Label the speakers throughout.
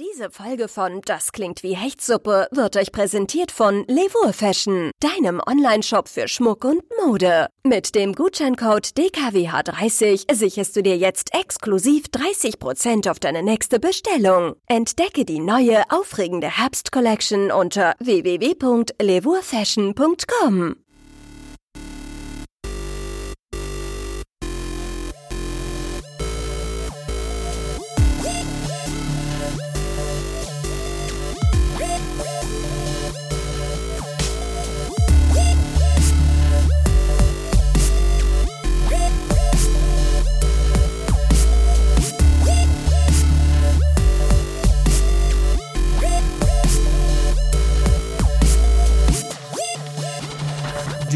Speaker 1: Diese Folge von Das klingt wie Hechtsuppe wird euch präsentiert von Levour Fashion, deinem Onlineshop für Schmuck und Mode. Mit dem Gutscheincode DKWH30 sicherst du dir jetzt exklusiv 30% auf deine nächste Bestellung. Entdecke die neue, aufregende Herbst-Collection unter www.levourfashion.com.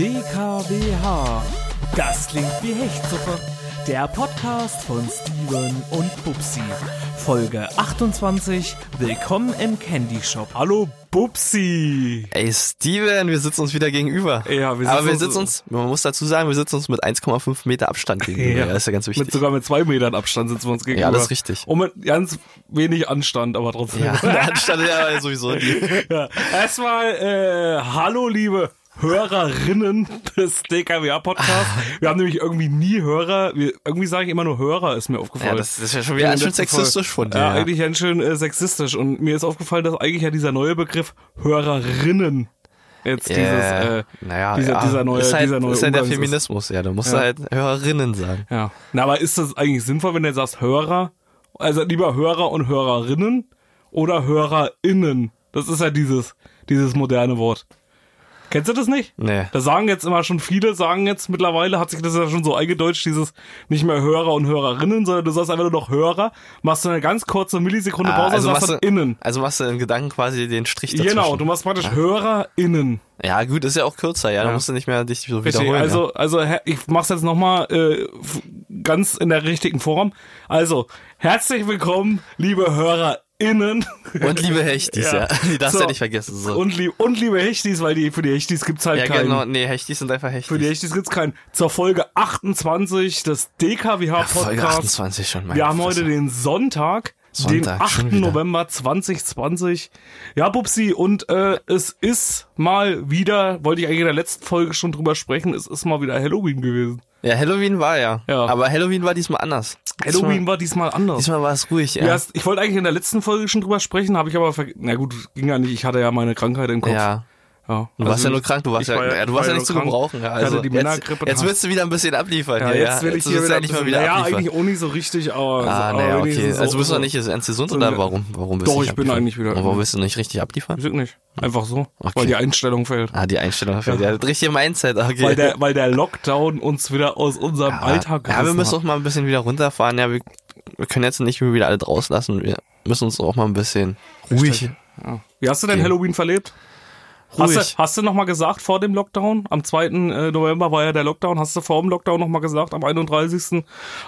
Speaker 2: DKWH. Das klingt wie Hechtsuppe. Der Podcast von Steven und Bubsi. Folge 28. Willkommen im Candy Shop. Hallo Bubsi.
Speaker 3: Ey, Steven, wir sitzen uns wieder gegenüber.
Speaker 2: Ja, wir sitzen
Speaker 3: Aber wir
Speaker 2: uns-
Speaker 3: sitzen uns, man muss dazu sagen, wir sitzen uns mit 1,5 Meter Abstand gegenüber. Ja, ist ja ganz wichtig.
Speaker 2: Mit, sogar mit zwei Metern Abstand sitzen wir uns gegenüber.
Speaker 3: Ja, das ist richtig.
Speaker 2: Und mit ganz wenig Anstand, aber trotzdem.
Speaker 3: ja, anstatt ja sowieso die.
Speaker 2: Ja. Erstmal, äh, hallo liebe Hörerinnen des DKWA-Podcasts. Wir haben nämlich irgendwie nie Hörer. Wir, irgendwie sage ich immer nur Hörer, ist mir aufgefallen.
Speaker 3: Ja, das ist ja schon wieder ganz schön sexistisch von dir.
Speaker 2: Ja,
Speaker 3: Ja,
Speaker 2: eigentlich ganz schön äh, sexistisch. Und mir ist aufgefallen, dass eigentlich ja dieser neue Begriff Hörerinnen jetzt
Speaker 3: Yeah.
Speaker 2: dieses, äh,
Speaker 3: naja,
Speaker 2: dieser,
Speaker 3: ja.
Speaker 2: dieser neue,
Speaker 3: ist halt,
Speaker 2: dieser neue
Speaker 3: ist halt der
Speaker 2: Umgangs-
Speaker 3: Feminismus, ja. Du musst halt Hörerinnen sagen.
Speaker 2: Ja. Na, aber ist das eigentlich sinnvoll, wenn du jetzt sagst Hörer? Also lieber Hörer und Hörerinnen oder HörerInnen? Das ist ja dieses, dieses moderne Wort. Kennst du das nicht?
Speaker 3: Nee.
Speaker 2: Das sagen jetzt immer schon viele, sagen jetzt mittlerweile, hat sich das ja schon so eingedeutscht, dieses nicht mehr Hörer und Hörerinnen, sondern du sagst einfach nur noch Hörer, machst du eine ganz kurze Millisekunde
Speaker 3: Ah,
Speaker 2: Pause und sagst dann innen.
Speaker 3: also machst du in Gedanken quasi den Strich dazwischen.
Speaker 2: Genau, du machst praktisch HörerInnen.
Speaker 3: ja, gut, ist ja auch kürzer, ja. Da
Speaker 2: Ja.
Speaker 3: musst du nicht mehr dich so
Speaker 2: Richtig,
Speaker 3: wiederholen.
Speaker 2: also, also her- ich mach's jetzt nochmal äh, f- ganz in der richtigen Form. Also, herzlich willkommen, liebe HörerInnen.
Speaker 3: ja. Und liebe Hechtis, ja. Die darfst du ja nicht vergessen. So.
Speaker 2: Und, lieb, und liebe Hechtis, weil die, für die Hechtis gibt's halt
Speaker 3: ja,
Speaker 2: keinen.
Speaker 3: genau. Nee, Hechtis sind einfach Hechtis.
Speaker 2: Für die Hechtis gibt's keinen. Zur Folge 28 des
Speaker 3: Folge
Speaker 2: DKWH-Podcasts.
Speaker 3: 28 schon, meine
Speaker 2: Wir haben
Speaker 3: Fresse.
Speaker 2: heute den Sonntag.
Speaker 3: Sonntag,
Speaker 2: den 8.
Speaker 3: schon wieder.
Speaker 2: November 2020. Ja, Bubsi, und äh, es ist mal wieder, wollte ich eigentlich in der letzten Folge schon drüber sprechen, es ist mal wieder Halloween gewesen.
Speaker 3: Ja, Halloween war ja.
Speaker 2: Ja.
Speaker 3: Aber Halloween war diesmal anders.
Speaker 2: Halloween
Speaker 3: diesmal,
Speaker 2: war diesmal anders.
Speaker 3: diesmal war es ruhig,
Speaker 2: ja.
Speaker 3: ja.
Speaker 2: es- ich wollte eigentlich in der letzten Folge schon drüber sprechen, habe ich aber vergessen. Na gut, ging ja nicht. Ich hatte ja meine Krankheit im Kopf.
Speaker 3: Ja.
Speaker 2: Ja. also
Speaker 3: Du warst ja nur krank, du warst
Speaker 2: ich
Speaker 3: ja,
Speaker 2: war
Speaker 3: ja, du
Speaker 2: ich
Speaker 3: warst
Speaker 2: war
Speaker 3: ja nicht zu
Speaker 2: nur krank.
Speaker 3: gebrauchen. Ja,
Speaker 2: Ich hatte
Speaker 3: also
Speaker 2: die
Speaker 3: jetzt,
Speaker 2: Männergrippe.
Speaker 3: jetzt willst du wieder ein bisschen abliefern.
Speaker 2: ja,
Speaker 3: hier,
Speaker 2: jetzt will ich hier
Speaker 3: willst du
Speaker 2: wieder,
Speaker 3: ja nicht mal wieder
Speaker 2: Ja,
Speaker 3: abliefern.
Speaker 2: eigentlich auch nicht so richtig, aber.
Speaker 3: ah,
Speaker 2: aber
Speaker 3: naja, okay.
Speaker 2: wenigstens so-
Speaker 3: Also du bist doch nicht jetzt ernst gesund oder
Speaker 2: Nee.
Speaker 3: warum? Warum bist
Speaker 2: Doch,
Speaker 3: du
Speaker 2: ich bin
Speaker 3: abliefern?
Speaker 2: eigentlich wieder-
Speaker 3: Und warum bist du nicht richtig abliefern?
Speaker 2: Weiß ich nicht. Einfach so.
Speaker 3: Okay.
Speaker 2: Weil die Einstellung fehlt.
Speaker 3: Ah, die Einstellung fehlt. Ja, das richtige Mindset, okay.
Speaker 2: Weil, der, weil der Lockdown uns wieder aus unserem
Speaker 3: ja,
Speaker 2: Alltag
Speaker 3: ja, wir
Speaker 2: gerissen
Speaker 3: müssen
Speaker 2: hat.
Speaker 3: auch mal ein bisschen wieder runterfahren. Ja, wir, wir können jetzt nicht wieder alle draus lassen. Wir müssen uns auch mal ein bisschen ruhig.
Speaker 2: Ja. Wie hast du denn
Speaker 3: Okay.
Speaker 2: Halloween verlebt?
Speaker 3: Ruhig.
Speaker 2: Hast du, hast du noch mal gesagt vor dem Lockdown? Am 2. äh, November war ja der Lockdown. Hast du vor dem Lockdown noch mal gesagt, am 31.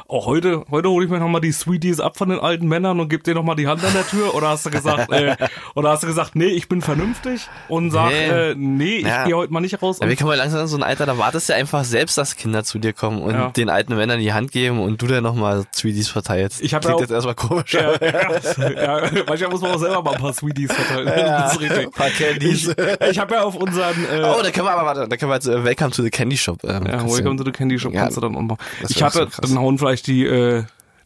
Speaker 2: Oh, heute, heute hole ich mir noch mal die Sweeties ab von den alten Männern und gebe dir noch mal die Hand an der Tür? Oder hast du gesagt, äh, oder hast du gesagt, nee, ich bin vernünftig und sag,
Speaker 3: Nee.
Speaker 2: nee, äh, nee ich
Speaker 3: Ja.
Speaker 2: gehe heute mal nicht raus.
Speaker 3: Ja,
Speaker 2: und-
Speaker 3: wir kommen halt langsam in so ein Alter, da wartest du ja einfach selbst, dass Kinder zu dir kommen und
Speaker 2: Ja.
Speaker 3: den alten Männern die Hand geben und du dann nochmal Sweeties verteilst.
Speaker 2: Ich hab
Speaker 3: Klingt
Speaker 2: ja auch-
Speaker 3: jetzt erstmal komisch.
Speaker 2: ja,
Speaker 3: aber-
Speaker 2: ja, ja, manchmal muss man auch selber mal ein paar Sweeties verteilen. Das ist richtig.
Speaker 3: Ein paar Candies.
Speaker 2: Ich, äh, ich habe ja auf unseren äh,
Speaker 3: Oh, da können wir aber, warte, da können wir jetzt äh, Welcome to the Candy Shop. Ähm,
Speaker 2: Ja,
Speaker 3: kannst du-
Speaker 2: Welcome to the Candy Shop
Speaker 3: Ja,
Speaker 2: kannst du dann auch machen.
Speaker 3: das
Speaker 2: Ich
Speaker 3: wär so
Speaker 2: hatte,
Speaker 3: krass.
Speaker 2: dann hauen vielleicht die, äh,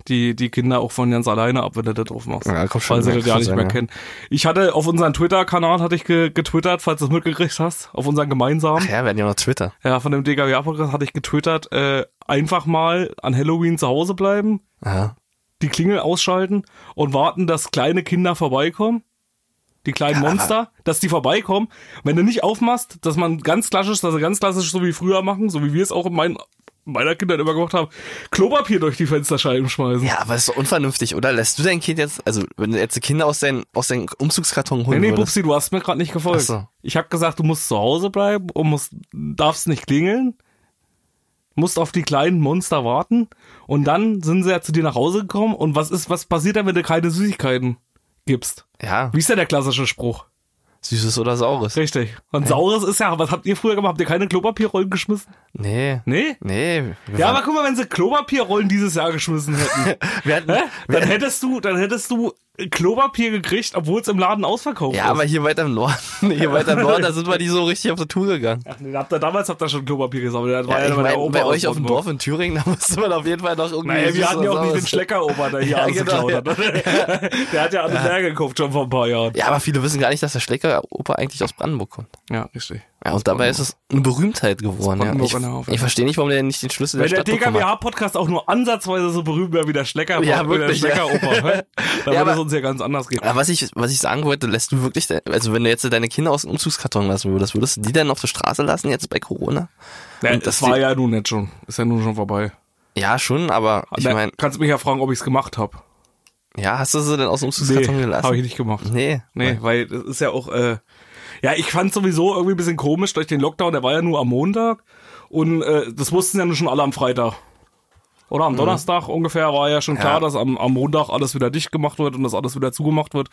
Speaker 2: die, die Kinder auch von ganz alleine ab, wenn du das drauf machst.
Speaker 3: Ja, komm schon,
Speaker 2: Weil sie
Speaker 3: ja,
Speaker 2: das ja
Speaker 3: kann
Speaker 2: nicht
Speaker 3: sein,
Speaker 2: mehr
Speaker 3: ja.
Speaker 2: kennen. Ich hatte auf unseren Twitter-Kanal, hatte ich ge getwittert, falls du es mitgekriegt hast, auf unseren gemeinsamen,
Speaker 3: ja, wir hatten ja noch Twitter.
Speaker 2: ja, von dem DKW-Podcast hatte ich getwittert, äh, einfach mal an Halloween zu Hause bleiben,
Speaker 3: Ja.
Speaker 2: die Klingel ausschalten und warten, dass kleine Kinder vorbeikommen. Die kleinen Monster, dass die vorbeikommen. Wenn du nicht aufmachst, dass man ganz klassisch, dass sie ganz klassisch so wie früher machen, so wie wir es auch in meinen, meiner Kindheit immer gemacht haben, Klopapier durch die Fensterscheiben schmeißen.
Speaker 3: ja, aber das ist doch unvernünftig, oder? Lässt du dein Kind jetzt, also wenn du jetzt die Kinder aus deinem aus deinem Umzugskarton
Speaker 2: Nee,
Speaker 3: holen
Speaker 2: nee,
Speaker 3: würdest.
Speaker 2: Bubsi, du hast mir gerade nicht gefolgt.
Speaker 3: Ach so.
Speaker 2: Ich habe gesagt, du musst zu Hause bleiben und musst, darfst nicht klingeln, musst auf die kleinen Monster warten und dann sind sie ja zu dir nach Hause gekommen und was ist, was passiert dann, wenn du keine Süßigkeiten gibst?
Speaker 3: Ja,
Speaker 2: Wie ist ja der klassische Spruch?
Speaker 3: süßes oder saures.
Speaker 2: Richtig. Und saures ist ja, was habt ihr früher gemacht? Habt ihr keine Klopapierrollen geschmissen?
Speaker 3: Nee.
Speaker 2: Nee?
Speaker 3: Nee. wir
Speaker 2: Ja,
Speaker 3: waren-
Speaker 2: aber guck mal, wenn sie Klopapierrollen dieses Jahr geschmissen hätten,
Speaker 3: wir hatten,
Speaker 2: hä? dann hättest du, dann hättest du Klopapier gekriegt, obwohl es im Laden ausverkauft
Speaker 3: Ja,
Speaker 2: ist.
Speaker 3: aber hier weiter im Norden, hier weiter im Norden, da sind wir nicht so richtig auf die Tour gegangen.
Speaker 2: Ach, nee, habt ihr, damals habt ihr schon Klopapier gesammelt. Das war
Speaker 3: Ja,
Speaker 2: ja
Speaker 3: ich
Speaker 2: bei der
Speaker 3: mein,
Speaker 2: Oma
Speaker 3: bei
Speaker 2: aus
Speaker 3: euch auf dem
Speaker 2: Brandenburg.
Speaker 3: Dorf in Thüringen, da musste man auf jeden Fall noch irgendwie...
Speaker 2: Naja, wir
Speaker 3: süß
Speaker 2: hatten ja
Speaker 3: was
Speaker 2: auch nicht den
Speaker 3: anderes.
Speaker 2: Schlecker-Opa, der hier
Speaker 3: Ja,
Speaker 2: alles
Speaker 3: genau,
Speaker 2: geklaut hat. Der hat ja alles hergekauft schon vor ein paar Jahren.
Speaker 3: Ja, aber viele wissen gar nicht, dass der Schlecker-Opa eigentlich aus Brandenburg kommt.
Speaker 2: Ja, richtig.
Speaker 3: Ja, und dabei ist es eine Berühmtheit geworden. Ja.
Speaker 2: Brandenburg
Speaker 3: Ich,
Speaker 2: an der Havel.
Speaker 3: ich verstehe nicht, warum der nicht den Schlüssel
Speaker 2: Wenn
Speaker 3: der
Speaker 2: der
Speaker 3: Stadt bekommen hat.
Speaker 2: DKWH-Podcast auch nur ansatzweise so berühmt wäre wie der Schlecker,
Speaker 3: Ja,
Speaker 2: wie der
Speaker 3: wirklich, ja.
Speaker 2: Schlecker-Opa, ne? dann
Speaker 3: Ja,
Speaker 2: würde es
Speaker 3: aber-
Speaker 2: uns ja ganz anders gehen.
Speaker 3: Aber was ich, was ich sagen wollte, lässt du wirklich, de- also wenn du jetzt deine Kinder aus dem Umzugskarton lassen würdest, würdest du die dann auf der Straße lassen jetzt bei Corona?
Speaker 2: Ja,
Speaker 3: Und
Speaker 2: das
Speaker 3: die-
Speaker 2: war ja nun nicht schon. Ist ja nun schon vorbei.
Speaker 3: Ja, schon, aber ich
Speaker 2: Na,
Speaker 3: meine,
Speaker 2: kannst mich ja fragen, ob ich es gemacht habe.
Speaker 3: ja, hast du sie denn aus
Speaker 2: Nee,
Speaker 3: dem Umzugskarton gelassen?
Speaker 2: habe ich nicht gemacht.
Speaker 3: Nee.
Speaker 2: Nee, weil das ist ja auch, äh, ja, ich fand sowieso irgendwie ein bisschen komisch durch den Lockdown, der war ja nur am Montag und äh, das wussten ja nur schon alle am Freitag. Oder am Donnerstag ungefähr war Mhm. ja schon klar, dass am, am Montag alles wieder dicht gemacht wird und dass alles wieder zugemacht wird.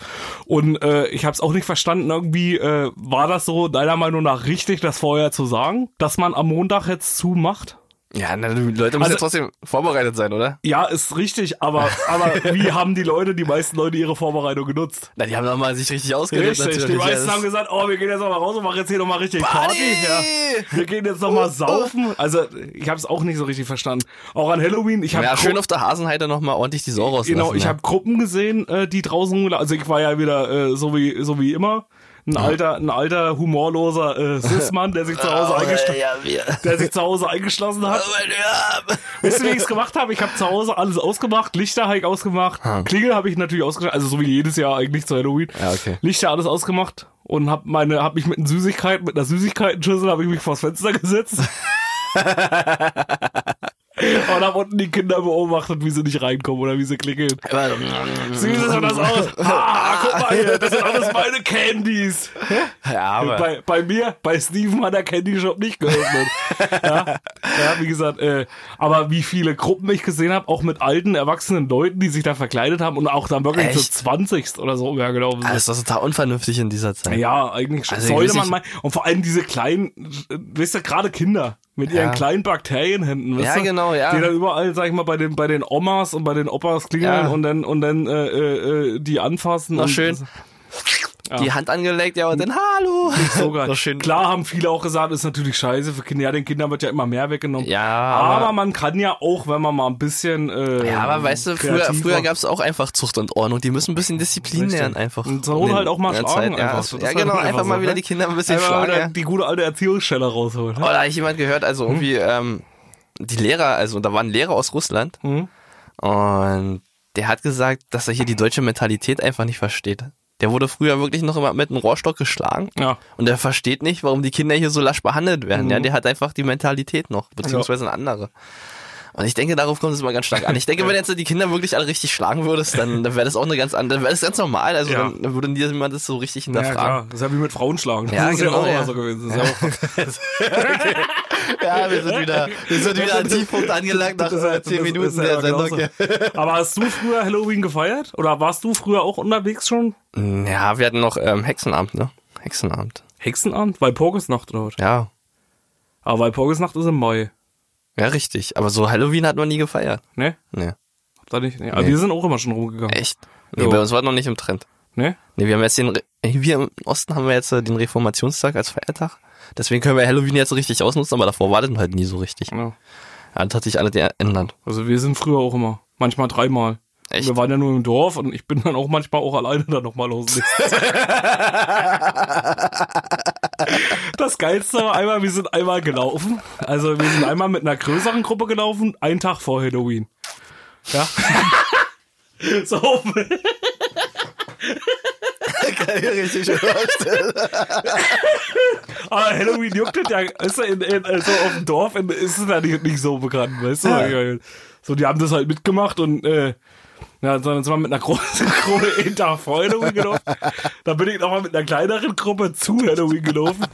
Speaker 2: Und äh, ich habe es auch nicht verstanden, irgendwie äh, war das so deiner Meinung nach richtig, das vorher zu sagen, dass man am Montag jetzt zumacht?
Speaker 3: Ja, na, die Leute müssen
Speaker 2: Also-
Speaker 3: ja trotzdem vorbereitet sein, oder?
Speaker 2: Ja, ist richtig, aber, aber wie haben die Leute, die meisten Leute ihre Vorbereitung genutzt?
Speaker 3: Na, die haben doch mal sich richtig ausgelebt
Speaker 2: Richtig, die
Speaker 3: natürlich. Ja,
Speaker 2: meisten
Speaker 3: das-
Speaker 2: haben gesagt, oh, wir gehen jetzt nochmal raus und machen jetzt hier nochmal richtig
Speaker 3: Party! Oh,
Speaker 2: Party. Ja. Wir gehen jetzt nochmal saufen. Also, ich habe es auch nicht so richtig verstanden. Auch an Halloween, ich habe
Speaker 3: ja, schön auf der Hasenheide nochmal ordentlich die Sau rauslassen.
Speaker 2: genau, ich
Speaker 3: ja.
Speaker 2: habe Gruppen gesehen, äh, die draußen, gela- also ich war ja wieder äh, so wie so wie immer ein alter ein alter humorloser äh, Sismann, der sich zu Hause
Speaker 3: Oh,
Speaker 2: eingeschlossen
Speaker 3: ja, wir.
Speaker 2: der sich zu Hause eingeschlossen hat.
Speaker 3: Ja.
Speaker 2: Wisst ihr, wie ich es gemacht habe? Ich habe zu Hause alles ausgemacht, Lichter habe ich ausgemacht, Klingel habe ich natürlich ausgeschaltet, also so wie jedes Jahr eigentlich zu Halloween.
Speaker 3: Ah. Ja, okay.
Speaker 2: Lichter alles ausgemacht und habe meine, habe mich mit einer Süßigkeit, mit einer Süßigkeitenschüssel habe ich mich vors Fenster gesetzt. und habe unten die Kinder beobachtet, wie sie nicht reinkommen oder wie sie klingeln. Süßes und das aus. Ah, guck mal hier, das sind alles meine Candies.
Speaker 3: Ja, aber.
Speaker 2: Bei, bei mir, bei Steven hat der Candy Shop nicht geöffnet. ja, ja, wie gesagt, äh, aber wie viele Gruppen ich gesehen habe, auch mit alten, erwachsenen Leuten, die sich da verkleidet haben und auch dann wirklich zu
Speaker 3: Echt?
Speaker 2: 20 oder so umhergelaufen sind.
Speaker 3: Das ist doch total unvernünftig in dieser Zeit.
Speaker 2: Ja, eigentlich schon.
Speaker 3: Also, ich
Speaker 2: sollte
Speaker 3: weiß
Speaker 2: man mal.
Speaker 3: nicht-
Speaker 2: Und vor allem diese kleinen, äh, weißt du, gerade Kinder mit ihren
Speaker 3: Ja.
Speaker 2: kleinen Bakterienhänden, weißt
Speaker 3: Ja,
Speaker 2: du?
Speaker 3: genau, ja.
Speaker 2: Die dann überall, sag ich mal, bei den, bei den Omas und bei den Opas klingeln
Speaker 3: Ja.
Speaker 2: und dann, und dann äh, äh, äh, die anfassen.
Speaker 3: Noch
Speaker 2: und
Speaker 3: schön die Hand angelegt, ja, und dann Hallo.
Speaker 2: Sogar.
Speaker 3: Noch schön.
Speaker 2: Klar haben viele auch gesagt, ist natürlich scheiße für Kinder. Ja, den Kindern wird ja immer mehr weggenommen.
Speaker 3: Ja,
Speaker 2: aber,
Speaker 3: aber-
Speaker 2: man kann ja auch, wenn man mal ein bisschen. Äh,
Speaker 3: Ja, aber weißt du, früher,
Speaker 2: kreativ
Speaker 3: früher
Speaker 2: war-
Speaker 3: gab es auch einfach Zucht und Ordnung. Die müssen ein bisschen Disziplin
Speaker 2: Richtig.
Speaker 3: lernen einfach.
Speaker 2: Und zur Not
Speaker 3: In
Speaker 2: halt auch mal
Speaker 3: der
Speaker 2: schlagen
Speaker 3: Zeit. Ja,
Speaker 2: einfach. Das
Speaker 3: ja
Speaker 2: ist
Speaker 3: genau,
Speaker 2: halt
Speaker 3: einfach,
Speaker 2: einfach
Speaker 3: mal
Speaker 2: so,
Speaker 3: wieder
Speaker 2: ne?
Speaker 3: die Kinder ein bisschen
Speaker 2: Einfach mal
Speaker 3: schlagen.
Speaker 2: wieder
Speaker 3: Ja.
Speaker 2: die gute alte Erziehungsstelle rausholen. ne?
Speaker 3: Oh, da habe ich jemand gehört, also
Speaker 2: Mhm.
Speaker 3: irgendwie ähm, die Lehrer, also da waren Lehrer aus Russland
Speaker 2: Mhm.
Speaker 3: und der hat gesagt, dass er hier die deutsche Mentalität einfach nicht versteht. Der wurde früher wirklich noch immer mit einem Rohrstock geschlagen
Speaker 2: Ja. Mhm.
Speaker 3: und der versteht nicht, warum die Kinder hier so lasch behandelt werden. Ja, der hat einfach die Mentalität noch, beziehungsweise eine andere. Und ich denke, darauf kommt es immer ganz stark an. Ich denke, wenn jetzt die Kinder wirklich alle richtig schlagen würdest, dann, dann wäre das auch eine ganz andere, dann wäre das ganz normal. Also
Speaker 2: Ja.
Speaker 3: dann, dann würde niemand das so richtig
Speaker 2: Ja,
Speaker 3: hinterfragen.
Speaker 2: klar. Das ist ja wie mit Frauen schlagen.
Speaker 3: Ja,
Speaker 2: das ist
Speaker 3: genau,
Speaker 2: ja auch
Speaker 3: ja.
Speaker 2: immer so gewesen. Das ist ja auch
Speaker 3: Ja, wir sind wieder, wir sind wieder an Tiefpunkt angelangt nach
Speaker 2: Das ist ja-
Speaker 3: äh, 10
Speaker 2: das
Speaker 3: Minuten
Speaker 2: ist ja
Speaker 3: der
Speaker 2: genauso.
Speaker 3: Sendung.
Speaker 2: Aber hast du früher Halloween gefeiert? Oder warst du früher auch unterwegs schon?
Speaker 3: Mm, Ja, wir hatten noch ähm, Hexenabend, ne? Hexenabend.
Speaker 2: Hexenabend? Walpurgisnacht oder was?
Speaker 3: Ja.
Speaker 2: Aber Walpurgisnacht ist im Mai.
Speaker 3: Ja, richtig. Aber so Halloween hat man nie gefeiert.
Speaker 2: Ne?
Speaker 3: Nee.
Speaker 2: Habt ihr nicht? Ne. Aber
Speaker 3: Nee.
Speaker 2: wir sind auch immer schon rumgegangen.
Speaker 3: Echt? Nee,
Speaker 2: Jo.
Speaker 3: bei uns war noch nicht im Trend.
Speaker 2: Ne?
Speaker 3: Nee, wir haben jetzt den, Re wir im Osten haben wir jetzt äh, den Reformationstag als Feiertag. Deswegen können wir Halloween jetzt so richtig ausnutzen, aber davor war das halt nie so richtig.
Speaker 2: Ja.
Speaker 3: Ja, das hat sich alles geändert.
Speaker 2: Genau. Also wir sind früher auch immer. Manchmal dreimal.
Speaker 3: Echt?
Speaker 2: Wir waren ja nur im Dorf und ich bin dann auch manchmal auch alleine dann nochmal los. Das Geilste war einmal, wir sind einmal gelaufen. Also wir sind einmal mit einer größeren Gruppe gelaufen, einen Tag vor Halloween. Ja. So,
Speaker 3: richtig
Speaker 2: aber Ah, Halloween juckt das ja, ist ja in, in, also auf dem Dorf in, ist es ja nicht, nicht so bekannt, weißt du?
Speaker 3: Ja.
Speaker 2: So, die haben das halt mitgemacht und äh, ja, dann sind wir mit einer großen Gruppe in der Halloween gelaufen. Dann bin ich nochmal mit einer kleineren Gruppe zu Halloween gelaufen.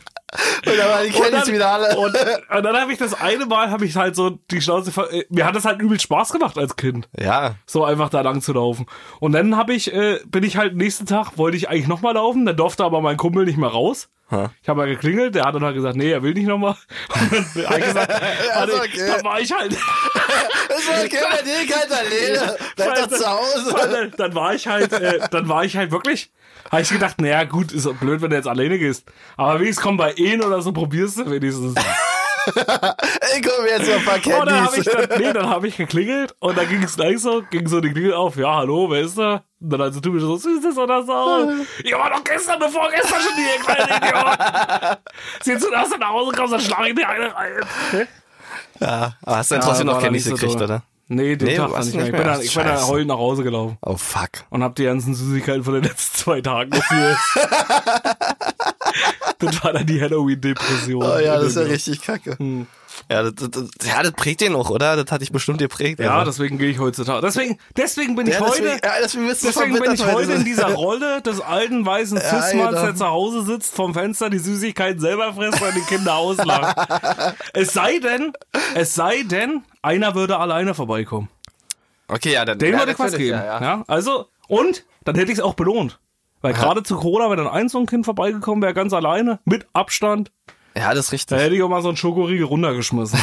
Speaker 3: Und da waren die
Speaker 2: Und
Speaker 3: Candies wieder alle.
Speaker 2: Und, und dann habe ich das eine Mal, habe ich halt so die Schnauze. ver- äh, Mir hat das halt übel Spaß gemacht als Kind,
Speaker 3: ja.
Speaker 2: so einfach da lang zu laufen. Und dann habe ich, äh, bin ich halt nächsten Tag, wollte ich eigentlich nochmal laufen, dann durfte aber mein Kumpel nicht mehr raus.
Speaker 3: Ja.
Speaker 2: Ich habe mal geklingelt, der hat dann halt gesagt, nee, er will nicht nochmal. Und dann hat er gesagt, ah, nee,
Speaker 3: ist okay.
Speaker 2: dann war ich halt.
Speaker 3: Ist doch okay, bei dir kann alleine. Bleib doch zu Hause.
Speaker 2: Dann, dann war ich halt, äh, dann war ich halt wirklich. Habe ich gedacht, naja, gut, ist doch blöd, wenn du jetzt alleine gehst. Aber wenigstens komm bei Ehen oder so, probierst du wenigstens.
Speaker 3: Ey, komm, jetzt noch ein paar
Speaker 2: Und dann habe Oh, ich,
Speaker 3: Candies.
Speaker 2: dann, nee, dann hab ich geklingelt und dann ging es gleich so, ging so die Klingel auf. Ja, hallo, wer ist da? Und dann also typisch so, süßes oder so. Ich war doch gestern und vorgestern schon hier, kleine Idiot. Siehst du, dass du nach Hause kommst, dann schlage ich dir eine rein.
Speaker 3: Ja, aber hast du dann trotzdem noch
Speaker 2: war dann
Speaker 3: Candies
Speaker 2: nicht so
Speaker 3: gekriegt,
Speaker 2: doll.
Speaker 3: oder?
Speaker 2: Nee, den
Speaker 3: ne? Nee,
Speaker 2: Tag
Speaker 3: du
Speaker 2: dann
Speaker 3: hast
Speaker 2: nicht mehr.
Speaker 3: nicht
Speaker 2: Ich bin,
Speaker 3: mehr.
Speaker 2: dann, ich bin dann
Speaker 3: Scheiße.
Speaker 2: heulend nach Hause gelaufen
Speaker 3: Oh, fuck.
Speaker 2: und hab die ganzen Süßigkeiten von den letzten zwei Tagen noch hier. das war dann die Halloween-Depression.
Speaker 3: Oh ja, das ist ja richtig kacke. Ja, das, das, das, ja, das prägt den auch, oder? Das hat dich bestimmt geprägt.
Speaker 2: Ja,
Speaker 3: also.
Speaker 2: deswegen gehe ich heutzutage. Deswegen, deswegen bin ich
Speaker 3: ja,
Speaker 2: heute.
Speaker 3: deswegen, ja, deswegen, bist du
Speaker 2: Deswegen bin
Speaker 3: verbittert
Speaker 2: ich heute in dieser
Speaker 3: heute.
Speaker 2: Rolle des alten weißen
Speaker 3: Ja,
Speaker 2: Fissmanns,
Speaker 3: genau.
Speaker 2: der zu Hause sitzt, vom Fenster die Süßigkeiten selber frisst und die Kinder auslacht. es sei denn, es sei denn, einer würde alleine vorbeikommen.
Speaker 3: Okay, ja, dann.
Speaker 2: Den
Speaker 3: ja,
Speaker 2: würde ich was
Speaker 3: natürlich,
Speaker 2: geben.
Speaker 3: Ja,
Speaker 2: Ja,
Speaker 3: ja.
Speaker 2: also, und dann hätte ich es auch belohnt. Weil gerade zu Corona, wenn dann ein so ein Kind vorbeigekommen wäre, ganz alleine, mit Abstand,
Speaker 3: ja, das ist
Speaker 2: da
Speaker 3: richtig.
Speaker 2: hätte ich auch mal so einen Schokoriegel runtergeschmissen.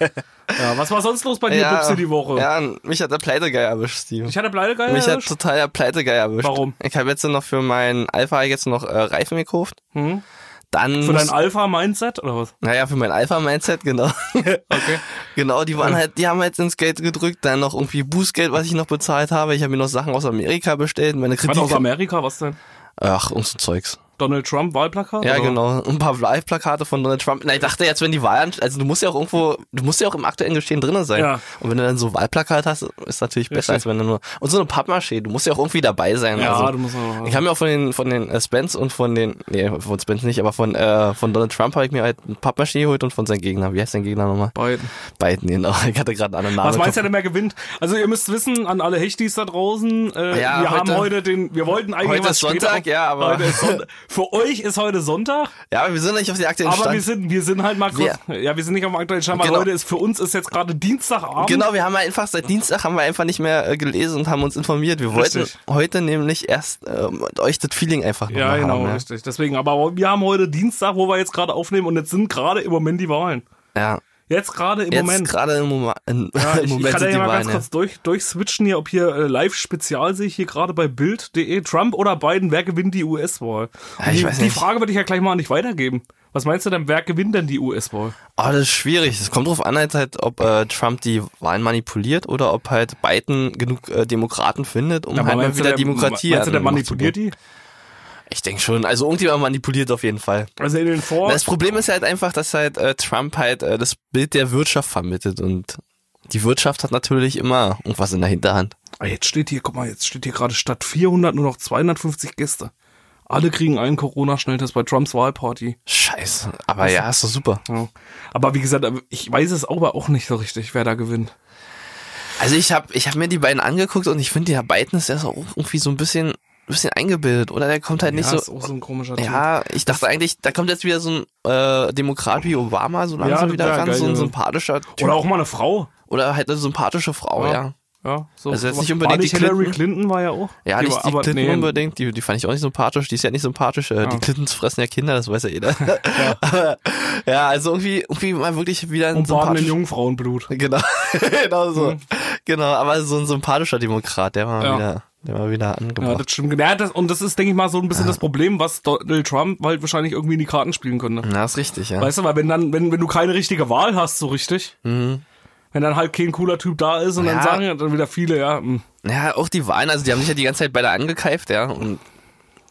Speaker 2: ja, was war sonst los bei dir, ja, Bubsi, die Woche?
Speaker 3: Ja, mich hat der Pleitegeier erwischt, Steve.
Speaker 2: Ich hatte Bleidegeier.
Speaker 3: mich hat
Speaker 2: erwischt.
Speaker 3: total der Pleitegeier erwischt.
Speaker 2: Warum?
Speaker 3: Ich habe jetzt noch für meinen Alpha jetzt noch äh, Reifen gekauft.
Speaker 2: Hm?
Speaker 3: Dann
Speaker 2: Für
Speaker 3: muss-
Speaker 2: dein Alpha-Mindset oder was?
Speaker 3: Naja, für mein Alpha-Mindset, genau.
Speaker 2: Okay.
Speaker 3: genau, die waren halt, die haben halt ins Geld gedrückt, dann noch irgendwie Bußgeld, was ich noch bezahlt habe. Ich habe mir noch Sachen aus Amerika bestellt, meine
Speaker 2: Was aus
Speaker 3: Kreditkarte.
Speaker 2: Amerika, was denn?
Speaker 3: Ach, und so Zeugs.
Speaker 2: Donald Trump Wahlplakat?
Speaker 3: Ja,
Speaker 2: oder?
Speaker 3: genau. Ein paar Live-Plakate von Donald Trump. Na, ich dachte jetzt, wenn die Wahlen, also du musst ja auch irgendwo, du musst ja auch im aktuellen Geschehen drinnen sein.
Speaker 2: Ja.
Speaker 3: Und wenn du dann so Wahlplakate hast, ist natürlich besser, als wenn du nur, und so eine Pappmaché, du musst ja auch irgendwie dabei sein.
Speaker 2: Ja,
Speaker 3: also,
Speaker 2: du musst auch-
Speaker 3: Ich habe mir auch von den, von den äh, Spence und von den, nee, von Spence nicht, aber von, äh, von Donald Trump habe ich mir halt ein Pappmaché geholt und von seinem Gegner, wie heißt sein Gegner nochmal?
Speaker 2: Biden.
Speaker 3: Biden, genau. Ich hatte gerade einen anderen Namen.
Speaker 2: Was meinst du denn, wer gewinnt? Also ihr müsst wissen, an alle Hechtis da draußen, äh,
Speaker 3: Ah Ja,
Speaker 2: wir haben
Speaker 3: heute-
Speaker 2: heute den, wir wollten eigentlich
Speaker 3: Heute
Speaker 2: was
Speaker 3: ist
Speaker 2: später
Speaker 3: Sonntag,
Speaker 2: auf-
Speaker 3: ja, aber-
Speaker 2: Heute ist Sonntag. Für euch ist heute Sonntag,
Speaker 3: Ja, aber wir sind nicht auf die aktuellen
Speaker 2: aber wir
Speaker 3: Stand.
Speaker 2: sind, wir sind halt mal kurz, ja, wir sind nicht am aktuellen Stand, weil
Speaker 3: Genau.
Speaker 2: heute ist, für uns ist jetzt gerade Dienstagabend.
Speaker 3: Genau, wir haben einfach seit Dienstag haben wir einfach nicht mehr äh, gelesen und haben uns informiert. Wir wollten
Speaker 2: Richtig.
Speaker 3: heute nämlich erst ähm, mit euch das Feeling einfach noch
Speaker 2: Ja,
Speaker 3: mal
Speaker 2: genau,
Speaker 3: haben. ne?
Speaker 2: richtig. Deswegen, aber wir haben heute Dienstag, wo wir jetzt gerade aufnehmen und jetzt sind gerade im Moment die Wahlen.
Speaker 3: Ja. ja.
Speaker 2: Jetzt gerade im
Speaker 3: Jetzt
Speaker 2: Moment.
Speaker 3: gerade im Moment, in,
Speaker 2: Ja,
Speaker 3: im
Speaker 2: ich, ich
Speaker 3: Moment
Speaker 2: kann
Speaker 3: sind
Speaker 2: ja
Speaker 3: die
Speaker 2: mal ganz
Speaker 3: Wahlen.
Speaker 2: kurz durch, durchswitchen hier, ob hier äh, Live-Spezial sehe ich hier gerade bei Bild.de. Trump oder Biden, wer gewinnt die US-Wahl?
Speaker 3: Ja, ich
Speaker 2: die,
Speaker 3: weiß
Speaker 2: die
Speaker 3: nicht.
Speaker 2: Frage würde ich ja gleich mal an dich weitergeben. Was meinst du denn, wer gewinnt denn die US-Wahl?
Speaker 3: Oh, das ist schwierig. Es kommt drauf an, halt, halt, ob äh, Trump die Wahlen manipuliert oder ob halt Biden genug äh, Demokraten findet, um halt mal
Speaker 2: meinst
Speaker 3: wieder
Speaker 2: du, der,
Speaker 3: Demokratie
Speaker 2: meinst du,
Speaker 3: an-
Speaker 2: der manipuliert
Speaker 3: aufzubauen.
Speaker 2: die?
Speaker 3: Ich denke schon. Also irgendjemand manipuliert auf jeden Fall.
Speaker 2: Also in den Vor...
Speaker 3: Na, Das Problem ist halt einfach, dass halt äh, Trump halt äh, das Bild der Wirtschaft vermittelt und die Wirtschaft hat natürlich immer irgendwas in der Hinterhand.
Speaker 2: Ah, jetzt steht hier, guck mal, jetzt steht hier gerade statt 400 nur noch 250 Gäste. Alle kriegen einen Corona-Schnelltest bei Trumps Wahlparty.
Speaker 3: Scheiße. Aber ja, ist doch super.
Speaker 2: Ja. Aber wie gesagt, ich weiß es aber auch nicht so richtig, wer da gewinnt.
Speaker 3: Also ich habe ich hab mir die beiden angeguckt und ich finde, der Biden ist ja so irgendwie so ein bisschen, bisschen eingebildet, oder? Der kommt halt nicht
Speaker 2: ja,
Speaker 3: so.
Speaker 2: ist auch so ein komischer Typ.
Speaker 3: Ja, ich dachte eigentlich, da kommt jetzt wieder so ein äh, Demokrat wie Obama, so langsam
Speaker 2: das
Speaker 3: wieder
Speaker 2: wär
Speaker 3: ran,
Speaker 2: geil
Speaker 3: so ein
Speaker 2: gewesen.
Speaker 3: sympathischer Typ.
Speaker 2: Oder
Speaker 3: Oder,
Speaker 2: auch mal eine Frau.
Speaker 3: halt eine sympathische Frau, ja. Ja,
Speaker 2: Ja, so.
Speaker 3: Also jetzt nicht
Speaker 2: War
Speaker 3: unbedingt
Speaker 2: nicht
Speaker 3: die
Speaker 2: Hillary
Speaker 3: Clinton.
Speaker 2: Clinton war ja auch.
Speaker 3: nicht
Speaker 2: war-
Speaker 3: die Clinton
Speaker 2: nee. Ah.
Speaker 3: unbedingt, die, die fand ich auch nicht sympathisch, die ist ja nicht sympathisch. Äh, Die Clintons fressen ja Kinder, das weiß ja jeder. ja. ja, also irgendwie, irgendwie mal wirklich wieder ein
Speaker 2: Und baden in
Speaker 3: sympathischer.
Speaker 2: Jungfrauenblut.
Speaker 3: Genau, genau so. Genau, aber so ein sympathischer Demokrat, der war
Speaker 2: Mhm. Ja.
Speaker 3: wieder, der war wieder
Speaker 2: Ja,
Speaker 3: angebracht.
Speaker 2: das stimmt. Ja, das, und das ist, denke ich mal, so ein bisschen das Problem, was Donald Trump halt wahrscheinlich irgendwie in die Karten spielen könnte. Mhm.
Speaker 3: Ja, ist richtig, ja.
Speaker 2: Weißt du, weil wenn dann, wenn, wenn du keine richtige Wahl hast, so richtig, wenn dann halt kein cooler Typ da ist und
Speaker 3: Ja.
Speaker 2: dann sagen Mhm. ja dann wieder viele, ja, hm,
Speaker 3: ja, auch die Wahlen, also die haben sich ja die ganze Zeit beide angekeift, ja. Und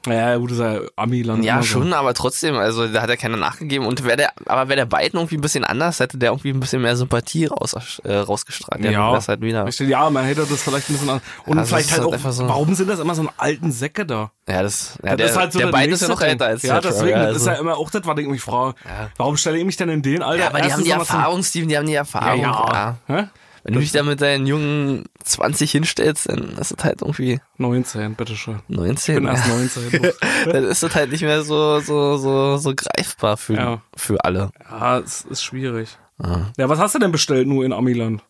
Speaker 2: ja, gut, ist ja Ami-Land.
Speaker 3: ja,
Speaker 2: immer so.
Speaker 3: schon, aber trotzdem, also da hat ja keiner nachgegeben. Und wäre der, aber wäre der Biden irgendwie ein bisschen anders, hätte der irgendwie ein bisschen mehr Sympathie raus, äh, rausgestrahlt. Der
Speaker 2: Ja,
Speaker 3: hat das halt wieder.
Speaker 2: Richtig, ja, man hätte das vielleicht ein bisschen an. Und
Speaker 3: Ja, das
Speaker 2: vielleicht
Speaker 3: ist
Speaker 2: halt
Speaker 3: halt
Speaker 2: auch,
Speaker 3: einfach so-
Speaker 2: warum sind das immer so einen alten Säcke da?
Speaker 3: Ja, das, ja,
Speaker 2: Ja,
Speaker 3: der,
Speaker 2: das ist halt so
Speaker 3: der
Speaker 2: das
Speaker 3: Biden ist ja noch
Speaker 2: nächste Ding.
Speaker 3: älter als
Speaker 2: Ja,
Speaker 3: der Trump,
Speaker 2: deswegen, das ist
Speaker 3: also.
Speaker 2: ja immer auch das, was ich mich frage. Warum stelle ich mich denn in den Alter?
Speaker 3: Ja, aber die haben
Speaker 2: erstens
Speaker 3: die
Speaker 2: mal zum-
Speaker 3: Erfahrung, Steven, die haben die Erfahrung.
Speaker 2: Ja,
Speaker 3: Ja.
Speaker 2: ja. Hä?
Speaker 3: Wenn du dich da mit deinen jungen 20 hinstellst, dann ist das halt irgendwie
Speaker 2: 19, bitteschön. Ich
Speaker 3: 19.
Speaker 2: bin erst
Speaker 3: ja.
Speaker 2: 19.
Speaker 3: dann ist das halt nicht mehr so, so, so, so greifbar für,
Speaker 2: Ja.
Speaker 3: für alle.
Speaker 2: ja, es ist schwierig. Ja, was hast du denn bestellt nur in Amiland?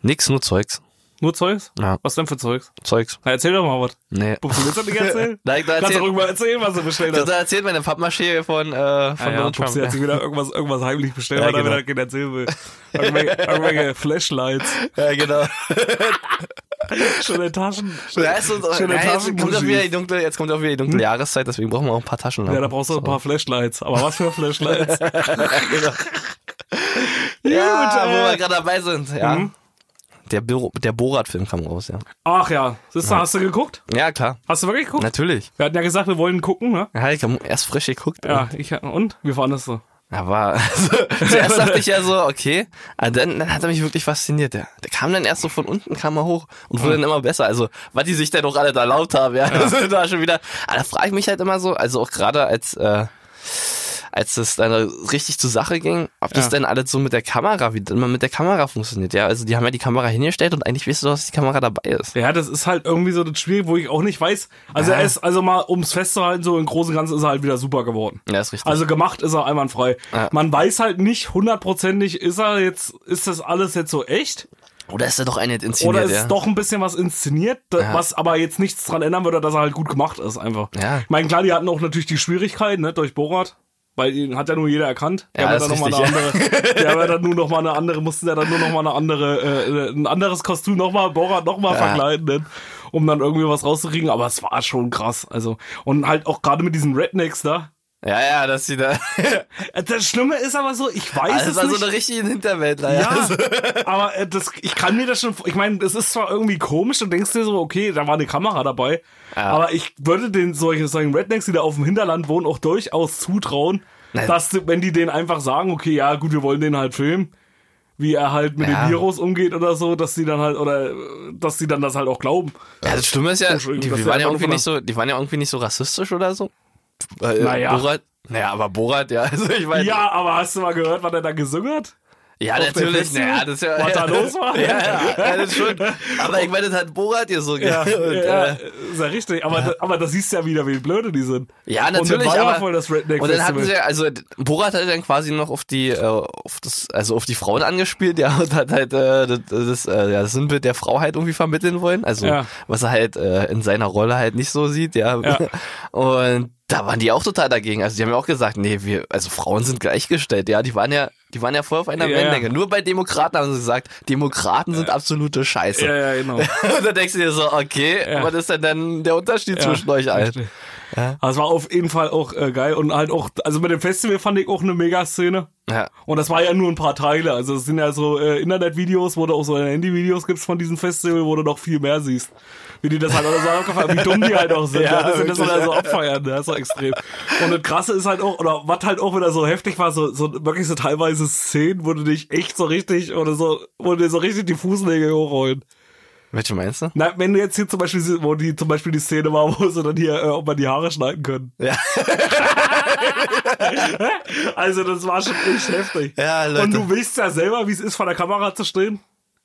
Speaker 3: Nix, nur Zeugs.
Speaker 2: Nur Zeugs?
Speaker 3: Ja.
Speaker 2: Was denn für Zeugs?
Speaker 3: Zeugs.
Speaker 2: Na, erzähl doch mal was.
Speaker 3: Nee.
Speaker 2: Bubsi, willst du das nicht erzählen?
Speaker 3: Nein, da
Speaker 2: Kannst du
Speaker 3: erzählt,
Speaker 2: irgendwann erzählen, was du bestellt
Speaker 3: da
Speaker 2: hast.
Speaker 3: erzählt meine Pappmaché von, äh, von
Speaker 2: Ah ja,
Speaker 3: Donald
Speaker 2: Bubsi hat
Speaker 3: Trump.
Speaker 2: sich wieder irgendwas, irgendwas heimlich bestellt,
Speaker 3: Ja,
Speaker 2: weil er
Speaker 3: genau.
Speaker 2: wieder keinen erzählen will. Irgendwelche, irgendwelche Flashlights,
Speaker 3: Ja, ja genau.
Speaker 2: schöne Taschen.
Speaker 3: Ja, ist so,
Speaker 2: Schöne
Speaker 3: ja, jetzt,
Speaker 2: Taschen- Hm?
Speaker 3: kommt auch wieder die dunkle, jetzt kommt auch wieder die dunkle Jahreszeit, deswegen brauchen wir auch ein paar Taschen.
Speaker 2: Ja, da brauchst du ein paar Flashlights. Aber was für Flashlights?
Speaker 3: genau.
Speaker 2: Gut,
Speaker 3: Ja, wo
Speaker 2: äh, Mhm.
Speaker 3: wir gerade dabei sind. Ja. Der, Büro- der Borat-Film kam raus, ja.
Speaker 2: Ach ja, siehst du, hast du geguckt?
Speaker 3: Ja, klar.
Speaker 2: Hast du wirklich geguckt?
Speaker 3: Natürlich.
Speaker 2: Wir hatten ja gesagt, wir wollen gucken, ne?
Speaker 3: Ja, ich hab erst frisch geguckt.
Speaker 2: Ja, ich, und? Wie fandest du?
Speaker 3: Aber zuerst dachte ich ja so, okay. Aber dann, dann hat er mich wirklich fasziniert. Der, der kam dann erst so von unten, kam er hoch und wurde
Speaker 2: Mhm.
Speaker 3: dann immer besser. Also, was die sich denn auch alle da erlaubt haben, ja. Das ist da schon wieder. Aber da frage ich mich halt immer so, also auch gerade als, äh, als es dann richtig zur Sache ging, ob das
Speaker 2: Ja.
Speaker 3: denn alles so mit der Kamera, wie immer mit der Kamera funktioniert, ja. Also die haben ja die Kamera hingestellt und eigentlich weißt du, dass die Kamera dabei ist.
Speaker 2: Ja, das ist halt irgendwie so das Spiel, wo ich auch nicht weiß. Also
Speaker 3: Ja.
Speaker 2: er ist, also mal, ums festzuhalten, so im Großen und Ganzen ist er halt wieder super geworden.
Speaker 3: Ja, ist richtig.
Speaker 2: Also gemacht ist er einwandfrei.
Speaker 3: Ja.
Speaker 2: Man weiß halt nicht hundertprozentig, ist er jetzt, ist das alles jetzt so echt?
Speaker 3: Oder ist da doch eine inszeniert,
Speaker 2: Oder ist
Speaker 3: ja.
Speaker 2: doch ein bisschen was inszeniert, da-
Speaker 3: Ja.
Speaker 2: was aber jetzt nichts dran ändern würde, dass er halt gut gemacht ist einfach.
Speaker 3: Ja.
Speaker 2: Ich meine, klar, die hatten auch natürlich die Schwierigkeit, ne, durch Borat. Weil ihn hat ja nur jeder erkannt. Der
Speaker 3: Ja,
Speaker 2: hat
Speaker 3: das
Speaker 2: dann
Speaker 3: ist
Speaker 2: noch mal eine
Speaker 3: richtig,
Speaker 2: andere, der hat dann nur noch mal eine andere, mussten ja dann nur noch mal eine andere, äh, ein anderes Kostüm noch mal Borat noch mal verkleiden, ne, um dann irgendwie was rauszukriegen. Aber es war schon krass, also und halt auch gerade mit diesen Rednecks da.
Speaker 3: Ja, ja, dass sie da.
Speaker 2: Das Schlimme ist aber so, ich weiß
Speaker 3: Also,
Speaker 2: es
Speaker 3: das war
Speaker 2: nicht.
Speaker 3: so eine richtige Also, Hinterwäldler, ja.
Speaker 2: Ja, aber äh, das, ich kann mir das schon, ich meine, das ist zwar irgendwie komisch und denkst dir so, okay, da war eine Kamera dabei, aber ich würde den solchen, solchen Rednecks, die da auf dem Hinterland wohnen, auch durchaus zutrauen,
Speaker 3: Nein.
Speaker 2: dass du- wenn die denen einfach sagen, okay, ja gut, wir wollen den halt filmen, wie er halt mit
Speaker 3: Ja.
Speaker 2: dem Virus umgeht oder so, dass die dann halt oder äh, dass die dann das halt auch glauben.
Speaker 3: Ja, das Schlimme ist ja, die,
Speaker 2: Entschuldigung, dass
Speaker 3: die
Speaker 2: wir
Speaker 3: waren ja
Speaker 2: einfach nur
Speaker 3: irgendwie nicht so, die waren ja irgendwie nicht so rassistisch oder so. Weil, äh,
Speaker 2: Naja.
Speaker 3: Borat, naja, aber Borat, ja, also ich meine,
Speaker 2: Ja, aber hast du mal gehört, was er da gesungen hat?
Speaker 3: ja
Speaker 2: auf der
Speaker 3: natürlich,
Speaker 2: Feste,
Speaker 3: naja, das ist ja,
Speaker 2: was
Speaker 3: ja,
Speaker 2: da los war.
Speaker 3: Ja, ja, ja, das schon. Aber ich meine, das hat Borat ja so
Speaker 2: Ja,
Speaker 3: gemacht.
Speaker 2: ja,
Speaker 3: Und,
Speaker 2: ja,
Speaker 3: äh,
Speaker 2: ist ja richtig. Aber, da- aber das siehst du ja wieder, wie blöde die sind.
Speaker 3: ja,
Speaker 2: Und dann
Speaker 3: natürlich,
Speaker 2: war ja
Speaker 3: aber
Speaker 2: voll das Redneck
Speaker 3: und dann hatten
Speaker 2: Festival.
Speaker 3: sie, ja- also Borat hat dann quasi noch auf die, äh, auf das, also auf die Frauen angespielt, ja, und hat halt äh, das, das, äh, ja, das Sinnbild der Frau halt irgendwie vermitteln wollen, also
Speaker 2: Ja.
Speaker 3: was er halt äh, in seiner Rolle halt nicht so sieht, ja.
Speaker 2: Ja.
Speaker 3: Und da waren die auch total dagegen, also die haben ja auch gesagt, nee, wir, also Frauen sind gleichgestellt, ja, die waren ja, die waren ja voll auf einer
Speaker 2: Ja,
Speaker 3: Wellenlänge.
Speaker 2: ja.
Speaker 3: Nur bei Demokraten haben sie gesagt, Demokraten sind absolute Scheiße.
Speaker 2: Ja, ja, genau.
Speaker 3: Und dann denkst du dir so, okay,
Speaker 2: Ja.
Speaker 3: was ist denn dann der Unterschied
Speaker 2: Ja,
Speaker 3: zwischen euch allen?
Speaker 2: richtig. Aber Also, es war auf jeden Fall auch äh, geil und halt auch, also mit dem Festival fand ich auch eine Mega-Szene.
Speaker 3: Ja.
Speaker 2: Und das war ja nur ein paar Teile. Also es sind ja so äh, Internetvideos, wo du auch so Handyvideos gibst von diesem Festival, wo du noch viel mehr siehst. Wie die das halt alle so abgefahren, wie dumm die halt auch sind.
Speaker 3: Ja,
Speaker 2: Ja, das sind das
Speaker 3: wirklich.
Speaker 2: alle so abfeiern, ne? das ist so extrem. Und das krasse ist halt auch, oder was halt auch wieder so heftig war, so, so wirklich so teilweise Szenen, wo du dich echt so richtig oder so, wo dir so richtig die Fußnägel hochholen.
Speaker 3: Welche meinst du?
Speaker 2: Na, wenn du jetzt hier zum Beispiel, sie- wo die zum Beispiel die Szene war, wo sie dann hier, äh, ob man die Haare schneiden können.
Speaker 3: Ja.
Speaker 2: Also das war schon echt heftig.
Speaker 3: Ja, Leute.
Speaker 2: Und du willst ja selber, wie es ist, vor der Kamera zu stehen.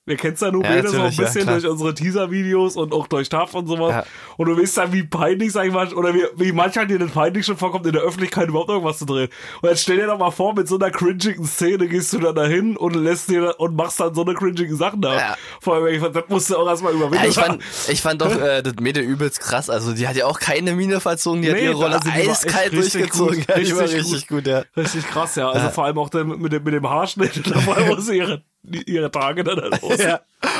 Speaker 2: Wir kennen's ja nur
Speaker 3: Ja,
Speaker 2: beide so ein
Speaker 3: natürlich, ja,
Speaker 2: bisschen
Speaker 3: klar.
Speaker 2: durch unsere Teaser-Videos und auch durch TAF und sowas.
Speaker 3: Ja.
Speaker 2: Und du weißt ja, wie peinlich, sag ich mal, oder wie, wie manchmal dir das peinlich schon vorkommt, in der Öffentlichkeit überhaupt irgendwas zu drehen. Und jetzt stell dir doch mal vor, mit so einer cringigen Szene gehst du dann dahin und lässt dir und machst dann so eine cringige Sachen da.
Speaker 3: Ja.
Speaker 2: Vor allem, ich fand, das musst du auch erstmal überwinden.
Speaker 3: Ja, ich fand, ich fand doch äh, das Mädel übelst krass. Also die hat ja auch keine Miene verzogen, die hat
Speaker 2: Nee,
Speaker 3: ihre Rolle
Speaker 2: also die war echt
Speaker 3: eiskalt
Speaker 2: richtig
Speaker 3: durchgezogen.
Speaker 2: gut,
Speaker 3: ja, die war
Speaker 2: richtig
Speaker 3: richtig gut, ja.
Speaker 2: Richtig krass, ja. Also vor allem auch dann mit dem, mit dem Haarschnitt und dabei, wo sie ihre, die- ihre Tage dann halt aus.
Speaker 3: ja.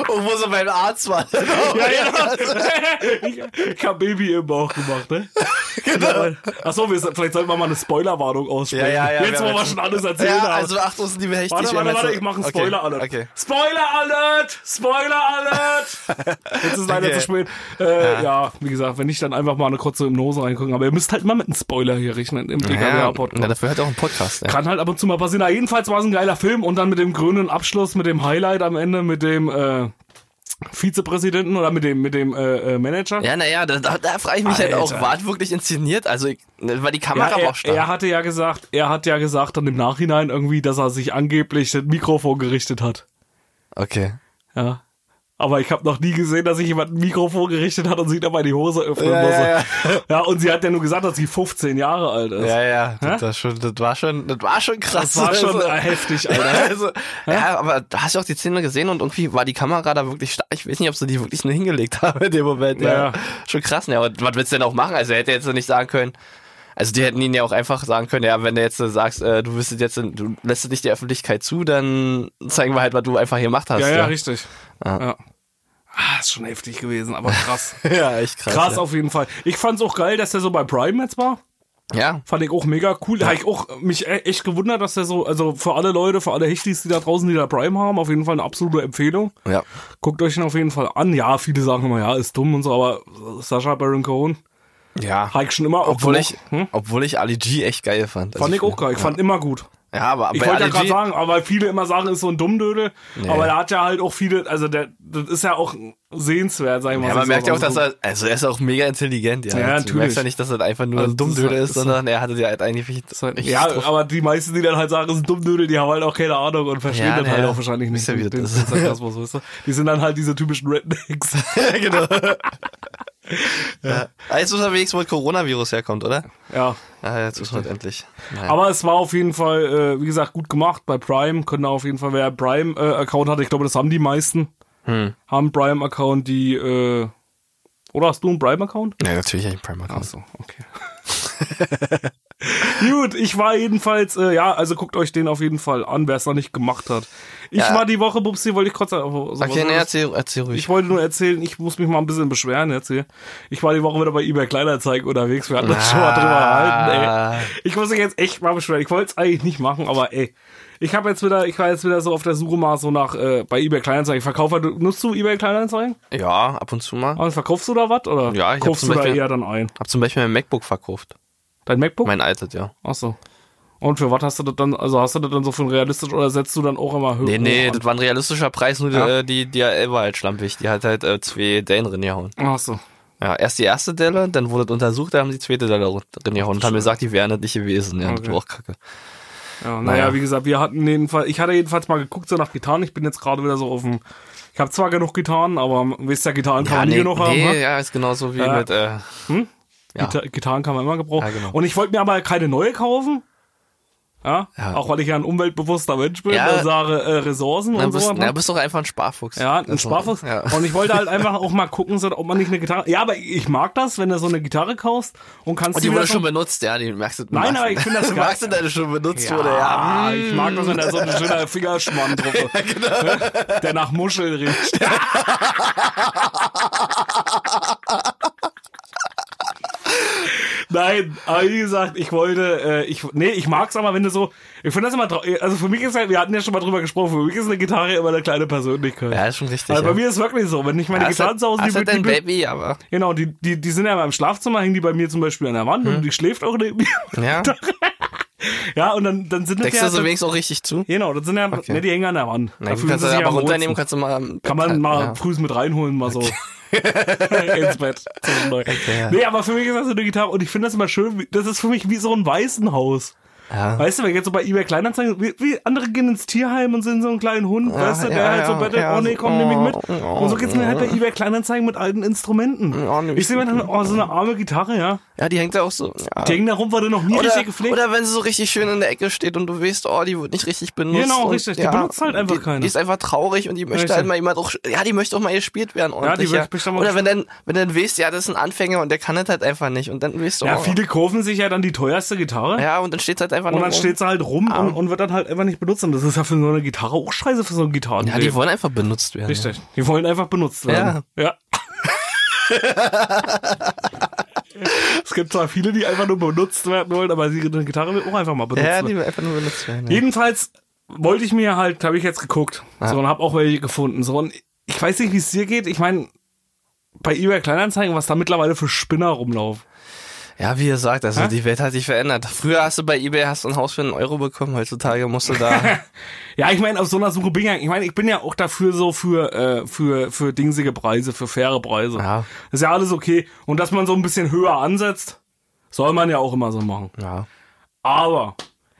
Speaker 3: Und wo sie beim Arzt war.
Speaker 2: Ja, ja. Ich, ich hab Baby im Bauch gemacht, ne? Genau. Achso, wir- vielleicht sollten wir mal eine Spoilerwarnung aussprechen.
Speaker 3: Ja, ja, ja,
Speaker 2: Jetzt,
Speaker 3: wir
Speaker 2: wo wir
Speaker 3: haben
Speaker 2: schon
Speaker 3: jetzt-
Speaker 2: alles erzählt
Speaker 3: ja,
Speaker 2: haben.
Speaker 3: also Achtung, sind die mächtig.
Speaker 2: warte,
Speaker 3: wir haben
Speaker 2: warte,
Speaker 3: jetzt
Speaker 2: warte,
Speaker 3: so-
Speaker 2: ich mache einen
Speaker 3: okay,
Speaker 2: Spoiler-Alert.
Speaker 3: Okay.
Speaker 2: Spoiler-Alert! Spoiler-Alert! Jetzt ist leider
Speaker 3: Okay.
Speaker 2: zu spät. Äh, ja. wie gesagt, wenn nicht, dann einfach mal eine kurze Hypnose reingucken. Aber ihr müsst halt immer mit einem Spoiler hier rechnen im
Speaker 3: Ja,
Speaker 2: DKWA-Podcast.
Speaker 3: na, dafür hört auch ein Podcast. Ja.
Speaker 2: Kann halt ab und zu mal passieren. Aber jedenfalls war es ein geiler Film und dann mit dem grünen Abschluss, mit dem Highlight am Ende, mit dem äh, Vizepräsidenten oder mit dem mit dem äh, äh, Manager.
Speaker 3: Ja, naja, da, da, da frage ich mich halt auch,
Speaker 2: Alter.
Speaker 3: war es wirklich inszeniert? Also, ich, ne, weil die
Speaker 2: Ja,
Speaker 3: Kamera war
Speaker 2: er,
Speaker 3: auch
Speaker 2: er
Speaker 3: stark.
Speaker 2: hatte ja gesagt, er hat ja gesagt dann im Nachhinein irgendwie, dass er sich angeblich das Mikrofon gerichtet hat.
Speaker 3: Okay.
Speaker 2: Ja. Aber ich habe noch nie gesehen, dass sich jemand ein Mikrofon gerichtet hat und sie dabei die Hose öffnen
Speaker 3: Ja,
Speaker 2: muss.
Speaker 3: ja, ja.
Speaker 2: Ja, und sie hat ja nur gesagt, dass sie 15 Jahre alt ist.
Speaker 3: Ja, ja,
Speaker 2: Hä?
Speaker 3: das, war schon, das war schon, das war schon krass.
Speaker 2: Das war schon
Speaker 3: Also-
Speaker 2: heftig, Alter.
Speaker 3: Also, ja, aber du hast ja auch die Szene gesehen und irgendwie war die Kamera da wirklich stark. Ich weiß nicht, ob sie die wirklich nur hingelegt haben in dem Moment. Ja.
Speaker 2: Ja.
Speaker 3: Schon krass, ne? Aber was willst du denn auch machen? Also er hätte jetzt nicht sagen können. Also die hätten ihn ja auch einfach sagen können, ja, wenn du jetzt äh, sagst, äh, du wüsstest jetzt, du lässt es nicht der Öffentlichkeit zu, dann zeigen wir halt, was du einfach gemacht hast.
Speaker 2: ja, ja,
Speaker 3: ja,
Speaker 2: richtig.
Speaker 3: Ja.
Speaker 2: Ja. Ah, ist schon heftig gewesen, aber krass.
Speaker 3: Ja, echt krass.
Speaker 2: Krass
Speaker 3: ja.
Speaker 2: auf jeden Fall. Ich fand's auch geil, dass der so bei Prime jetzt war.
Speaker 3: ja.
Speaker 2: Fand ich auch mega cool. Habe ich auch mich e- echt gewundert, dass der so, also für alle Leute, für alle Hechtis, die da draußen, die da Prime haben, auf jeden Fall eine absolute Empfehlung.
Speaker 3: Ja.
Speaker 2: Guckt euch ihn auf jeden Fall an. Ja, viele sagen immer, ja, ist dumm und so, aber Sascha Baron Cohen,
Speaker 3: Ja.
Speaker 2: hab ich schon immer auch
Speaker 3: Obwohl
Speaker 2: gemocht.
Speaker 3: ich,
Speaker 2: hm?
Speaker 3: obwohl ich Ali G echt geil fand.
Speaker 2: Fand
Speaker 3: Also
Speaker 2: ich auch geil. Ich fand immer gut.
Speaker 3: Ja, aber
Speaker 2: Ich
Speaker 3: bei
Speaker 2: wollte ja
Speaker 3: Ali
Speaker 2: gerade
Speaker 3: G,
Speaker 2: sagen, aber viele immer sagen, ist so ein Dummdödel. Aber er hat ja halt auch viele, also der, das ist ja auch sehenswert, sag ich mal.
Speaker 3: Ja, man merkt ja auch, dass er, also er ist auch mega intelligent, ja.
Speaker 2: Ja,
Speaker 3: Du merkst
Speaker 2: natürlich.
Speaker 3: ja nicht, dass er einfach nur
Speaker 2: Also
Speaker 3: ein
Speaker 2: das ist
Speaker 3: Dummdödel
Speaker 2: halt-
Speaker 3: ist,
Speaker 2: ist
Speaker 3: sondern er hatte ja halt eigentlich richtig
Speaker 2: Ja,
Speaker 3: drauf.
Speaker 2: aber die meisten, die dann halt sagen, es ist ein Dummdödel, die haben halt auch keine Ahnung und verstehen
Speaker 3: Ja,
Speaker 2: dann
Speaker 3: na
Speaker 2: halt
Speaker 3: ja.
Speaker 2: auch wahrscheinlich nicht
Speaker 3: Ist ja wie
Speaker 2: den, halt
Speaker 3: das
Speaker 2: den
Speaker 3: ist.
Speaker 2: Sarkasmus, weißt du? Die sind dann halt diese typischen Rednecks.
Speaker 3: genau. ja. Ah, Jetzt unterwegs, wo das Coronavirus herkommt, oder?
Speaker 2: ja.
Speaker 3: Ah, jetzt ist man endlich. Naja.
Speaker 2: Aber es war auf jeden Fall, äh, wie gesagt, gut gemacht bei Prime. Können da auf jeden Fall, wer einen Prime-Account hat, ich glaube, das haben die meisten,
Speaker 3: Hm.
Speaker 2: haben einen Prime-Account, die, äh, oder hast du einen Prime-Account?
Speaker 3: ja, natürlich ein Primer. Krass.
Speaker 2: Achso, okay. Gut, ich war jedenfalls, äh, ja, also guckt euch den auf jeden Fall an, wer es noch nicht gemacht hat. Ich
Speaker 3: Ja.
Speaker 2: war die Woche, Bubsi, wollte ich kurz. Also,
Speaker 3: Okay, nee, erzähl, erzähl ruhig.
Speaker 2: ich wollte nur erzählen, ich muss mich mal ein bisschen beschweren jetzt hier. Ich war die Woche wieder bei eBay Kleinanzeigen unterwegs, wir hatten das schon mal drüber
Speaker 3: Ah.
Speaker 2: erhalten, ey. Ich muss mich jetzt echt mal beschweren. Ich wollte es eigentlich nicht machen, aber ey. Ich habe jetzt wieder, ich war jetzt wieder so auf der Suche mal so nach äh, bei eBay Kleinanzeigen. Ich verkaufe, halt- nutzt du eBay Kleinanzeigen?
Speaker 3: ja, ab und zu mal.
Speaker 2: Aber verkaufst du da was oder
Speaker 3: Ja, ich hab
Speaker 2: kaufst
Speaker 3: zum
Speaker 2: du da
Speaker 3: Beispiel-
Speaker 2: eher dann ein?
Speaker 3: Hab zum Beispiel mein MacBook verkauft.
Speaker 2: Dein MacBook?
Speaker 3: Mein altes, ja.
Speaker 2: Ach so. Und für was hast du das dann, also hast du das dann so für ein realistisch oder setzt du dann auch immer höher?
Speaker 3: Nee, nee,
Speaker 2: hoch an?
Speaker 3: das war ein realistischer Preis, nur
Speaker 2: Ja.
Speaker 3: die, die DRL war halt schlampig. Die hat halt äh, zwei Dellen drin gehauen.
Speaker 2: Ach so.
Speaker 3: Ja, erst die erste Delle, dann wurde das untersucht, da haben sie die zweite Delle drin gehauen und haben gesagt, die wären das nicht gewesen. Ja, das
Speaker 2: Okay.
Speaker 3: war auch kacke.
Speaker 2: Ja, naja,
Speaker 3: Naja.
Speaker 2: wie gesagt, wir hatten jedenfalls, ich hatte jedenfalls mal geguckt, so nach Gitarren. Ich bin jetzt gerade wieder so auf dem, ich habe zwar genug Gitarren, aber wisst ja, Gitarren kann man nie genug haben.
Speaker 3: nee,
Speaker 2: ne?
Speaker 3: ja, ist genauso wie
Speaker 2: Ja.
Speaker 3: mit, äh, ja.
Speaker 2: Gita Gitarren kann man immer gebrauchen.
Speaker 3: Ja, genau.
Speaker 2: Und ich wollte mir aber keine neue kaufen. Ja?
Speaker 3: Ja.
Speaker 2: auch weil ich ja ein umweltbewusster Mensch bin
Speaker 3: Ja.
Speaker 2: und sage äh, Ressourcen
Speaker 3: na,
Speaker 2: und
Speaker 3: bist,
Speaker 2: so. ne?
Speaker 3: na, bist doch einfach ein Sparfuchs.
Speaker 2: Ja, ein
Speaker 3: Also,
Speaker 2: Sparfuchs.
Speaker 3: Ja.
Speaker 2: Und ich wollte halt einfach auch mal gucken, so, ob man nicht eine Gitarre. Ja, aber ich mag das, wenn du so eine Gitarre kaufst und kannst
Speaker 3: Und die
Speaker 2: wieder
Speaker 3: wurde
Speaker 2: so-
Speaker 3: schon benutzt, ja, die merkst du.
Speaker 2: Nein,
Speaker 3: merkst,
Speaker 2: aber ich finde das geil.
Speaker 3: merkst du, dass die schon benutzt wurde, ja. mm.
Speaker 2: Ja, Ah, ich mag das, wenn da so ein schöner Fingerschwamm drauf ist.
Speaker 3: genau.
Speaker 2: Der nach Muschel riecht. Nein, aber wie gesagt, ich wollte, äh, ich, nee, ich mag's aber, wenn du so, ich finde das immer, trau- also für mich ist halt, wir hatten ja schon mal drüber gesprochen, für mich ist eine Gitarre immer eine kleine Persönlichkeit.
Speaker 3: Ja, ist schon richtig.
Speaker 2: also bei
Speaker 3: ja.
Speaker 2: mir ist es wirklich so, wenn ich meine
Speaker 3: Ja, ist
Speaker 2: Gitarren zu Hause, die,
Speaker 3: halt, ist halt dein
Speaker 2: die, die,
Speaker 3: Baby, aber.
Speaker 2: genau, die, die, die sind ja in meinem Schlafzimmer, hängen die bei mir zum Beispiel an der Wand
Speaker 3: Hm.
Speaker 2: und die schläft auch neben mir.
Speaker 3: Ja.
Speaker 2: Ja, und dann, dann sind es
Speaker 3: Deckst Hm. du
Speaker 2: ja,
Speaker 3: so wenigstens auch richtig zu?
Speaker 2: Genau, das sind ja ne, die hängen an der Wand.
Speaker 3: Na,
Speaker 2: Da
Speaker 3: gut,
Speaker 2: fühlen
Speaker 3: kannst
Speaker 2: sie
Speaker 3: du
Speaker 2: sich
Speaker 3: aber
Speaker 2: am wohlsten.
Speaker 3: runternehmen, kannst du mal. am
Speaker 2: Kann man
Speaker 3: Bett
Speaker 2: mal
Speaker 3: halten,
Speaker 2: früh mit reinholen, mal so ins Bett. zwischendurch. Nee, aber für mich ist das so eine Gitarre und ich finde das immer schön. wie- Das ist für mich wie so ein Waisenhaus.
Speaker 3: Ja.
Speaker 2: Weißt du, wenn ich jetzt so bei eBay Kleinanzeigen, wie, wie andere gehen ins Tierheim und sind so einen kleinen Hund, weißt du, der
Speaker 3: ja,
Speaker 2: halt so
Speaker 3: ja,
Speaker 2: bettelt,
Speaker 3: ja,
Speaker 2: oh nee,
Speaker 3: so,
Speaker 2: komm, nehm ich mit.
Speaker 3: oh,
Speaker 2: und so geht's mir halt bei eBay Kleinanzeigen mit alten Instrumenten.
Speaker 3: Oh, nehm ich
Speaker 2: ich sehe mir dann, oh, so eine arme Gitarre, ja.
Speaker 3: Ja, die hängt da auch so. Ja.
Speaker 2: Die hängen da rum, weil du noch nie
Speaker 3: Ah. Oder,
Speaker 2: richtig gepflegt
Speaker 3: oder wenn sie so richtig schön in der Ecke steht und du weißt, oh, die wird nicht richtig benutzt.
Speaker 2: Genau,
Speaker 3: und,
Speaker 2: richtig. Die benutzt halt einfach
Speaker 3: die,
Speaker 2: keiner.
Speaker 3: Die ist einfach traurig und die möchte
Speaker 2: Richtig.
Speaker 3: halt mal jemand auch, ja, die möchte auch mal gespielt werden. Ordentlich,
Speaker 2: die
Speaker 3: ja,
Speaker 2: wird bestimmt mal
Speaker 3: Oder wenn dann, wenn dann weißt, ja, das ist ein Anfänger und der kann das halt einfach nicht und dann weißt du,
Speaker 2: Ja,
Speaker 3: oh,
Speaker 2: viele kaufen sich ja dann die teuerste Gitarre.
Speaker 3: ja, und dann steht halt einfach
Speaker 2: Und
Speaker 3: nur
Speaker 2: dann
Speaker 3: rum.
Speaker 2: steht sie halt rum und, und wird dann halt einfach nicht benutzt. Und das ist ja für so eine Gitarre auch scheiße für so einen Gitarren.
Speaker 3: Ja, die wollen einfach benutzt werden.
Speaker 2: Richtig. Die wollen einfach benutzt werden. Ja. es gibt zwar viele, die einfach nur benutzt werden wollen, aber sie- eine Gitarre will auch einfach mal benutzt
Speaker 3: Ja,
Speaker 2: werden.
Speaker 3: die will einfach nur benutzt werden. Ja.
Speaker 2: Jedenfalls wollte ich mir halt, habe ich jetzt geguckt, so und habe auch welche gefunden. So und ich weiß nicht, wie es dir geht. Ich meine, bei eBay Kleinanzeigen, was da mittlerweile für Spinner rumlaufen.
Speaker 3: Ja, wie ihr sagt, also
Speaker 2: Hä?
Speaker 3: die Welt hat sich verändert. Früher hast du bei eBay hast du ein Haus für einen Euro bekommen, heutzutage musst du da.
Speaker 2: Ja, ich meine, auf so einer Suche bin ich ja, ich meine, ich bin ja auch dafür so für, äh, für, für dingsige Preise, für faire Preise.
Speaker 3: Ja.
Speaker 2: Ist ja alles okay. Und dass man so ein bisschen höher ansetzt, soll man ja auch immer so machen.
Speaker 3: ja.
Speaker 2: Aber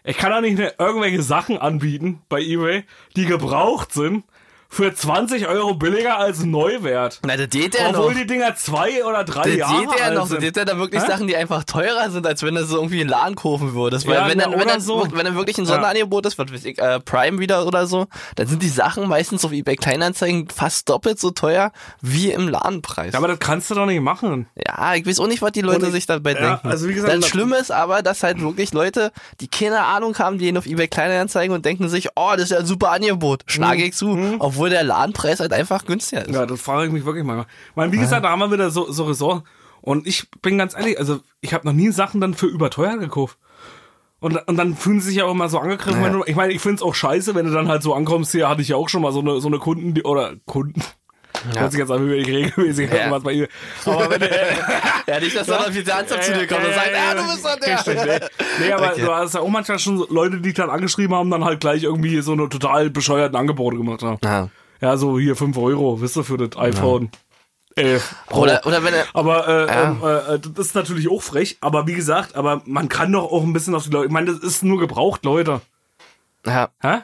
Speaker 2: ich kann doch nicht ne- irgendwelche Sachen anbieten bei eBay, die gebraucht sind, für 20 Euro billiger als Neuwert.
Speaker 3: Na, das geht ja
Speaker 2: Obwohl
Speaker 3: noch.
Speaker 2: die Dinger zwei oder drei
Speaker 3: Das
Speaker 2: Jahre
Speaker 3: geht ja
Speaker 2: alt
Speaker 3: noch. Das
Speaker 2: sind.
Speaker 3: geht ja da wirklich
Speaker 2: Hä?
Speaker 3: Sachen, die einfach teurer sind, als wenn du so irgendwie einen Laden kaufen würdest. Weil
Speaker 2: Ja,
Speaker 3: wenn,
Speaker 2: na,
Speaker 3: dann, wenn,
Speaker 2: oder
Speaker 3: dann,
Speaker 2: so.
Speaker 3: wenn dann wirklich ein Sonderangebot ist, was weiß ich, äh, Prime wieder oder so, dann sind die Sachen meistens auf eBay Kleinanzeigen fast doppelt so teuer wie im Ladenpreis.
Speaker 2: Ja, aber das kannst du doch nicht machen.
Speaker 3: Ja, ich weiß auch nicht, was die Leute
Speaker 2: Und ich-
Speaker 3: sich dabei
Speaker 2: ja,
Speaker 3: denken.
Speaker 2: also wie gesagt,
Speaker 3: das
Speaker 2: das-
Speaker 3: Schlimme ist aber, dass halt wirklich Leute, die keine Ahnung haben, die gehen auf eBay Kleinanzeigen und denken sich, oh, das ist ja ein super Angebot, schlage ich zu, obwohl der Ladenpreis halt einfach günstiger ist.
Speaker 2: Mhm. Ja, das frage ich mich wirklich manchmal. Ich meine, wie gesagt, da haben wir wieder so, so Ressort. Und ich bin ganz ehrlich, also ich habe noch nie Sachen dann für überteuert gekauft. Und, und dann fühlen sie sich ja auch immer so angegriffen. Wenn du, ich meine, ich finde es auch scheiße, wenn du dann halt so ankommst. Hier hatte ich ja auch schon mal so eine, so eine Kunden, die, oder Kunden. Hört sich jetzt an, wie wenn ich regelmäßig
Speaker 3: Ja.
Speaker 2: was bei ihr. Aber wenn,
Speaker 3: Ja, nicht, dass dann auf die Anzug zu dir kommt und sagt, ah, du bist doch der.
Speaker 2: Richtig, ne? nee. nee, aber
Speaker 3: Okay.
Speaker 2: du hast ja auch manchmal schon so Leute, die dich dann angeschrieben haben, dann halt gleich irgendwie so eine total bescheuerten Angebote gemacht haben.
Speaker 3: Ja.
Speaker 2: Ja, so hier 5 Euro, wisst ihr, für das iPhone. elf.
Speaker 3: Oder, oder wenn er,
Speaker 2: aber äh,
Speaker 3: Ja.
Speaker 2: ähm, äh, äh, das ist natürlich auch frech, aber wie gesagt, aber man kann doch auch ein bisschen auf die Leute. Ich meine, das ist nur gebraucht, Leute.
Speaker 3: ja,
Speaker 2: Hä?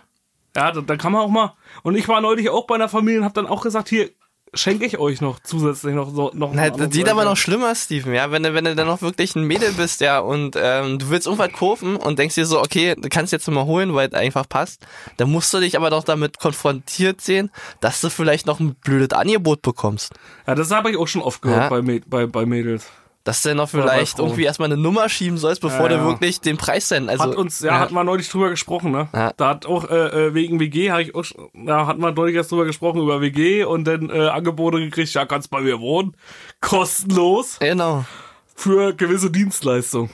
Speaker 2: Ja, da, da kann man auch mal. Und ich war neulich auch bei einer Familie und hab dann auch gesagt, hier schenke ich euch noch zusätzlich noch so noch.
Speaker 3: Na,
Speaker 2: mal
Speaker 3: das
Speaker 2: andere
Speaker 3: sieht aber
Speaker 2: Leute.
Speaker 3: noch schlimmer, Steven, ja, wenn du, wenn du dann noch wirklich ein Mädel bist, ja, und ähm, du willst irgendwas kaufen und denkst dir so, okay, du kannst jetzt mal holen, weil es einfach passt, dann musst du dich aber doch damit konfrontiert sehen, dass du vielleicht noch ein blödes Angebot bekommst.
Speaker 2: Ja, das habe ich auch schon oft gehört
Speaker 3: Ja.
Speaker 2: bei, Mäd bei, bei Mädels.
Speaker 3: Dass du dann noch
Speaker 2: bei
Speaker 3: vielleicht
Speaker 2: Frauen.
Speaker 3: irgendwie erstmal eine Nummer schieben sollst, bevor
Speaker 2: Ja,
Speaker 3: du
Speaker 2: ja.
Speaker 3: wirklich den Preis dann, also.
Speaker 2: Hat uns, ja, hatten wir neulich drüber gesprochen, ne?
Speaker 3: Ja.
Speaker 2: Da hat auch äh, äh, wegen WG, hab ich auch, sch- ja, hatten wir neulich erst drüber gesprochen, über WG und dann äh, Angebote gekriegt, ja, kannst bei mir wohnen. Kostenlos
Speaker 3: Genau.
Speaker 2: für gewisse Dienstleistungen.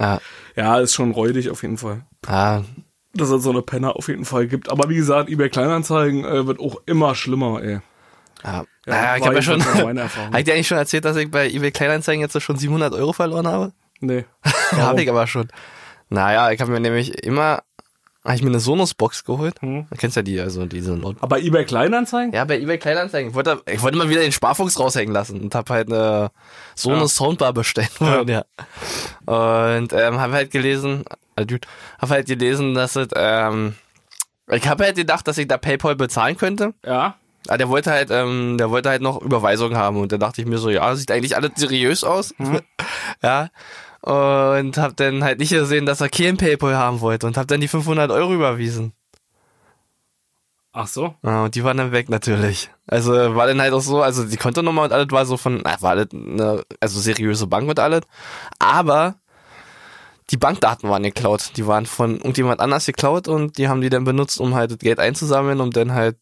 Speaker 3: Ja.
Speaker 2: Ja, ist schon räudig auf jeden Fall.
Speaker 3: Ah,
Speaker 2: Dass es so eine Penner auf jeden Fall gibt. Aber wie gesagt, eBay Kleinanzeigen äh, wird auch immer schlimmer, ey.
Speaker 3: ja.
Speaker 2: Ja,
Speaker 3: Naja, ich
Speaker 2: war
Speaker 3: habe ja schon,
Speaker 2: jedenfalls meine Erfahrung.
Speaker 3: hab ich dir eigentlich schon erzählt, dass ich bei eBay Kleinanzeigen jetzt schon 700 Euro verloren habe?
Speaker 2: Nee.
Speaker 3: Ja, hab ich aber schon. Naja, ich habe mir nämlich immer, habe ich mir eine Sonos-Box geholt. Du kennst ja die, also diese Not
Speaker 2: Aber eBay Kleinanzeigen?
Speaker 3: Ja, bei eBay Kleinanzeigen. Ich wollte, ich wollte mal wieder den Sparfuchs raushängen lassen und hab halt eine Sonos Soundbar bestellt wollen, ja. Und ähm, hab halt gelesen, äh, dude, hab halt gelesen, dass es, ähm, ich habe halt gedacht, dass ich da PayPal bezahlen könnte.
Speaker 2: Ja.
Speaker 3: Ah, der wollte halt, ähm, der wollte halt noch Überweisungen haben und da dachte ich mir so, ja, sieht eigentlich alles seriös aus. ja. Und hab dann halt nicht gesehen, dass er kein PayPal haben wollte und hab dann die 500 Euro überwiesen.
Speaker 2: Ach so.
Speaker 3: Ja, und die waren dann weg natürlich. Also war dann halt auch so, also die Kontonummer und alles war so von, na, war alles eine, also seriöse Bank und alles. Aber die Bankdaten waren geklaut. Die waren von irgendjemand anders geklaut und die haben die dann benutzt, um halt das Geld einzusammeln, um dann halt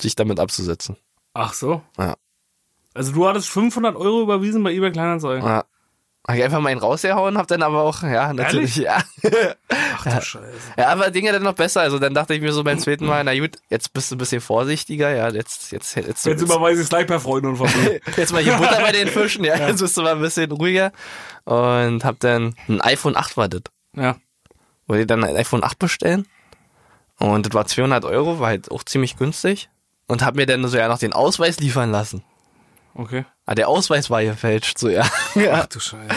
Speaker 3: sich damit abzusetzen.
Speaker 2: Ach so.
Speaker 3: Ja.
Speaker 2: Also du hattest 500 Euro überwiesen bei eBay Kleinanzeigen.
Speaker 3: Ja. Hab ich einfach mal einen rausgehauen, hab dann aber auch, ja, natürlich, ja.
Speaker 2: Ach du Scheiße.
Speaker 3: Ja, aber Dinge dann noch besser. Also dann dachte ich mir so beim zweiten Mal, na gut, jetzt bist du ein bisschen vorsichtiger, ja, jetzt, jetzt, jetzt,
Speaker 2: Jetzt überweise ich es gleich per Freund und Familie.
Speaker 3: jetzt mal hier Butter bei den Fischen, ja, jetzt bist du mal ein bisschen ruhiger. Und hab dann ein iPhone 8 war das.
Speaker 2: ja.
Speaker 3: Wollte ich dann ein iPhone 8 bestellen. Und das war 200 Euro, war halt auch ziemlich günstig. Und hab mir dann so ja noch den Ausweis liefern lassen.
Speaker 2: Okay.
Speaker 3: Ah, der Ausweis war gefälscht, so ja. ja.
Speaker 2: Ach du Scheiße.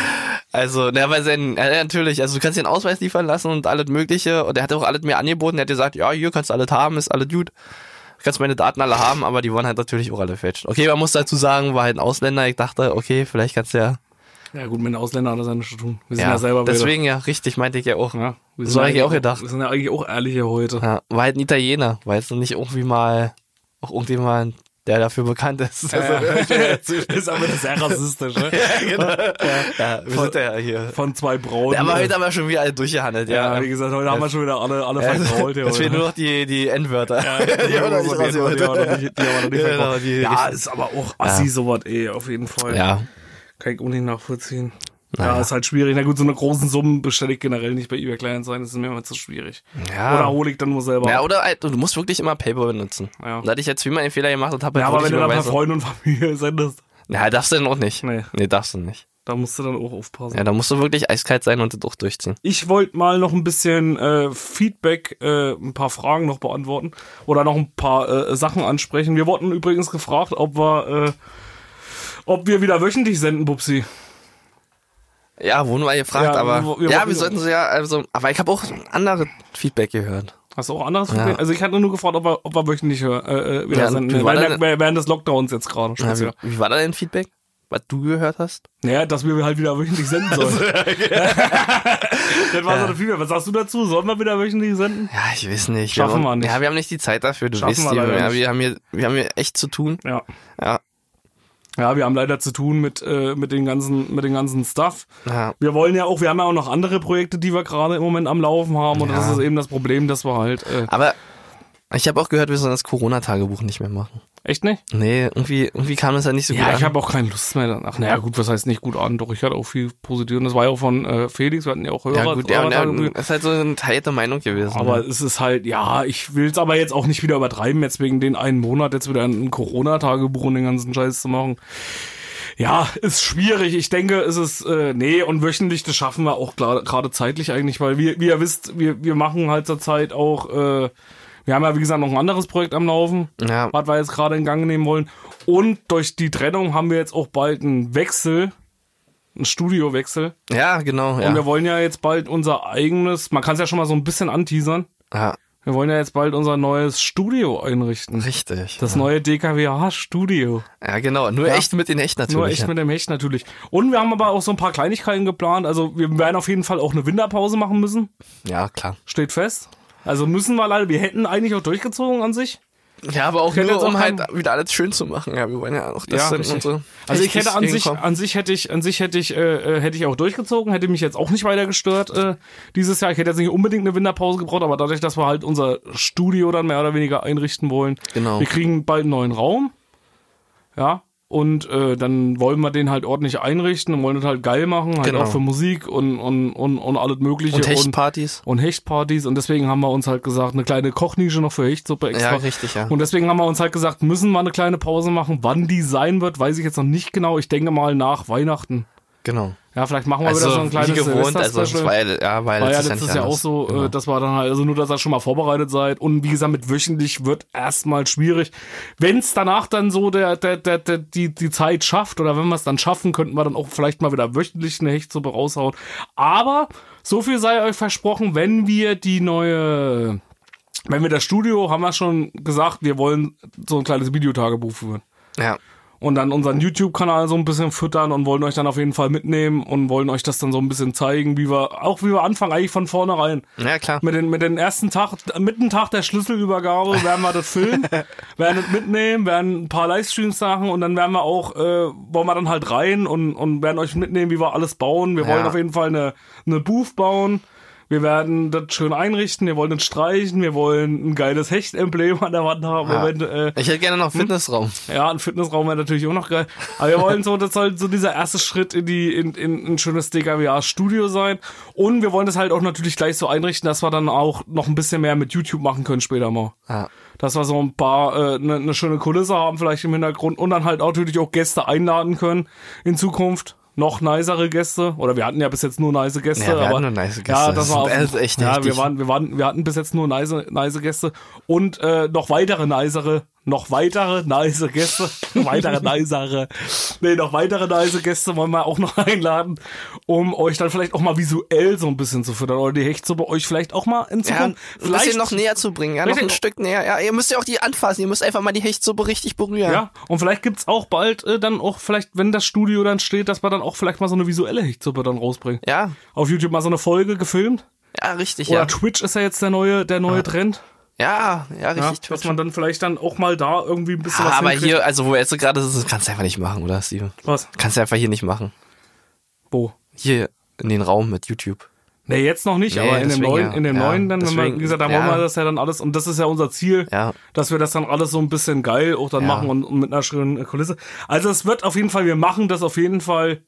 Speaker 3: Also, na, weil sein, ja, natürlich, also du kannst dir einen Ausweis liefern lassen und alles Mögliche. Und er hat auch alles mir angeboten. Er hat gesagt, ja, hier kannst du alles haben, ist alles gut. Du kannst meine Daten alle haben, aber die waren halt natürlich auch alle fälscht. Okay, man muss dazu sagen, war halt ein Ausländer. Ich dachte, okay, vielleicht kannst du ja.
Speaker 2: Ja gut, mit den Ausländern hat das ja nichts zu tun. Wir sind ja,
Speaker 3: ja
Speaker 2: selber Bilder.
Speaker 3: deswegen ja, richtig, meinte ich ja auch.
Speaker 2: Ja, wir
Speaker 3: So hab ich
Speaker 2: eigentlich
Speaker 3: auch gedacht.
Speaker 2: Wir sind ja eigentlich auch ehrlich hier heute.
Speaker 3: Ja, war halt ein Italiener, war jetzt nicht irgendwie mal, auch irgendjemand, der dafür bekannt ist.
Speaker 2: Ja,
Speaker 3: Also,
Speaker 2: ja. ist aber sehr rassistisch, ne?
Speaker 3: Genau. ja, wir sind ja hier.
Speaker 2: Von zwei Braunen.
Speaker 3: Ja, aber heute haben wir schon wieder alle durchgehandelt, ja.
Speaker 2: ja, wie gesagt, heute haben wir schon wieder alle, alle vergrault hier.
Speaker 3: Jetzt Äh,
Speaker 2: heute.
Speaker 3: fehlen
Speaker 2: ne?
Speaker 3: nur noch die, die N-Wörter.
Speaker 2: Ja, die haben wir noch nicht
Speaker 3: raus,
Speaker 2: rasiert, die haben wir noch nicht- die haben wir noch nicht
Speaker 3: Genau,
Speaker 2: vergrault.
Speaker 3: die-
Speaker 2: Ja, ist aber auch assi sowas, eh, auf jeden Fall.
Speaker 3: Ja.
Speaker 2: Kann ich auch nicht nachvollziehen. Ja, ist halt schwierig. Na gut, so eine großen Summen bestelle ich generell nicht bei eBay Kleinanzeigen, das ist mir immer zu schwierig.
Speaker 3: Ja.
Speaker 2: Oder hole ich dann nur selber.
Speaker 3: Ja,
Speaker 2: ab.
Speaker 3: oder halt, du musst wirklich immer Paypal benutzen.
Speaker 2: Ja.
Speaker 3: Und Da hatte ich jetzt wie mal den Fehler gemacht und habe
Speaker 2: ja
Speaker 3: halt
Speaker 2: aber wenn du
Speaker 3: wirklich
Speaker 2: dann bei
Speaker 3: Überweisung-
Speaker 2: Freunden und Familie sendest,
Speaker 3: Ja, darfst du denn auch nicht.
Speaker 2: Nee.
Speaker 3: darfst du nicht.
Speaker 2: da musst du dann auch aufpassen.
Speaker 3: Ja, da musst du wirklich eiskalt sein und das auch durchziehen.
Speaker 2: Ich wollte mal noch ein bisschen äh, Feedback, äh, ein paar Fragen noch beantworten oder noch ein paar äh, Sachen ansprechen. Wir wurden übrigens gefragt, ob wir, äh, ob wir wieder wöchentlich senden, Bubsi.
Speaker 3: Ja, wurden wir gefragt,
Speaker 2: Ja,
Speaker 3: aber
Speaker 2: wir- wir
Speaker 3: ja,
Speaker 2: wollten-
Speaker 3: wir sollten so ja, also, aber ich habe auch andere Feedback gehört.
Speaker 2: Hast du auch anderes Problem? Also ich hatte nur gefragt, ob wir, ob wir wöchentlich äh, wieder
Speaker 3: Ja,
Speaker 2: senden.
Speaker 3: wie war
Speaker 2: Während,
Speaker 3: denn-
Speaker 2: der- während des Lockdowns jetzt gerade.
Speaker 3: Ja,
Speaker 2: speziell.
Speaker 3: wie, wie war da dein Feedback? Was du gehört hast?
Speaker 2: Naja, dass wir halt wieder wöchentlich senden sollen. das war so eine Vielmehr. Was sagst du dazu? Sollen wir wieder wöchentlich senden?
Speaker 3: Ja, ich weiß nicht.
Speaker 2: Schaffen
Speaker 3: wir
Speaker 2: wir
Speaker 3: haben,
Speaker 2: nicht.
Speaker 3: Ja, wir haben nicht die Zeit dafür. Du
Speaker 2: Schaffen
Speaker 3: weißt
Speaker 2: wir
Speaker 3: ja,
Speaker 2: leider
Speaker 3: ja,
Speaker 2: nicht.
Speaker 3: wir haben hier, wir haben hier echt zu tun.
Speaker 2: Ja.
Speaker 3: Ja,
Speaker 2: Ja, wir haben leider zu tun mit, äh, mit den ganzen, mit den ganzen Stuff.
Speaker 3: ja.
Speaker 2: Wir wollen ja auch, wir haben ja auch noch andere Projekte, die wir gerade im Moment am Laufen haben. Und das
Speaker 3: Ja.
Speaker 2: ist eben das Problem, dass wir halt, äh,
Speaker 3: Aber ich habe auch gehört, wir sollen das Corona-Tagebuch nicht mehr machen.
Speaker 2: echt nicht?
Speaker 3: Nee, irgendwie, irgendwie kam das ja nicht so
Speaker 2: Ja,
Speaker 3: gut
Speaker 2: ich
Speaker 3: an.
Speaker 2: habe auch keine Lust mehr danach. Naja, gut, was heißt nicht gut an? Doch, ich hatte auch viel Positives. Das war ja auch von äh, Felix, wir hatten ja auch Hörer.
Speaker 3: ja, gut, ja, und
Speaker 2: Hörertagebuch.
Speaker 3: ja, ist halt so eine teilte Meinung gewesen. ne?
Speaker 2: Aber es ist halt, ja, ich will es aber jetzt auch nicht wieder übertreiben, jetzt wegen den einen Monat jetzt wieder ein Corona-Tagebuch und den ganzen Scheiß zu machen. Ja, ist schwierig. Ich denke, es ist, äh, nee, und wöchentlich, das schaffen wir auch klar- gerade zeitlich eigentlich, weil wir, wie ihr wisst, wir, wir machen halt zur Zeit auch, äh, wir haben ja, wie gesagt, noch ein anderes Projekt am Laufen,
Speaker 3: Ja.
Speaker 2: was wir jetzt gerade in Gang nehmen wollen. Und durch die Trennung haben wir jetzt auch bald einen Wechsel, einen Studiowechsel.
Speaker 3: ja, genau.
Speaker 2: Und wir
Speaker 3: Ja.
Speaker 2: wollen ja jetzt bald unser eigenes, man kann es ja schon mal so ein bisschen anteasern.
Speaker 3: ja,
Speaker 2: Wir wollen ja jetzt bald unser neues Studio einrichten.
Speaker 3: richtig.
Speaker 2: Das neue DKWH-Studio.
Speaker 3: ja, genau. Nur echt mit den Echt natürlich.
Speaker 2: Nur echt
Speaker 3: ja.
Speaker 2: mit dem Hecht natürlich. Und wir haben aber auch so ein paar Kleinigkeiten geplant. Also wir werden auf jeden Fall auch eine Winterpause machen müssen.
Speaker 3: ja, klar.
Speaker 2: Steht fest. Also müssen wir leider, wir hätten eigentlich auch durchgezogen an sich.
Speaker 3: Ja, aber auch
Speaker 2: hätte
Speaker 3: nur,
Speaker 2: jetzt auch
Speaker 3: um
Speaker 2: keinen-
Speaker 3: halt wieder alles schön zu machen. Ja, wir wollen ja auch das sind
Speaker 2: richtig.
Speaker 3: unsere
Speaker 2: Also ich
Speaker 3: Technik
Speaker 2: hätte an sich,
Speaker 3: gegenkommen.
Speaker 2: an sich hätte ich, an sich hätte ich, äh, äh, hätte ich auch durchgezogen, hätte mich jetzt auch nicht weiter gestört äh, dieses Jahr. Ich hätte jetzt nicht unbedingt eine Winterpause gebraucht, aber dadurch, dass wir halt unser Studio dann mehr oder weniger einrichten wollen,
Speaker 3: Genau.
Speaker 2: wir kriegen bald einen neuen Raum, ja, und äh, dann wollen wir den halt ordentlich einrichten und wollen das halt geil machen, halt
Speaker 3: Genau.
Speaker 2: auch für Musik und und und, und alles Mögliche
Speaker 3: Und Hechtpartys.
Speaker 2: und Hechtpartys und deswegen haben wir uns halt gesagt, eine kleine Kochnische noch für Hechtsuppe extra.
Speaker 3: Ja, richtig, ja.
Speaker 2: Und deswegen haben wir uns halt gesagt, müssen wir eine kleine Pause machen. Wann die sein wird, weiß ich jetzt noch nicht genau. Ich denke mal nach Weihnachten.
Speaker 3: Genau.
Speaker 2: Ja, vielleicht machen wir
Speaker 3: Also
Speaker 2: wieder so ein
Speaker 3: wie
Speaker 2: kleines
Speaker 3: gewohnt, also es
Speaker 2: Silvester-Special.
Speaker 3: war ja, ja, war
Speaker 2: War ja
Speaker 3: letztes
Speaker 2: letztes
Speaker 3: nicht
Speaker 2: Jahr auch
Speaker 3: anders.
Speaker 2: so,
Speaker 3: Genau.
Speaker 2: äh, das war dann halt, also nur, dass ihr schon mal vorbereitet seid. Und wie gesagt, mit wöchentlich wird erstmal schwierig. Wenn es danach dann so der, der, der, der, die, die Zeit schafft oder wenn wir es dann schaffen, könnten wir dann auch vielleicht mal wieder wöchentlich eine Hechtsuppe raushauen. Aber so viel sei euch versprochen, wenn wir die neue, wenn wir das Studio, haben wir schon gesagt, wir wollen so ein kleines Videotagebuch führen
Speaker 3: Ja.
Speaker 2: und dann unseren YouTube-Kanal so ein bisschen füttern und wollen euch dann auf jeden Fall mitnehmen und wollen euch das dann so ein bisschen zeigen, wie wir, auch wie wir anfangen, eigentlich von vornherein.
Speaker 3: ja, klar.
Speaker 2: Mit den, mit den ersten Tag, mit dem Tag der Schlüsselübergabe werden wir das filmen, werden das mitnehmen, werden ein paar Livestreams machen und dann werden wir auch, äh, wollen wir dann halt rein und, und werden euch mitnehmen, wie wir alles bauen. Wir
Speaker 3: Ja.
Speaker 2: wollen auf jeden Fall eine, eine Booth bauen. Wir werden das schön einrichten, wir wollen das streichen, wir wollen ein geiles Hechtemblem an der Wand haben.
Speaker 3: Ja.
Speaker 2: Wir werden, äh,
Speaker 3: Ich hätte gerne noch einen Fitnessraum.
Speaker 2: ja, ein Fitnessraum wäre natürlich auch noch geil. Aber wir wollen so, das soll so dieser erste Schritt in die in, in ein schönes DKWA-Studio sein. Und wir wollen das halt auch natürlich gleich so einrichten, dass wir dann auch noch ein bisschen mehr mit YouTube machen können später mal.
Speaker 3: Ja.
Speaker 2: Dass wir so ein paar, eine äh, ne ne schöne Kulisse haben vielleicht im Hintergrund und dann halt auch natürlich auch Gäste einladen können in Zukunft. Noch nicere Gäste. Oder wir hatten ja bis jetzt nur nice Gäste.
Speaker 3: Ja, wir
Speaker 2: aber,
Speaker 3: hatten nur nice Gäste.
Speaker 2: Ja, das
Speaker 3: Das
Speaker 2: war
Speaker 3: ist-
Speaker 2: auch,
Speaker 3: das ist echt
Speaker 2: ja, wir
Speaker 3: richtig.
Speaker 2: waren, wir waren, wir hatten bis jetzt nur nice, nice Gäste und äh, noch weitere nicere, noch weitere nice Gäste, weitere nicere, nee, noch weitere nice Gäste wollen wir auch noch einladen, um euch dann vielleicht auch mal visuell so ein bisschen zu füttern oder die Hechtsuppe euch vielleicht auch mal in
Speaker 3: Ja, ein
Speaker 2: Zukunft
Speaker 3: bisschen noch näher zu bringen, ja, noch ein
Speaker 2: Richtig.
Speaker 3: Stück näher. Ja, ihr müsst ja auch die anfassen, ihr müsst einfach mal die Hechtsuppe richtig berühren.
Speaker 2: Ja, und vielleicht gibt's auch bald äh, dann auch vielleicht, wenn das Studio dann steht, dass wir dann auch vielleicht mal so eine visuelle Hechtsuppe dann rausbringen.
Speaker 3: Ja,
Speaker 2: Auf YouTube mal so eine Folge gefilmt.
Speaker 3: ja richtig,
Speaker 2: Oder
Speaker 3: ja.
Speaker 2: Twitch ist ja jetzt der neue, der neue Trend.
Speaker 3: Ja, ja,
Speaker 2: Ja,
Speaker 3: richtig.
Speaker 2: dass man dann vielleicht dann auch mal da irgendwie ein bisschen
Speaker 3: Ah,
Speaker 2: was
Speaker 3: aber
Speaker 2: hinkriegt.
Speaker 3: hier, also wo wir jetzt so gerade sind, das kannst du einfach nicht machen, oder, Steven?
Speaker 2: Was?
Speaker 3: Kannst du einfach hier nicht machen.
Speaker 2: Wo?
Speaker 3: Hier in den Raum mit YouTube.
Speaker 2: Nee, jetzt noch nicht,
Speaker 3: Nee,
Speaker 2: aber in dem
Speaker 3: deswegen
Speaker 2: neuen,
Speaker 3: ja.
Speaker 2: in dem
Speaker 3: Ja,
Speaker 2: neuen dann, wenn wir,
Speaker 3: deswegen,
Speaker 2: wie gesagt, da
Speaker 3: ja.
Speaker 2: wollen wir das ja dann alles, und das ist ja unser Ziel,
Speaker 3: Ja.
Speaker 2: dass wir das dann alles so ein bisschen geil auch dann
Speaker 3: Ja.
Speaker 2: machen und, und mit einer schönen Kulisse. Also es wird auf jeden Fall, wir machen das auf jeden Fall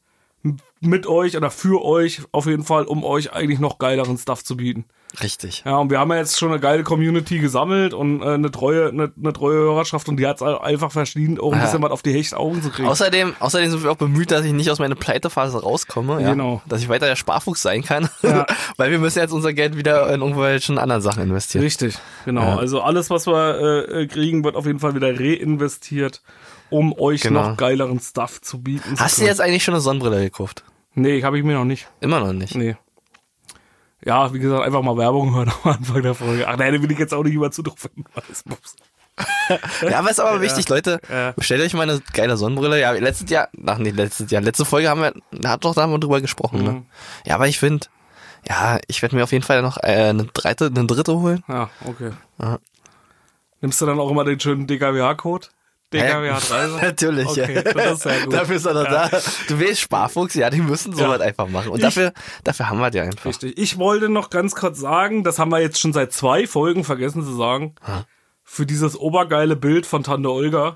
Speaker 2: mit euch oder für euch auf jeden Fall, um euch eigentlich noch geileren Stuff zu bieten.
Speaker 3: Richtig.
Speaker 2: Ja, und wir haben ja jetzt schon eine geile Community gesammelt und äh, eine treue, eine, eine treue Hörerschaft und die hat's einfach verdient, auch ein
Speaker 3: Ja.
Speaker 2: bisschen was auf die hechten Augen zu kriegen.
Speaker 3: Außerdem, außerdem sind wir auch bemüht, dass ich nicht aus meiner Pleitephase rauskomme. Ja.
Speaker 2: Genau.
Speaker 3: Dass ich weiter der Sparfuchs sein kann. Weil wir müssen jetzt unser Geld wieder in irgendwelche anderen Sachen investieren.
Speaker 2: Richtig, genau. Also alles, was wir äh, äh, kriegen, wird auf jeden Fall wieder reinvestiert, um euch
Speaker 3: Genau.
Speaker 2: noch geileren Stuff zu bieten. zu
Speaker 3: Hast du
Speaker 2: können.
Speaker 3: jetzt eigentlich schon eine Sonnenbrille gekauft?
Speaker 2: Nee, habe ich mir noch nicht.
Speaker 3: Immer noch nicht.
Speaker 2: Nee. Ja, wie gesagt, einfach mal Werbung hören am Anfang der Folge. Ach nein, da will ich jetzt auch nicht immer zu drauf hinweisen.
Speaker 3: Ja, aber ist aber wichtig, Leute. Bestellt euch mal eine geile Sonnenbrille. Ja, letztes Jahr, ach nee, letztes Jahr, letzte Folge haben wir, da hat doch da haben wir drüber gesprochen,
Speaker 2: Mhm.
Speaker 3: ne? Ja, aber ich finde, ja, ich werde mir auf jeden Fall noch äh, eine dritte, eine dritte holen.
Speaker 2: Ja, okay. Nimmst du dann auch immer den schönen DKWH-Code? DKWH30?
Speaker 3: Natürlich,
Speaker 2: Okay,
Speaker 3: ja.
Speaker 2: das ist sehr gut.
Speaker 3: Dafür ist er doch da. Du willst Sparfuchs, ja, die müssen sowas
Speaker 2: Ja.
Speaker 3: einfach machen. Und dafür, dafür haben wir die einfach.
Speaker 2: Richtig. Ich wollte noch ganz kurz sagen, das haben wir jetzt schon seit zwei Folgen vergessen zu sagen, für dieses obergeile Bild von Tante Olga,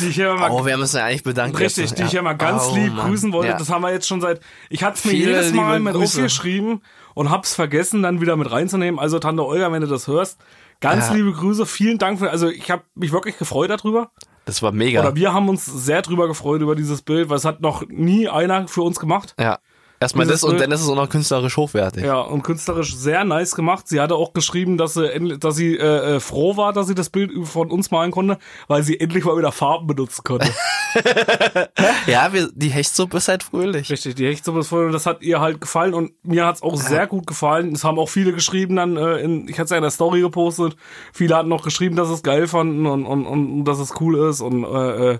Speaker 2: die ich hier mal,
Speaker 3: Oh, wir müssen ja eigentlich bedanken.
Speaker 2: richtig, die ich hier mal ganz
Speaker 3: Oh,
Speaker 2: lieb
Speaker 3: Mann.
Speaker 2: grüßen wollte,
Speaker 3: Ja.
Speaker 2: das haben wir jetzt schon seit, ich hatte es mir
Speaker 3: Viele
Speaker 2: jedes Mal
Speaker 3: liebe
Speaker 2: mit
Speaker 3: Grüße.
Speaker 2: aufgeschrieben und hab's vergessen, dann wieder mit reinzunehmen. Also Tante Olga, wenn du das hörst, ganz liebe Grüße, vielen Dank für, also ich habe mich wirklich gefreut darüber.
Speaker 3: das war mega.
Speaker 2: Oder wir haben uns sehr drüber gefreut über dieses Bild, weil es hat noch nie einer für uns gemacht.
Speaker 3: Ja. Erstmal
Speaker 2: Dieses
Speaker 3: das und
Speaker 2: Bild-
Speaker 3: dann ist es auch noch künstlerisch hochwertig.
Speaker 2: Ja, und künstlerisch sehr nice gemacht. Sie hatte auch geschrieben, dass sie, endlich- dass sie äh, äh, froh war, dass sie das Bild von uns malen konnte, weil sie endlich mal wieder Farben benutzen konnte.
Speaker 3: Ja, wir, die Hechtsuppe ist halt fröhlich.
Speaker 2: Richtig, die Hechtsuppe ist voll und das hat ihr halt gefallen und mir hat's auch sehr gut gefallen. Es haben auch viele geschrieben dann, äh, in, ich hatte es ja in der Story gepostet, viele hatten noch geschrieben, dass sie es geil fanden und, und, und, und dass es cool ist und äh, äh,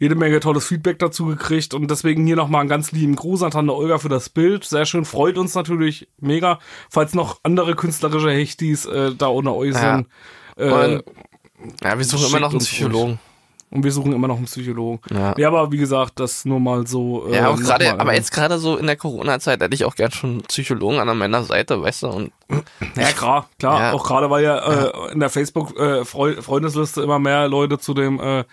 Speaker 2: jede Menge tolles Feedback dazu gekriegt und deswegen hier nochmal einen ganz lieben Gruß an Tante Olga für das Bild. Sehr schön, freut uns natürlich mega, falls noch andere künstlerische Hechtis äh, da unter euch
Speaker 3: Ja.
Speaker 2: sind. Äh,
Speaker 3: Und- Ja, wir suchen immer
Speaker 2: Schickt
Speaker 3: noch einen
Speaker 2: uns
Speaker 3: Psychologen.
Speaker 2: und wir suchen immer noch einen Psychologen.
Speaker 3: Ja.
Speaker 2: ja aber wie gesagt, das nur mal so. äh,
Speaker 3: Ja, auch gerade,
Speaker 2: nochmal,
Speaker 3: aber
Speaker 2: äh,
Speaker 3: jetzt gerade so in der Corona-Zeit hätte ich auch gern schon einen Psychologen an meiner Seite, weißt du, und
Speaker 2: Ja, klar, klar.
Speaker 3: Ja.
Speaker 2: Auch gerade, weil ja, Äh, in der Facebook-Freundesliste immer mehr Leute zu dem äh,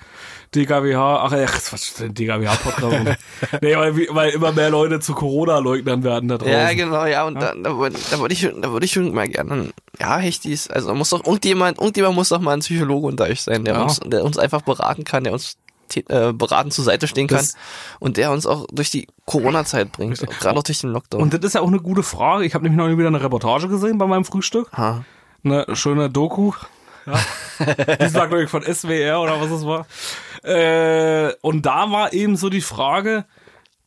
Speaker 2: DKWH, ach, äh, was DKWH-Podcast? nee, weil, wie- weil immer mehr Leute zu Corona-Leugnern werden da draußen.
Speaker 3: Ja, genau, ja, und Da, da, würd- da würde ich, da würde ich schon mal gerne, ja, Hechtis, also da muss doch, irgendjemand, irgendjemand muss doch mal ein Psychologe unter euch sein, der,
Speaker 2: Ja.
Speaker 3: uns, der uns einfach beraten kann, der uns te- äh, beraten zur Seite stehen kann
Speaker 2: Das-
Speaker 3: und der uns auch durch die Corona-Zeit bringt, auch gerade auch durch den Lockdown.
Speaker 2: Und das ist ja auch eine gute Frage. Ich habe nämlich noch wieder eine Reportage gesehen bei meinem Frühstück.
Speaker 3: Ha.
Speaker 2: Eine schöne Doku. Ja. Die war, glaube ich, von SWR oder was es war. Äh, und da war eben so die Frage,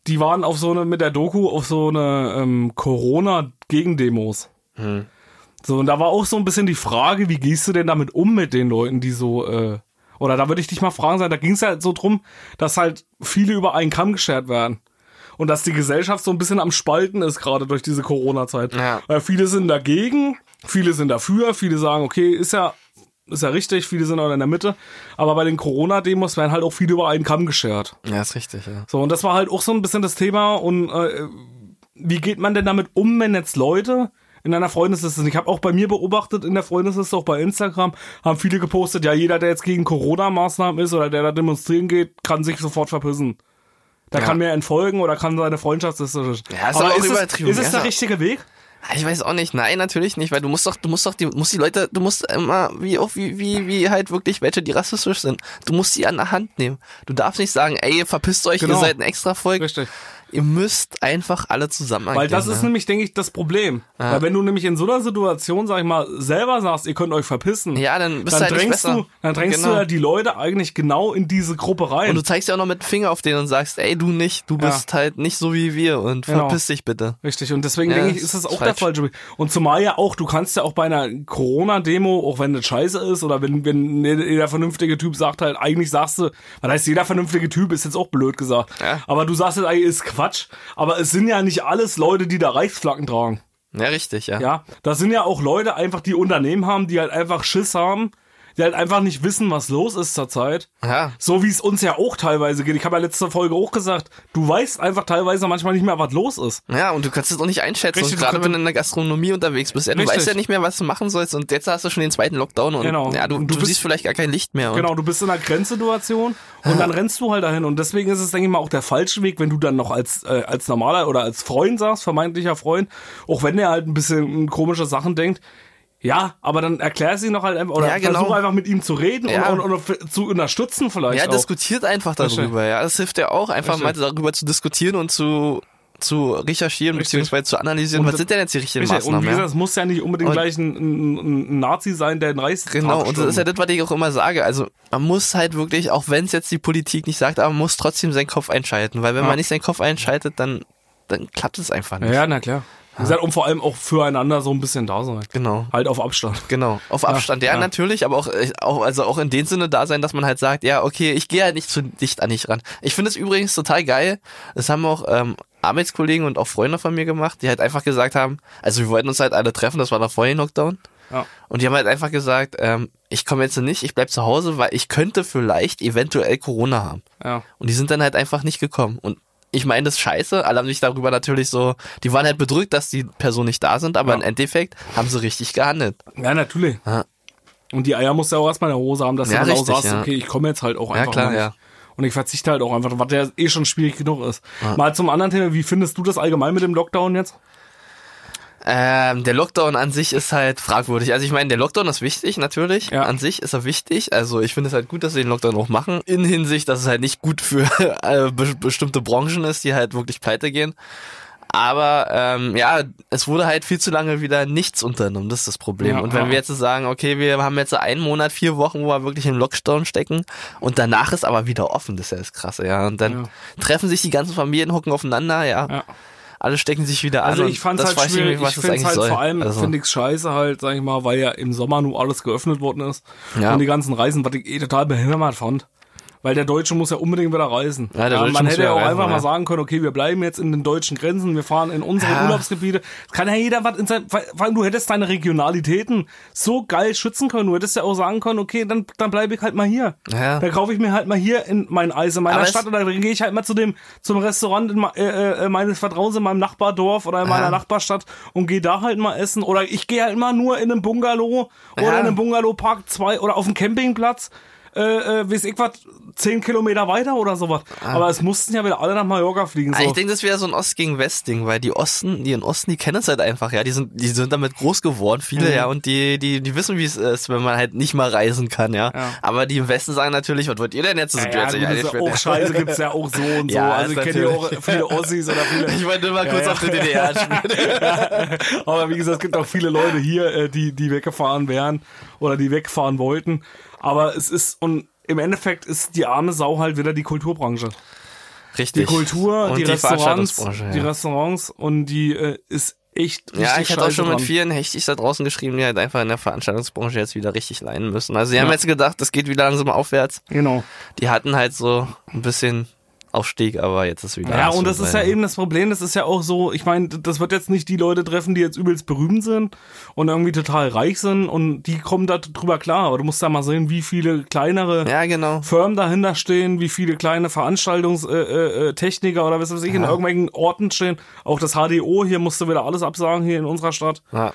Speaker 2: die waren auf so eine, mit der Doku auf so eine ähm, Corona-Gegendemos. So, und da war auch so ein bisschen die Frage, wie gehst du denn damit um mit den Leuten, die so, äh, oder da würde ich dich mal fragen sein, da ging es halt so drum, dass halt viele über einen Kamm geschert werden. Und dass die Gesellschaft so ein bisschen am Spalten ist, gerade durch diese Corona-Zeit.
Speaker 3: Ja.
Speaker 2: Weil viele sind dagegen, viele sind dafür, viele sagen, okay, ist ja, ist ja richtig, viele sind auch in der Mitte. Aber bei den Corona-Demos werden halt auch viele über einen Kamm geschert.
Speaker 3: Ja, ist richtig, ja.
Speaker 2: So, und das war halt auch so ein bisschen das Thema. Und äh, wie geht man denn damit um, wenn jetzt Leute in einer Freundesliste sind? Ich habe auch bei mir beobachtet, in der Freundesliste, auch bei Instagram, haben viele gepostet, ja, jeder, der jetzt gegen Corona-Maßnahmen ist oder der da demonstrieren geht, kann sich sofort verpissen. Da kann mir entfolgen oder kann seine Freundschaftsliste.
Speaker 3: Ja, ist
Speaker 2: Aber
Speaker 3: auch
Speaker 2: ist es,
Speaker 3: übertrieben,
Speaker 2: ist es
Speaker 3: ja.
Speaker 2: der richtige Weg?
Speaker 3: Ah, Ich weiß auch nicht, nein, natürlich nicht, weil du musst doch, du musst doch, die, musst die Leute, du musst immer, wie auch, wie, wie, wie halt wirklich welche, die rassistisch sind, du musst sie an der Hand nehmen. Du darfst nicht sagen, ey, verpisst euch,
Speaker 2: Genau.
Speaker 3: ihr seid ein Extravolk.
Speaker 2: Richtig.
Speaker 3: Ihr müsst einfach alle zusammen
Speaker 2: Weil
Speaker 3: agieren,
Speaker 2: das ist
Speaker 3: ja.
Speaker 2: nämlich, denke ich, das Problem. Weil wenn du nämlich in so einer Situation, sag ich mal, selber sagst, ihr könnt euch verpissen,
Speaker 3: Ja, dann bist du halt nicht
Speaker 2: drängst
Speaker 3: besser.
Speaker 2: du, dann drängst du
Speaker 3: Genau.
Speaker 2: ja die Leute eigentlich genau in diese Gruppe rein.
Speaker 3: Und du zeigst ja auch noch mit dem Finger auf den und sagst, ey, du nicht, du
Speaker 2: Ja.
Speaker 3: bist halt nicht so wie wir und
Speaker 2: Genau.
Speaker 3: verpiss dich bitte.
Speaker 2: Richtig, und deswegen
Speaker 3: Ja,
Speaker 2: denke ich, ist
Speaker 3: das
Speaker 2: das
Speaker 3: ist
Speaker 2: auch der
Speaker 3: falsch.
Speaker 2: falsche Weg. Und zumal ja auch, du kannst ja auch bei einer Corona-Demo, auch wenn das scheiße ist, oder wenn, wenn jeder vernünftige Typ sagt halt, eigentlich sagst du, was heißt jeder vernünftige Typ, ist jetzt auch blöd gesagt,
Speaker 3: Ja.
Speaker 2: aber du sagst jetzt eigentlich, ist Quatsch, aber es sind ja nicht alles Leute, die da Reichsflaggen tragen.
Speaker 3: Ja, richtig, ja.
Speaker 2: Ja, das sind ja auch Leute einfach, die Unternehmen haben, die halt einfach Schiss haben, die halt einfach nicht wissen, was los ist zurzeit.
Speaker 3: Ja.
Speaker 2: So wie es uns ja auch teilweise geht. Ich habe ja letzte Folge auch gesagt, du weißt einfach teilweise manchmal nicht mehr, was los ist.
Speaker 3: Ja, und du kannst es auch nicht einschätzen.
Speaker 2: Richtig,
Speaker 3: und
Speaker 2: du
Speaker 3: gerade
Speaker 2: kannst-
Speaker 3: wenn du in der Gastronomie unterwegs bist, ja, du
Speaker 2: Richtig.
Speaker 3: weißt ja nicht mehr, was du machen sollst. Und jetzt hast du schon den zweiten Lockdown und
Speaker 2: Genau.
Speaker 3: ja, du,
Speaker 2: Und
Speaker 3: du,
Speaker 2: du bist-
Speaker 3: siehst vielleicht gar kein Licht mehr. Und
Speaker 2: Genau, du bist in einer Grenzsituation und dann rennst du halt dahin. Und deswegen ist es, denke ich mal, auch der falsche Weg, wenn du dann noch als, äh, als normaler oder als Freund sagst, vermeintlicher Freund, auch wenn der halt ein bisschen komische Sachen denkt. Ja, aber dann erklär sie noch halt einfach oder
Speaker 3: Ja, genau.
Speaker 2: versuch einfach mit ihm zu reden
Speaker 3: Ja.
Speaker 2: und, und, und f- zu unterstützen vielleicht.
Speaker 3: Ja,
Speaker 2: auch.
Speaker 3: diskutiert einfach darüber. Ja, das hilft ja auch, einfach mal darüber zu diskutieren und zu zu recherchieren beziehungsweise zu analysieren, was
Speaker 2: das-
Speaker 3: sind denn jetzt die richtigen
Speaker 2: Richtig, Und
Speaker 3: Maßnahmen.
Speaker 2: wie
Speaker 3: ja?
Speaker 2: gesagt, es muss ja nicht unbedingt
Speaker 3: Und-
Speaker 2: gleich ein, ein, ein- ein Nazi sein, der den Reichstag
Speaker 3: Genau, und das
Speaker 2: stürmt.
Speaker 3: ist ja das, was ich auch immer sage. Also man muss halt wirklich, auch wenn es jetzt die Politik nicht sagt, aber man muss trotzdem seinen Kopf einschalten, weil wenn man nicht seinen Kopf einschaltet, dann, dann klappt es einfach nicht.
Speaker 2: Ja, na klar. Wie gesagt, um vor allem auch füreinander so ein bisschen da sein.
Speaker 3: Genau.
Speaker 2: Halt auf Abstand.
Speaker 3: Genau, auf Abstand. Ja,
Speaker 2: ja.
Speaker 3: natürlich, aber auch, äh, auch, also auch in dem Sinne da sein, dass man halt sagt, ja, okay, ich gehe halt nicht zu dicht an dich ran. Ich finde es übrigens total geil. Das haben auch ähm, Arbeitskollegen und auch Freunde von mir gemacht, die halt einfach gesagt haben, also wir wollten uns halt alle treffen, das war der vorige Lockdown.
Speaker 2: Ja.
Speaker 3: Und die haben halt einfach gesagt, ähm, ich komme jetzt nicht, ich bleib zu Hause, weil ich könnte vielleicht eventuell Corona haben.
Speaker 2: Ja.
Speaker 3: Und die sind dann halt einfach nicht gekommen. Und ich meine, das ist scheiße. Alle haben sich darüber natürlich so, die waren halt bedrückt, dass die Personen nicht da sind, aber
Speaker 2: Ja.
Speaker 3: im Endeffekt haben sie richtig gehandelt.
Speaker 2: Ja, natürlich.
Speaker 3: Ja.
Speaker 2: Und die Eier musst du ja auch erstmal in der Hose haben, dass
Speaker 3: Ja,
Speaker 2: du genau
Speaker 3: richtig,
Speaker 2: sagst,
Speaker 3: ja.
Speaker 2: okay, ich komme jetzt halt auch einfach
Speaker 3: klar,
Speaker 2: mal nicht.
Speaker 3: ja.
Speaker 2: Und ich verzichte halt auch einfach, was ja eh schon schwierig genug ist. Mal zum anderen Thema, wie findest du das allgemein mit dem Lockdown jetzt?
Speaker 3: Ähm, der Lockdown an sich ist halt fragwürdig. Also ich meine, der Lockdown ist wichtig, natürlich.
Speaker 2: Ja.
Speaker 3: An sich ist er wichtig. Also ich finde es halt gut, dass sie den Lockdown auch machen. In Hinsicht, dass es halt nicht gut für äh, be bestimmte Branchen ist, die halt wirklich pleite gehen. Aber ähm, ja, es wurde halt viel zu lange wieder nichts unternommen. Das ist das Problem.
Speaker 2: Ja,
Speaker 3: und wenn
Speaker 2: ja.
Speaker 3: wir jetzt sagen, okay, wir haben jetzt einen Monat, vier Wochen, wo wir wirklich im Lockdown stecken und danach ist aber wieder offen, das ist ja das Krasse, ja. Und dann
Speaker 2: Ja.
Speaker 3: treffen sich die ganzen Familien, hocken aufeinander, ja.
Speaker 2: Ja.
Speaker 3: Alle stecken sich wieder an.
Speaker 2: Also
Speaker 3: und
Speaker 2: ich fand's
Speaker 3: das
Speaker 2: halt
Speaker 3: weiß nicht,
Speaker 2: schwierig.
Speaker 3: was
Speaker 2: Ich
Speaker 3: das
Speaker 2: find's
Speaker 3: eigentlich
Speaker 2: halt
Speaker 3: soll.
Speaker 2: vor allem,
Speaker 3: Also-
Speaker 2: finde ich scheiße halt, sag ich mal, weil ja im Sommer nur alles geöffnet worden ist.
Speaker 3: Ja.
Speaker 2: Und die ganzen Reisen, was ich eh total behämmert fand. Weil der Deutsche muss ja unbedingt wieder reisen.
Speaker 3: Ja, der Deutsche
Speaker 2: man
Speaker 3: muss
Speaker 2: hätte ja
Speaker 3: wieder
Speaker 2: auch
Speaker 3: reisen,
Speaker 2: einfach
Speaker 3: ja.
Speaker 2: mal sagen können, okay, wir bleiben jetzt in den deutschen Grenzen, wir fahren in unsere
Speaker 3: Ja.
Speaker 2: Urlaubsgebiete. Es kann ja jeder was in sein, vor allem du hättest deine Regionalitäten so geil schützen können. Du hättest ja auch sagen können, okay, dann, dann bleibe ich halt mal hier.
Speaker 3: Ja.
Speaker 2: Dann kaufe ich mir halt mal hier in mein Eis in meiner
Speaker 3: Aber es-
Speaker 2: Stadt oder dann gehe ich halt mal zu dem, zum Restaurant in, me- äh, äh, meines Vertrauens in meinem Nachbardorf oder in meiner
Speaker 3: Ja.
Speaker 2: Nachbarstadt und gehe da halt mal essen. Oder ich gehe halt immer nur in einem Bungalow oder
Speaker 3: Ja.
Speaker 2: in einem Bungalowpark 2 oder auf dem Campingplatz. Äh, äh, weiß ich was, 10 Kilometer weiter oder sowas.
Speaker 3: Ah.
Speaker 2: Aber es mussten ja wieder alle nach Mallorca fliegen. So.
Speaker 3: Ich denke, das wäre so ein Ost gegen West Ding, weil die Osten, die in Osten, die kennen es halt einfach, ja, die sind, die sind damit groß geworden,
Speaker 2: Mhm.
Speaker 3: viele, ja, und die, die, die wissen, wie es ist, wenn man halt nicht mal reisen kann, ja.
Speaker 2: Ja.
Speaker 3: Aber die im Westen sagen natürlich, was wollt ihr denn jetzt zu
Speaker 2: ja, also ja, gut, ist ja auch Oh, scheiße, gibt's ja auch so und so.
Speaker 3: Ja,
Speaker 2: also ich
Speaker 3: ist
Speaker 2: kenne ja auch
Speaker 3: natürlich.
Speaker 2: viele Ossis oder viele.
Speaker 3: Ich wollte nur mal
Speaker 2: Ja,
Speaker 3: kurz
Speaker 2: ja.
Speaker 3: auf die DDR spielen.
Speaker 2: Aber wie gesagt, es gibt auch viele Leute hier, äh, die, die weggefahren wären oder die wegfahren wollten. Aber es ist, und im Endeffekt ist die arme Sau halt wieder die Kulturbranche. Die
Speaker 3: Richtig.
Speaker 2: Kultur,
Speaker 3: Und
Speaker 2: die, Restaurants,
Speaker 3: Veranstaltungsbranche,
Speaker 2: die
Speaker 3: ja.
Speaker 2: Restaurants und die äh, ist echt richtig
Speaker 3: Ja, ich hatte auch
Speaker 2: scheiße
Speaker 3: schon
Speaker 2: dran.
Speaker 3: mit vielen Hechtis da draußen geschrieben, die halt einfach in der Veranstaltungsbranche jetzt wieder richtig leiden müssen. Also sie haben jetzt gedacht, das geht wieder langsam aufwärts.
Speaker 2: Genau.
Speaker 3: Die hatten halt so ein bisschen Aufstieg, aber jetzt ist wieder.
Speaker 2: Ja,
Speaker 3: alles
Speaker 2: und das ist ja
Speaker 3: vorbei.
Speaker 2: eben das Problem. Das ist ja auch so, ich meine, d- das wird jetzt nicht die Leute treffen, die jetzt übelst berühmt sind und irgendwie total reich sind und die kommen da drüber klar. Aber du musst da mal sehen, wie viele kleinere
Speaker 3: Ja, genau.
Speaker 2: Firmen dahinter stehen, wie viele kleine Veranstaltungstechniker äh, äh, Techniker oder was weiß ich in irgendwelchen Orten stehen. Auch das HDO hier musste wieder alles absagen hier in unserer Stadt.
Speaker 3: Ja.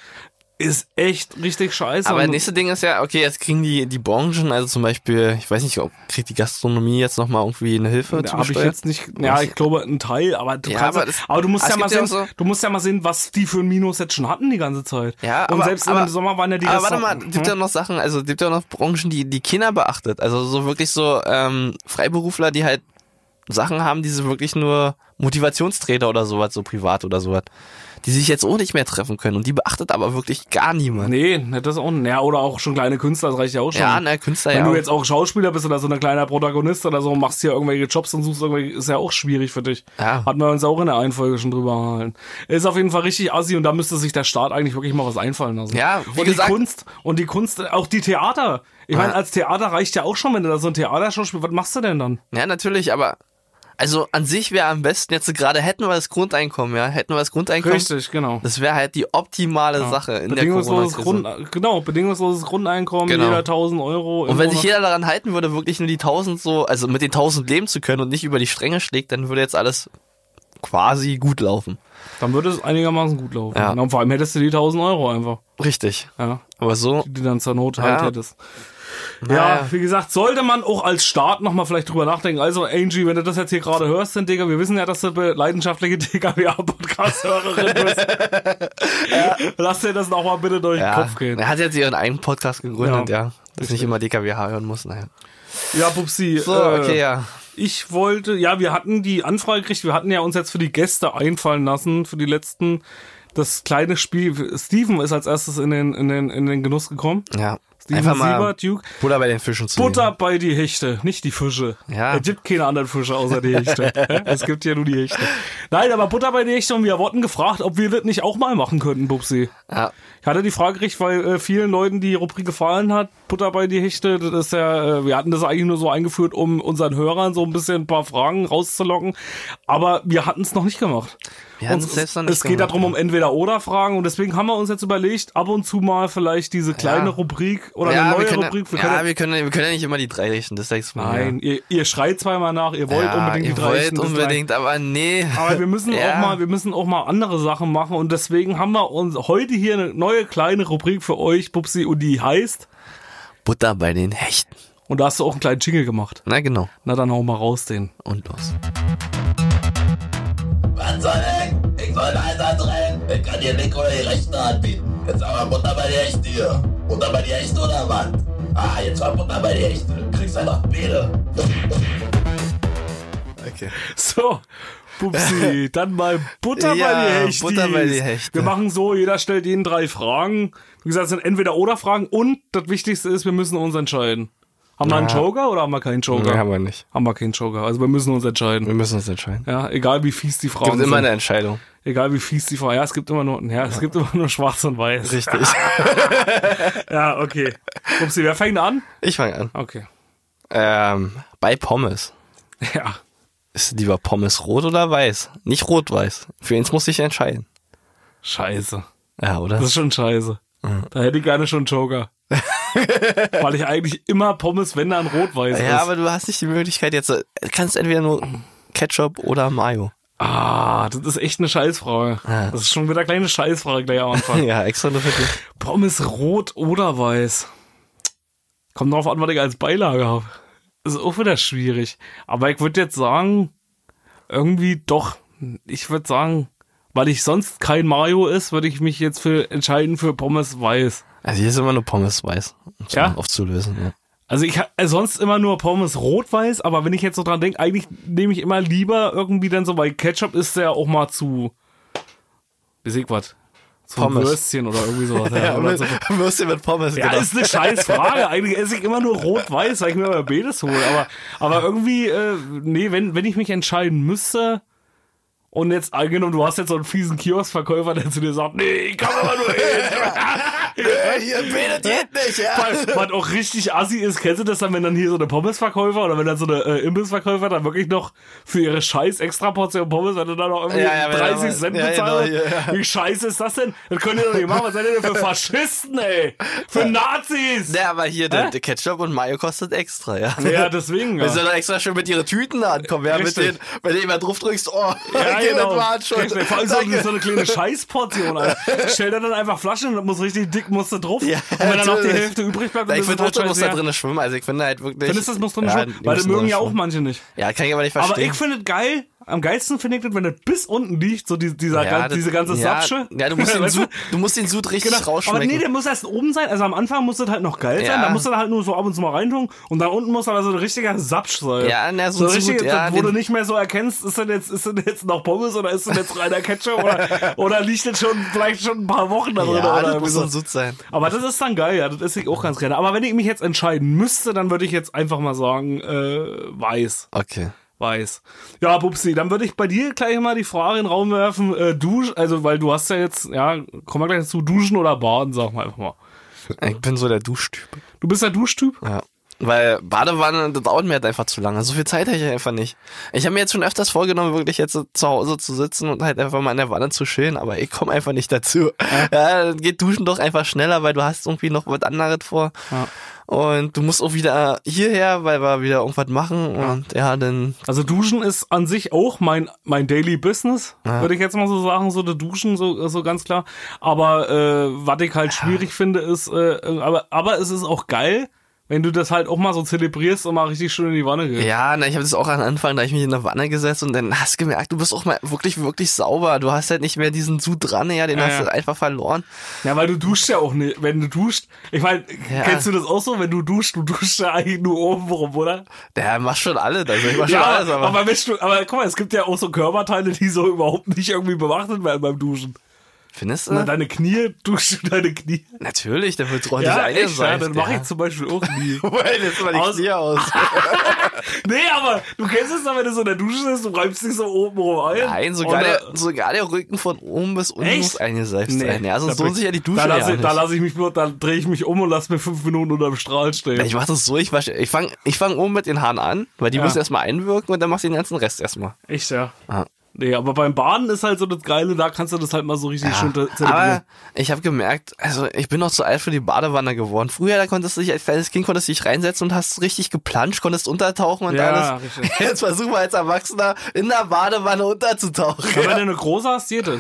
Speaker 2: Ist echt richtig scheiße.
Speaker 3: Aber das
Speaker 2: Und-
Speaker 3: nächste Ding ist ja, okay, jetzt kriegen die, die Branchen, also zum Beispiel, ich weiß nicht, ob kriegt die Gastronomie jetzt nochmal irgendwie eine Hilfe
Speaker 2: Da
Speaker 3: zu
Speaker 2: habe ich jetzt nicht. Ja, ich glaube ein Teil, aber du
Speaker 3: Ja,
Speaker 2: kannst.
Speaker 3: aber
Speaker 2: Aber,
Speaker 3: das-
Speaker 2: du musst
Speaker 3: aber
Speaker 2: ja
Speaker 3: es
Speaker 2: mal sehen,
Speaker 3: gibt ja auch so-
Speaker 2: du musst ja mal sehen, was die für ein Minus jetzt schon hatten die ganze Zeit.
Speaker 3: Ja,
Speaker 2: Und
Speaker 3: aber-
Speaker 2: selbst im
Speaker 3: aber-
Speaker 2: Sommer waren ja die Hm?
Speaker 3: Aber warte mal,
Speaker 2: Restaurants-
Speaker 3: gibt ja noch Sachen, also gibt ja noch Branchen, die die Kinder beachtet. Also so wirklich so ähm, Freiberufler, die halt Sachen haben, die sie wirklich nur Motivationstrainer oder sowas, so privat oder sowas, die sich jetzt auch nicht mehr treffen können und die beachtet aber wirklich gar niemand.
Speaker 2: Nee, ne, das auch. Ja, oder auch schon kleine Künstler, das reicht ja auch schon.
Speaker 3: Ja, ne, Künstler
Speaker 2: Wenn
Speaker 3: ja.
Speaker 2: du
Speaker 3: auch.
Speaker 2: jetzt auch Schauspieler bist oder so ein kleiner Protagonist oder so, machst hier irgendwelche Jobs und suchst irgendwelche, ist ja auch schwierig für dich.
Speaker 3: Ja.
Speaker 2: Hatten wir uns auch in der Einfolge schon drüber gehalten. Ist auf jeden Fall richtig assi und da müsste sich der Staat eigentlich wirklich mal was einfallen lassen.
Speaker 3: Ja, wie
Speaker 2: und
Speaker 3: gesagt-
Speaker 2: die Kunst, und die Kunst, auch die Theater. Ich meine,
Speaker 3: Ja.
Speaker 2: als Theater reicht ja auch schon, wenn du da so ein Theatershow spielst. Was machst du denn dann?
Speaker 3: Ja, natürlich, aber also an sich wäre am besten jetzt gerade hätten wir das Grundeinkommen, ja, hätten wir das Grundeinkommen.
Speaker 2: genau.
Speaker 3: Das wäre halt die optimale Sache in der
Speaker 2: Bedingungsloses
Speaker 3: Corona-Krise.
Speaker 2: Grund, genau, bedingungsloses Grundeinkommen,
Speaker 3: Genau.
Speaker 2: jeder 1000 Euro. im
Speaker 3: Und wenn sich
Speaker 2: Monat.
Speaker 3: jeder daran halten würde, wirklich nur die 1000 so, also mit den 1000 leben zu können und nicht über die Stränge schlägt, dann würde jetzt alles quasi gut laufen.
Speaker 2: dann würde es einigermaßen gut laufen.
Speaker 3: Ja.
Speaker 2: Und vor allem hättest du die 1000 Euro einfach.
Speaker 3: Richtig.
Speaker 2: Ja.
Speaker 3: Aber so,
Speaker 2: die dann zur Not halt
Speaker 3: Ja.
Speaker 2: hättest.
Speaker 3: Naja.
Speaker 2: Ja, wie gesagt, sollte man auch als Staat nochmal vielleicht drüber nachdenken. Also, Angie, wenn du das jetzt hier gerade hörst, dann, Digga, wir wissen ja, dass du be- leidenschaftliche DKWA-Podcast-Hörerin bist. Lass dir das nochmal bitte durch den
Speaker 3: ja,
Speaker 2: Kopf gehen.
Speaker 3: er hat jetzt ihren eigenen Podcast gegründet,
Speaker 2: Ja.
Speaker 3: ja. Dass nicht immer DKWH hören muss, naja.
Speaker 2: Ja, Pupsi.
Speaker 3: So,
Speaker 2: äh,
Speaker 3: okay, ja.
Speaker 2: Ich wollte, ja, wir hatten die Anfrage gekriegt, wir hatten ja uns jetzt für die Gäste einfallen lassen, für die letzten. Das kleine Spiel, Steven ist als erstes in den, in den, in den Genuss gekommen.
Speaker 3: Ja.
Speaker 2: Steven
Speaker 3: Einfach mal
Speaker 2: Siebert, Duke.
Speaker 3: Butter bei den Fischen zu nehmen.
Speaker 2: Butter bei die Hechte, nicht die Fische.
Speaker 3: Ja.
Speaker 2: Es gibt keine anderen Fische außer die Hechte. es gibt ja nur die Hechte. Nein, aber Butter bei die Hechte und wir wurden gefragt, ob wir das nicht auch mal machen könnten, Bubsi.
Speaker 3: Ja.
Speaker 2: Ich hatte die Frage gekriegt, weil äh, vielen Leuten die Rubrik gefallen hat, Butter bei die Hechte. Das ist ja, äh, wir hatten das eigentlich nur so eingeführt, um unseren Hörern so ein bisschen ein paar Fragen rauszulocken. Aber wir hatten es noch nicht gemacht.
Speaker 3: Wir hatten
Speaker 2: Uns-
Speaker 3: es selbst noch nicht
Speaker 2: Es geht
Speaker 3: gemacht,
Speaker 2: darum,
Speaker 3: ja.
Speaker 2: um Entweder-Oder-Fragen und deswegen haben wir uns jetzt überlegt, ab und zu mal vielleicht diese kleine
Speaker 3: Ja.
Speaker 2: Rubrik oder
Speaker 3: ja,
Speaker 2: eine neue
Speaker 3: wir können,
Speaker 2: Rubrik.
Speaker 3: ja, wir, können, wir können ja nicht immer die drei richten, das denkst du mal.
Speaker 2: Nein, ihr, ihr schreit zweimal nach, ihr
Speaker 3: ja.
Speaker 2: wollt
Speaker 3: ja,
Speaker 2: unbedingt
Speaker 3: ihr
Speaker 2: die drei
Speaker 3: wollt
Speaker 2: Echten, das
Speaker 3: unbedingt, aber nee.
Speaker 2: reicht. Aber wir müssen
Speaker 3: Ja.
Speaker 2: auch mal, wir müssen auch mal andere Sachen machen und deswegen haben wir uns heute hier eine neue kleine Rubrik für euch, Bubsi, und die heißt.
Speaker 3: Butter bei den Hechten.
Speaker 2: Und da hast du auch einen kleinen Jingle gemacht.
Speaker 3: Na genau.
Speaker 2: Na dann hau mal raus den.
Speaker 3: Und los.
Speaker 4: Was soll ich? Ich soll da drehen. Ich kann dir linke oder die rechte anbieten. Jetzt aber Butter bei dir echt hier. Butter bei dir echt oder was? Ah, jetzt war Butter bei dir echt. Du kriegst einfach Bede.
Speaker 3: Okay.
Speaker 2: So. Bubsi, dann mal Butter
Speaker 3: Ja,
Speaker 2: bei die Hechtis.
Speaker 3: Butter bei die Hechte.
Speaker 2: Wir machen so, jeder stellt ihnen drei Fragen. Wie gesagt, es sind entweder oder Fragen und das Wichtigste ist, wir müssen uns entscheiden. Haben wir einen Joker oder haben wir keinen Joker?
Speaker 3: Nee, haben wir nicht.
Speaker 2: Haben wir keinen Joker. Also wir müssen uns entscheiden.
Speaker 3: Wir müssen uns entscheiden.
Speaker 2: Ja, egal wie fies die Frauen
Speaker 3: Gibt immer
Speaker 2: sind.
Speaker 3: eine Entscheidung.
Speaker 2: Egal wie fies die Frauen. Ja, es gibt immer nur, ja, es gibt immer nur schwarz und weiß.
Speaker 3: Richtig.
Speaker 2: Ja, okay. Upsi, wer fängt an?
Speaker 3: ich fange an.
Speaker 2: Okay.
Speaker 3: Ähm, bei Pommes.
Speaker 2: Ja.
Speaker 3: Ist lieber Pommes rot oder weiß? Nicht rot-weiß. Für eins muss ich entscheiden.
Speaker 2: Scheiße.
Speaker 3: Ja, oder?
Speaker 2: Das ist schon scheiße.
Speaker 3: Mhm.
Speaker 2: Da hätte ich gerne schon einen Joker. Weil ich eigentlich immer Pommes, wenn dann rot-weiß
Speaker 3: ja,
Speaker 2: ist.
Speaker 3: aber du hast nicht die Möglichkeit jetzt. äh, Kannst entweder nur Ketchup oder Mayo.
Speaker 2: Ah, das ist echt eine Scheißfrage.
Speaker 3: Ja.
Speaker 2: Das ist schon wieder eine kleine Scheißfrage gleich am Anfang.
Speaker 3: Ja, extra nur für dich.
Speaker 2: Pommes rot oder weiß? Kommt drauf an, was ich als Beilage habe. Ist auch wieder schwierig. Aber ich würde jetzt sagen, irgendwie doch. Ich würde sagen, weil ich sonst kein Mario ist, würde ich mich jetzt für entscheiden für Pommes weiß.
Speaker 3: Also hier ist immer nur Pommes weiß, um es
Speaker 2: Ja?
Speaker 3: mal aufzulösen. Ja.
Speaker 2: Also ich habe sonst immer nur Pommes rot-weiß, aber wenn ich jetzt so dran denke, eigentlich nehme ich immer lieber irgendwie dann so, weil Ketchup ist ja auch mal zu, wie sag ich was, zu
Speaker 3: Pommes.
Speaker 2: Würstchen oder irgendwie sowas. ja, oder so.
Speaker 3: Würstchen mit Pommes,
Speaker 2: Ja, ist eine scheiß Frage. Eigentlich esse ich immer nur rot-weiß, weil ich mir mal Bedes hole. Aber, aber irgendwie, äh, nee, wenn, wenn ich mich entscheiden müsste und jetzt angenommen, du hast jetzt so einen fiesen Kioskverkäufer, der zu dir sagt, nee, ich kann aber nur
Speaker 3: Ihr betet jetzt nicht, ja.
Speaker 2: Was was auch richtig assi ist, kennst du das dann, wenn dann hier so eine Pommesverkäufer oder wenn dann so eine äh, Imbissverkäufer dann wirklich noch für ihre scheiß extra Portion Pommes, wenn du dann noch irgendwie
Speaker 3: Ja, ja, wenn
Speaker 2: 30
Speaker 3: dann-
Speaker 2: Cent
Speaker 3: ja,
Speaker 2: bezahlst?
Speaker 3: genau, ja,
Speaker 2: Wie scheiße ist das denn? Das könnt ihr doch nicht machen. Was seid ihr denn für Faschisten, ey? Für Nazis!
Speaker 3: Ja, aber hier, der, der Ketchup und Mayo kostet extra, ja.
Speaker 2: Ja, deswegen.
Speaker 3: Wir
Speaker 2: Ja.
Speaker 3: sollen doch extra schön mit ihren Tüten da ankommen, ja, mit
Speaker 2: Richtig.
Speaker 3: denen, wenn du immer drauf drückst, oh,
Speaker 2: Ja,
Speaker 3: geh
Speaker 2: genau.
Speaker 3: mit Wahn schon.
Speaker 2: Kriegst du- Vor allem so,
Speaker 3: Danke.
Speaker 2: so eine kleine Scheißportion, Alter. Stell da dann einfach Flaschen und das muss richtig dick, musst du drauf.
Speaker 3: Ja,
Speaker 2: und wenn dann noch die
Speaker 3: natürlich.
Speaker 2: Hälfte übrig bleibt, dann
Speaker 3: Ja, ich
Speaker 2: ist es
Speaker 3: finde, Mutter
Speaker 2: halt
Speaker 3: muss da
Speaker 2: scheiße.
Speaker 3: drin schwimmen. Also ich finde halt wirklich.
Speaker 2: Findest du, das muss drin schwimmen?
Speaker 3: die
Speaker 2: Weil das
Speaker 3: müssen
Speaker 2: mögen
Speaker 3: drin
Speaker 2: ja auch
Speaker 3: schwimmen.
Speaker 2: manche nicht.
Speaker 3: Ja, kann ich aber nicht
Speaker 2: Aber
Speaker 3: verstehen.
Speaker 2: ich finde es geil, am geilsten finde ich das, wenn das bis unten liegt, so die, dieser,
Speaker 3: ja,
Speaker 2: gan-
Speaker 3: das-
Speaker 2: diese ganze
Speaker 3: ja,
Speaker 2: Sapsche.
Speaker 3: Ja, du musst den
Speaker 2: Weißt du?
Speaker 3: Sud, du musst den Sud richtig
Speaker 2: Genau. Aber
Speaker 3: rausschmecken.
Speaker 2: nee, der muss erst oben sein. Also am Anfang muss das halt noch geil sein.
Speaker 3: Ja.
Speaker 2: Da muss das halt nur so ab und zu mal reintun. Und dann unten muss aber so ein richtiger Sapsch sein.
Speaker 3: Ja, na, so ein
Speaker 2: ein
Speaker 3: Sud,
Speaker 2: richtiger,
Speaker 3: ja,
Speaker 2: wo du
Speaker 3: den-
Speaker 2: nicht mehr so erkennst, ist das jetzt, ist das jetzt noch Pommes oder ist das jetzt reiner Ketchup oder, oder liegt das schon vielleicht schon ein paar Wochen da drin
Speaker 3: ja,
Speaker 2: oder
Speaker 3: das
Speaker 2: irgendwie
Speaker 3: muss so
Speaker 2: so.
Speaker 3: ein Sud sein.
Speaker 2: Aber das ist dann geil, ja, das esse ich auch ganz gerne. Aber wenn ich mich jetzt entscheiden müsste, dann würde ich jetzt einfach mal sagen, äh, weiß.
Speaker 3: Okay.
Speaker 2: Weiß. Ja, Bubsi, dann würde ich bei dir gleich mal die Frage in den Raum werfen, äh, Dusch, also weil du hast ja jetzt, ja, kommen wir gleich zu Duschen oder Baden, sag mal einfach mal.
Speaker 3: Ich bin so der Duschtyp.
Speaker 2: Du bist der Duschtyp?
Speaker 3: Ja. Weil Badewanne, das dauert mir halt einfach zu lange. So viel Zeit habe ich einfach nicht. Ich habe mir jetzt schon öfters vorgenommen, wirklich jetzt so zu Hause zu sitzen und halt einfach mal in der Wanne zu chillen, aber ich komme einfach nicht dazu. Ja, dann geht duschen doch einfach schneller, weil du hast irgendwie noch was anderes vor. Und du musst auch wieder hierher, weil wir wieder irgendwas machen. Und ja, dann
Speaker 2: Also Duschen ist an sich auch mein mein Daily Business, würde ich jetzt mal so sagen, so der Duschen so so ganz klar. Aber äh, was ich halt schwierig finde ist, äh, aber aber es ist auch geil, wenn du das halt auch mal so zelebrierst und mal richtig schön in die Wanne gehst.
Speaker 3: Ja, na, ich habe das auch am Anfang, da hab ich mich in der Wanne gesetzt und dann hast du gemerkt, du bist auch mal wirklich, wirklich sauber. Du hast halt nicht mehr diesen Sud dran, ja, den
Speaker 2: Ja,
Speaker 3: hast
Speaker 2: ja.
Speaker 3: du einfach verloren.
Speaker 2: Ja, weil du duschst ja auch nicht. Wenn du duscht, ich meine,
Speaker 3: Ja.
Speaker 2: kennst du das auch so, wenn du duscht, du duschst ja eigentlich nur oben rum, oder?
Speaker 3: Der macht schon alles, also ich mach schon alles, aber,
Speaker 2: aber, Mensch, du, aber guck mal, es gibt ja auch so Körperteile, die so überhaupt nicht irgendwie beachtet werden beim Duschen.
Speaker 3: Findest du?
Speaker 2: Na, deine Knie, du deine Knie.
Speaker 3: Natürlich, der wird treu ja,
Speaker 2: echt, ja,
Speaker 3: eingeseift.
Speaker 2: dann mache ich zum Beispiel auch nie.
Speaker 3: Weil jetzt mal die
Speaker 2: Aus-
Speaker 3: Knie aus.
Speaker 2: nee, aber du kennst es doch, wenn du so in der Dusche bist, du reibst dich so oben rum ein.
Speaker 3: Nein, sogar
Speaker 2: Und, äh,
Speaker 3: der, sogar der Rücken von oben bis unten
Speaker 2: Echt?
Speaker 3: muss eingeseift
Speaker 2: Nee.
Speaker 3: sein. Ja, sonst
Speaker 2: Da
Speaker 3: lohnt sich ja die Dusche
Speaker 2: da
Speaker 3: ja
Speaker 2: lasse,
Speaker 3: nicht.
Speaker 2: Da lasse ich mich bloß, da drehe ich mich um und lass mir fünf Minuten unter dem Strahl stehen.
Speaker 3: ich mach das so, ich, wasch- ich fange ich fang oben mit den Haaren an, weil die
Speaker 2: Ja.
Speaker 3: müssen erstmal einwirken und dann machst du den ganzen Rest erstmal. Ah.
Speaker 2: Echt, ja.
Speaker 3: Ja.
Speaker 2: Nee, aber beim Baden ist halt so das Geile, da kannst du das halt mal so richtig schön
Speaker 3: Ja,
Speaker 2: zer- zelebrieren.
Speaker 3: Ah. aber ich habe gemerkt, also ich bin noch zu alt für die Badewanne geworden. Früher, da konntest du dich als kleines Kind konntest du dich reinsetzen und hast richtig geplanscht, konntest untertauchen und
Speaker 2: Ja,
Speaker 3: alles.
Speaker 2: richtig.
Speaker 3: Jetzt versuch mal als Erwachsener in der
Speaker 2: Aber
Speaker 3: Badewanne
Speaker 2: wenn
Speaker 3: unterzutauchen.
Speaker 2: du eine große hast, geht das.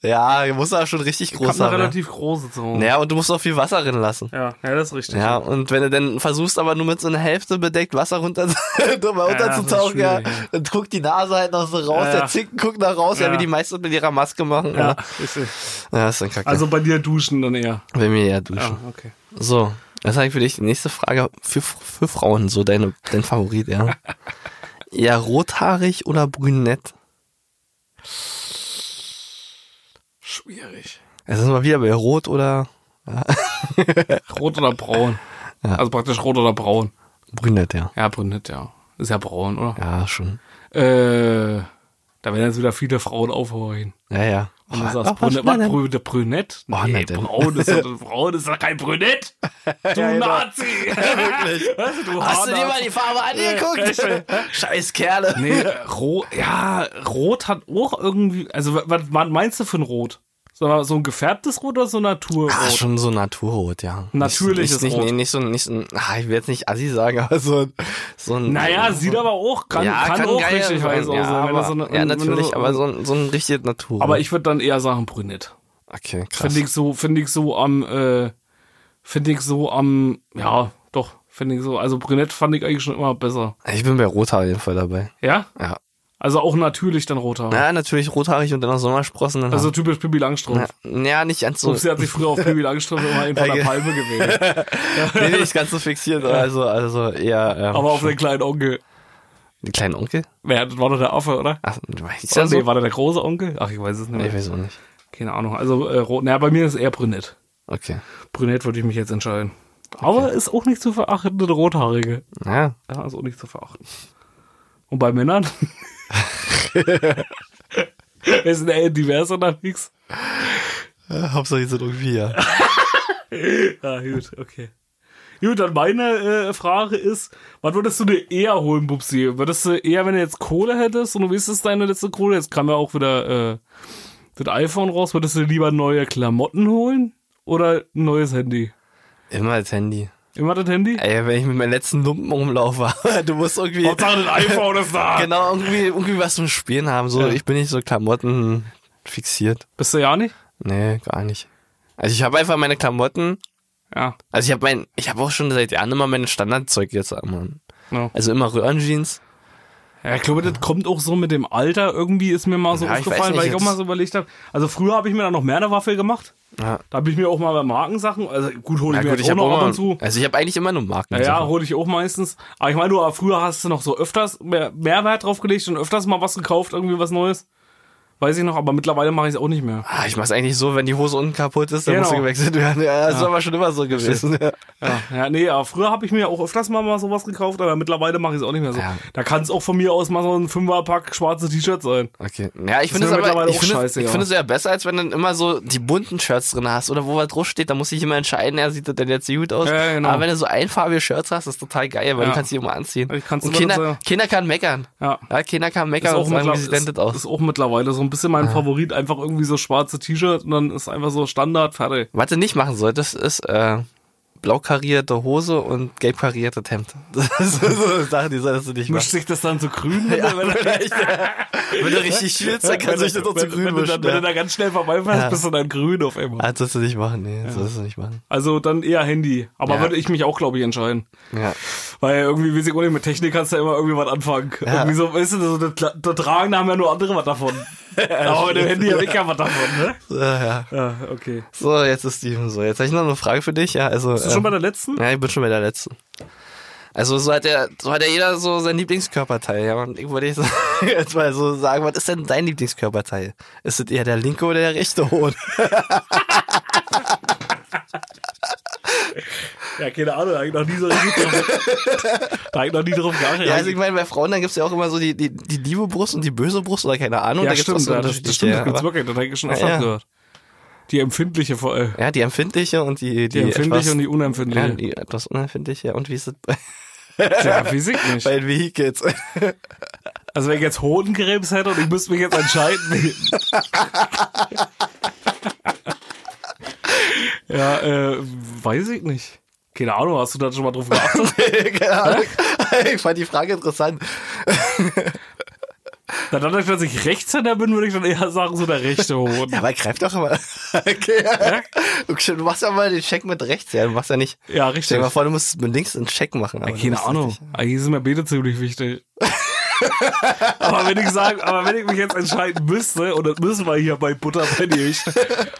Speaker 3: Ja, du musst da schon richtig
Speaker 2: Ich
Speaker 3: groß
Speaker 2: hab eine
Speaker 3: sein.
Speaker 2: relativ große zu Hause.
Speaker 3: Ja, und du musst auch viel Wasser drin lassen.
Speaker 2: Ja, ja, das ist richtig.
Speaker 3: Ja, und wenn du dann versuchst, aber nur mit so einer Hälfte bedeckt Wasser runter, drüber
Speaker 2: Ja,
Speaker 3: unterzutauchen,
Speaker 2: das
Speaker 3: ja,
Speaker 2: ist schwierig, ja.
Speaker 3: dann guckt die Nase halt noch so
Speaker 2: Ja,
Speaker 3: raus,
Speaker 2: ja.
Speaker 3: der Zicken guckt da raus, ja.
Speaker 2: Ja.
Speaker 3: wie die meisten mit ihrer Maske machen.
Speaker 2: Ja,
Speaker 3: Ja,
Speaker 2: richtig.
Speaker 3: ja ist dann kacke.
Speaker 2: Also bei dir duschen dann eher.
Speaker 3: Wenn wir ja duschen.
Speaker 2: Ja, okay.
Speaker 3: So, das habe ich für dich die nächste Frage für, für Frauen, so deine, dein Favorit, ja. Ja, rothaarig oder brünett?
Speaker 2: Schwierig.
Speaker 3: Es ist mal wieder bei rot oder
Speaker 2: Rot oder braun? Also praktisch rot oder braun.
Speaker 3: brünett, ja.
Speaker 2: Ja, brünett, ja. Ist ja braun, oder?
Speaker 3: Ja, schon.
Speaker 2: Äh, da werden jetzt wieder viele Frauen aufhorchen.
Speaker 3: Ja, ja.
Speaker 2: Und du
Speaker 3: Ach,
Speaker 2: sagst,
Speaker 3: ach, was
Speaker 2: Brünett,
Speaker 3: war
Speaker 2: was,
Speaker 3: denn?
Speaker 2: Brü- der Brünett?
Speaker 3: Oh,
Speaker 2: Nee,
Speaker 3: na denn.
Speaker 2: braun ist doch, braun ist doch kein Brünett. Du
Speaker 3: genau.
Speaker 2: Nazi. Weißt du, du
Speaker 3: Hast du dir
Speaker 2: Haarnazi.
Speaker 3: mal die Farbe angeguckt? Scheiß Kerle.
Speaker 2: Nee, rot, ja, rot hat auch irgendwie, also wa- was, was meinst du für ein Rot? So, so ein gefärbtes Rot oder so Naturrot?
Speaker 3: Ah, schon so Naturrot, ja.
Speaker 2: Natürliches
Speaker 3: nicht, nicht,
Speaker 2: Rot.
Speaker 3: Nee, nicht so, nicht so, ah, ich will jetzt nicht Assi sagen, aber so ein, so ein
Speaker 2: naja, sieht aber auch, kann,
Speaker 3: ja,
Speaker 2: kann, auch
Speaker 3: geil
Speaker 2: richtig
Speaker 3: sein,
Speaker 2: heiß aussehen.
Speaker 3: ja,
Speaker 2: wenn das
Speaker 3: aber,
Speaker 2: so eine-
Speaker 3: ja,
Speaker 2: wenn das
Speaker 3: natürlich,
Speaker 2: so,
Speaker 3: aber so ein, so ein richtiges Naturrot.
Speaker 2: Aber ich würde dann eher sagen brünett.
Speaker 3: okay, krass.
Speaker 2: Finde ich so, finde ich so am, äh, finde ich so am, ja, doch, finde ich so, also brünett fand ich eigentlich schon immer besser.
Speaker 3: Ich bin bei Rothaar auf jeden Fall dabei.
Speaker 2: Ja?
Speaker 3: Ja.
Speaker 2: Also auch natürlich dann roter.
Speaker 3: Ja, natürlich rothaarig und dann noch Sommersprossen. Dann
Speaker 2: Also typisch Pippi Langstrumpf.
Speaker 3: ja, ja, nicht ganz so,
Speaker 2: Ups, sie hat sich früher auf Pippi Langstrumpf immer einen von der
Speaker 3: Ja, ge-
Speaker 2: Palme gewählt.
Speaker 3: nee, nicht ganz so fixiert, also, also eher, ähm,
Speaker 2: Aber auf den kleinen Onkel.
Speaker 3: den kleinen Onkel?
Speaker 2: Wer das war doch der Affe, oder?
Speaker 3: Ach, weiß
Speaker 2: Oder
Speaker 3: ja
Speaker 2: Oh, nee,
Speaker 3: so?
Speaker 2: war der der große Onkel? Ach, ich weiß es nicht
Speaker 3: Nee, ich
Speaker 2: mehr.
Speaker 3: weiß auch nicht.
Speaker 2: Keine Ahnung. Also äh, rot. Naja, bei mir ist es eher brünett.
Speaker 3: Okay.
Speaker 2: Brünett würde ich mich jetzt entscheiden. Aber ist auch nicht zu verachten, eine rothaarige.
Speaker 3: Ja,
Speaker 2: Ja, ist auch nicht zu verachten. Und bei Männern? Wir sind eher divers unterwegs.
Speaker 3: Hauptsache die sind irgendwie, ja.
Speaker 2: Ah, gut, okay. Gut, dann meine äh, Frage ist, was würdest du dir eher holen, Bubsi? Würdest du eher, wenn du jetzt Kohle hättest und du weißt, es ist deine letzte Kohle, jetzt kam ja auch wieder äh, das iPhone raus, würdest du dir lieber neue Klamotten holen oder ein neues Handy?
Speaker 3: Immer als Handy.
Speaker 2: Immer das Handy?
Speaker 3: Ey, wenn ich mit meinen letzten Lumpen rumlaufe, du musst irgendwie.
Speaker 2: Hauptsache das iPhone ist da.
Speaker 3: Genau, irgendwie, irgendwie was zum Spielen haben. So,
Speaker 2: Ja.
Speaker 3: ich bin nicht so Klamotten fixiert.
Speaker 2: Bist du ja nicht?
Speaker 3: Nee, gar nicht. Also ich habe einfach meine Klamotten.
Speaker 2: Ja.
Speaker 3: Also ich habe mein, ich habe auch schon seit Jahren immer mein Standardzeug jetzt an.
Speaker 2: No.
Speaker 3: Also immer Röhrenjeans.
Speaker 2: Ja, ich glaube, das kommt auch so mit dem Alter. Irgendwie ist mir mal so
Speaker 3: Ja, ich weiß
Speaker 2: aufgefallen,
Speaker 3: nicht,
Speaker 2: weil ich auch
Speaker 3: jetzt-
Speaker 2: mal so überlegt habe. Also früher habe ich mir da noch mehr der Waffel gemacht.
Speaker 3: Ja.
Speaker 2: Da habe ich mir auch mal bei Markensachen, also gut, hole
Speaker 3: Ja,
Speaker 2: ich mir
Speaker 3: gut,
Speaker 2: jetzt
Speaker 3: ich
Speaker 2: auch
Speaker 3: habe
Speaker 2: noch ab
Speaker 3: immer,
Speaker 2: und zu.
Speaker 3: also ich habe eigentlich immer nur Marken. Also,
Speaker 2: Ja, hole ich auch meistens. Aber ich meine, du, aber früher hast du noch so öfters mehr, mehr Wert drauf gelegt und öfters mal was gekauft, irgendwie was Neues. Weiß ich noch, aber mittlerweile mache ich es auch nicht mehr.
Speaker 3: Ah, ich mach's eigentlich so, wenn die Hose unten kaputt ist, dann muss sie
Speaker 2: Genau.
Speaker 3: gewechselt werden. Ja, das ist aber schon immer so gewesen. Ja.
Speaker 2: Ja, ja nee, aber früher habe ich mir auch öfters mal, mal sowas gekauft, aber mittlerweile mache ich es auch nicht mehr so.
Speaker 3: Ja.
Speaker 2: Da kann es auch von mir aus mal so ein Fünferpack schwarze T-Shirts sein.
Speaker 3: Okay. Ja, ich finde
Speaker 2: ist
Speaker 3: es
Speaker 2: mir
Speaker 3: aber
Speaker 2: mittlerweile
Speaker 3: ich
Speaker 2: auch
Speaker 3: finde es-
Speaker 2: scheißegal.
Speaker 3: ich finde es ja besser, als wenn du immer so die bunten Shirts drin hast oder wo was drauf steht, da muss ich immer entscheiden, ja, sieht das denn jetzt gut aus.
Speaker 2: Ja, genau.
Speaker 3: Aber wenn du so einfarbige Shirts hast, ist total geil, weil
Speaker 2: Ja.
Speaker 3: du kannst die immer anziehen.
Speaker 2: Ich kann's
Speaker 3: Und
Speaker 2: immer
Speaker 3: Kinder,
Speaker 2: so-
Speaker 3: Kinder kann meckern.
Speaker 2: Ja.
Speaker 3: ja Kinder kann meckern und sagen,
Speaker 2: mittler-
Speaker 3: wie sieht denn das
Speaker 2: ist,
Speaker 3: aus. Ah.
Speaker 2: ist auch mittlerweile so ein bisschen mein Favorit, einfach irgendwie so schwarze T-Shirt und dann ist einfach so Standard, fertig.
Speaker 3: Was du nicht machen solltest, ist äh, blau karierte Hose und gelb karierte Hemd. Das sind so eine Sache, die solltest du nicht machen.
Speaker 2: Mischt sich das dann zu grün?
Speaker 3: Ja, vielleicht, ja. Wenn du richtig schwitzt, dann kannst du dich das auch zu
Speaker 2: wenn, wenn,
Speaker 3: grün
Speaker 2: du dann, wenn du
Speaker 3: mischen.
Speaker 2: da ganz schnell vorbeifährst,
Speaker 3: Ja.
Speaker 2: bist du dann grün auf einmal.
Speaker 3: Ah, das sollst du nicht machen, nee, das sollst du nicht machen.
Speaker 2: Also dann eher Handy. Aber
Speaker 3: Ja.
Speaker 2: würde ich mich auch, glaube ich, entscheiden.
Speaker 3: Ja.
Speaker 2: Weil irgendwie, weiß ich auch nicht, mit Technik kannst du ja immer irgendwie was anfangen. Irgendwie so, weißt du, so, das, Kla- das Tragen haben ja nur andere was davon. Aber mit dem Handy habe ich ja was davon, ne?
Speaker 3: So, Ah, ja.
Speaker 2: Ja, okay.
Speaker 3: So, jetzt ist Steven so. Jetzt habe ich noch eine Frage für dich. Ja, also,
Speaker 2: Bist du schon bei der letzten?
Speaker 3: ja, ich bin schon bei der letzten. Also so hat ja, so hat ja jeder so seinen Lieblingskörperteil. Ja, und ich würde jetzt- jetzt mal so sagen, was ist denn dein Lieblingskörperteil? Ist es eher der linke oder der rechte Hoden?
Speaker 2: Ja, keine Ahnung, da hab ich noch nie so richtig drauf. da hab ich noch nie drauf geachtet.
Speaker 3: Ja, also ich meine, bei Frauen, dann gibt's ja auch immer so die, die, die liebe Brust und die böse Brust oder keine Ahnung.
Speaker 2: ja,
Speaker 3: da gibt's auch
Speaker 2: stimmt,
Speaker 3: so
Speaker 2: ja, das, das
Speaker 3: unterschiedliche,
Speaker 2: stimmt, das
Speaker 3: aber-
Speaker 2: gibt's wirklich, das hab ich schon oft
Speaker 3: Ja, ja.
Speaker 2: gehört. Die empfindliche, vor- äh,
Speaker 3: Ja, die empfindliche und die, die,
Speaker 2: die empfindliche
Speaker 3: etwas,
Speaker 2: und die unempfindliche.
Speaker 3: ja, die etwas unempfindliche. Und wie ist es bei,
Speaker 2: Ja, Physik nicht.
Speaker 3: bei den Vehicles?
Speaker 2: Also wenn ich jetzt Hodenkrebs hätte und ich müsste mich jetzt entscheiden. ja, äh, weiß ich nicht. Keine Ahnung, hast du da schon mal drauf geachtet?
Speaker 3: keine Ahnung. Ich fand die Frage interessant.
Speaker 2: Na, dadurch, dass ich Rechtshänder bin, würde ich dann eher sagen, so der rechte
Speaker 3: Ja,
Speaker 2: Hoden.
Speaker 3: aber greif doch immer. Okay. Okay, du machst ja mal den Check mit rechts, ja. Du machst ja nicht.
Speaker 2: Ja, richtig.
Speaker 3: Stell dir mal vor, du musst mit links einen Check machen. aber
Speaker 2: Ja,
Speaker 3: du
Speaker 2: keine
Speaker 3: bist
Speaker 2: Ahnung.
Speaker 3: richtig-
Speaker 2: Eigentlich ist mir Bete ziemlich wichtig. aber wenn ich sage, aber wenn ich mich jetzt entscheiden müsste, und das müssen wir hier bei Butter bei nicht,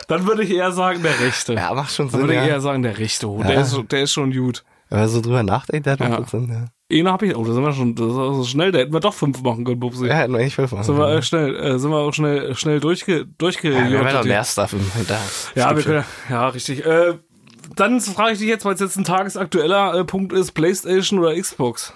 Speaker 2: dann würde ich eher sagen, der rechte.
Speaker 3: Ja, macht schon
Speaker 2: dann
Speaker 3: Sinn.
Speaker 2: würde ich
Speaker 3: Ja.
Speaker 2: eher sagen, der rechte Hoden. Der,
Speaker 3: Ja.
Speaker 2: ist, der ist schon gut.
Speaker 3: Wenn man so drüber nachdenkt, der hat
Speaker 2: Ja.
Speaker 3: macht das Sinn. Ja,
Speaker 2: Eine habe ich. Oh, da sind wir schon das ist so schnell. Da hätten wir doch fünf machen können, Bubsi.
Speaker 3: ja hätten wir eigentlich fünf machen.
Speaker 2: Sind wir
Speaker 3: können.
Speaker 2: äh, schnell, äh, sind wir auch schnell, schnell durchge, durchge
Speaker 3: Ja, wir haben ja noch mehr Stuff im Hinter.
Speaker 2: äh, ja, wir können, ja, richtig. Äh, dann frage ich dich jetzt, weil es jetzt ein tagesaktueller äh, Punkt ist, PlayStation oder Xbox?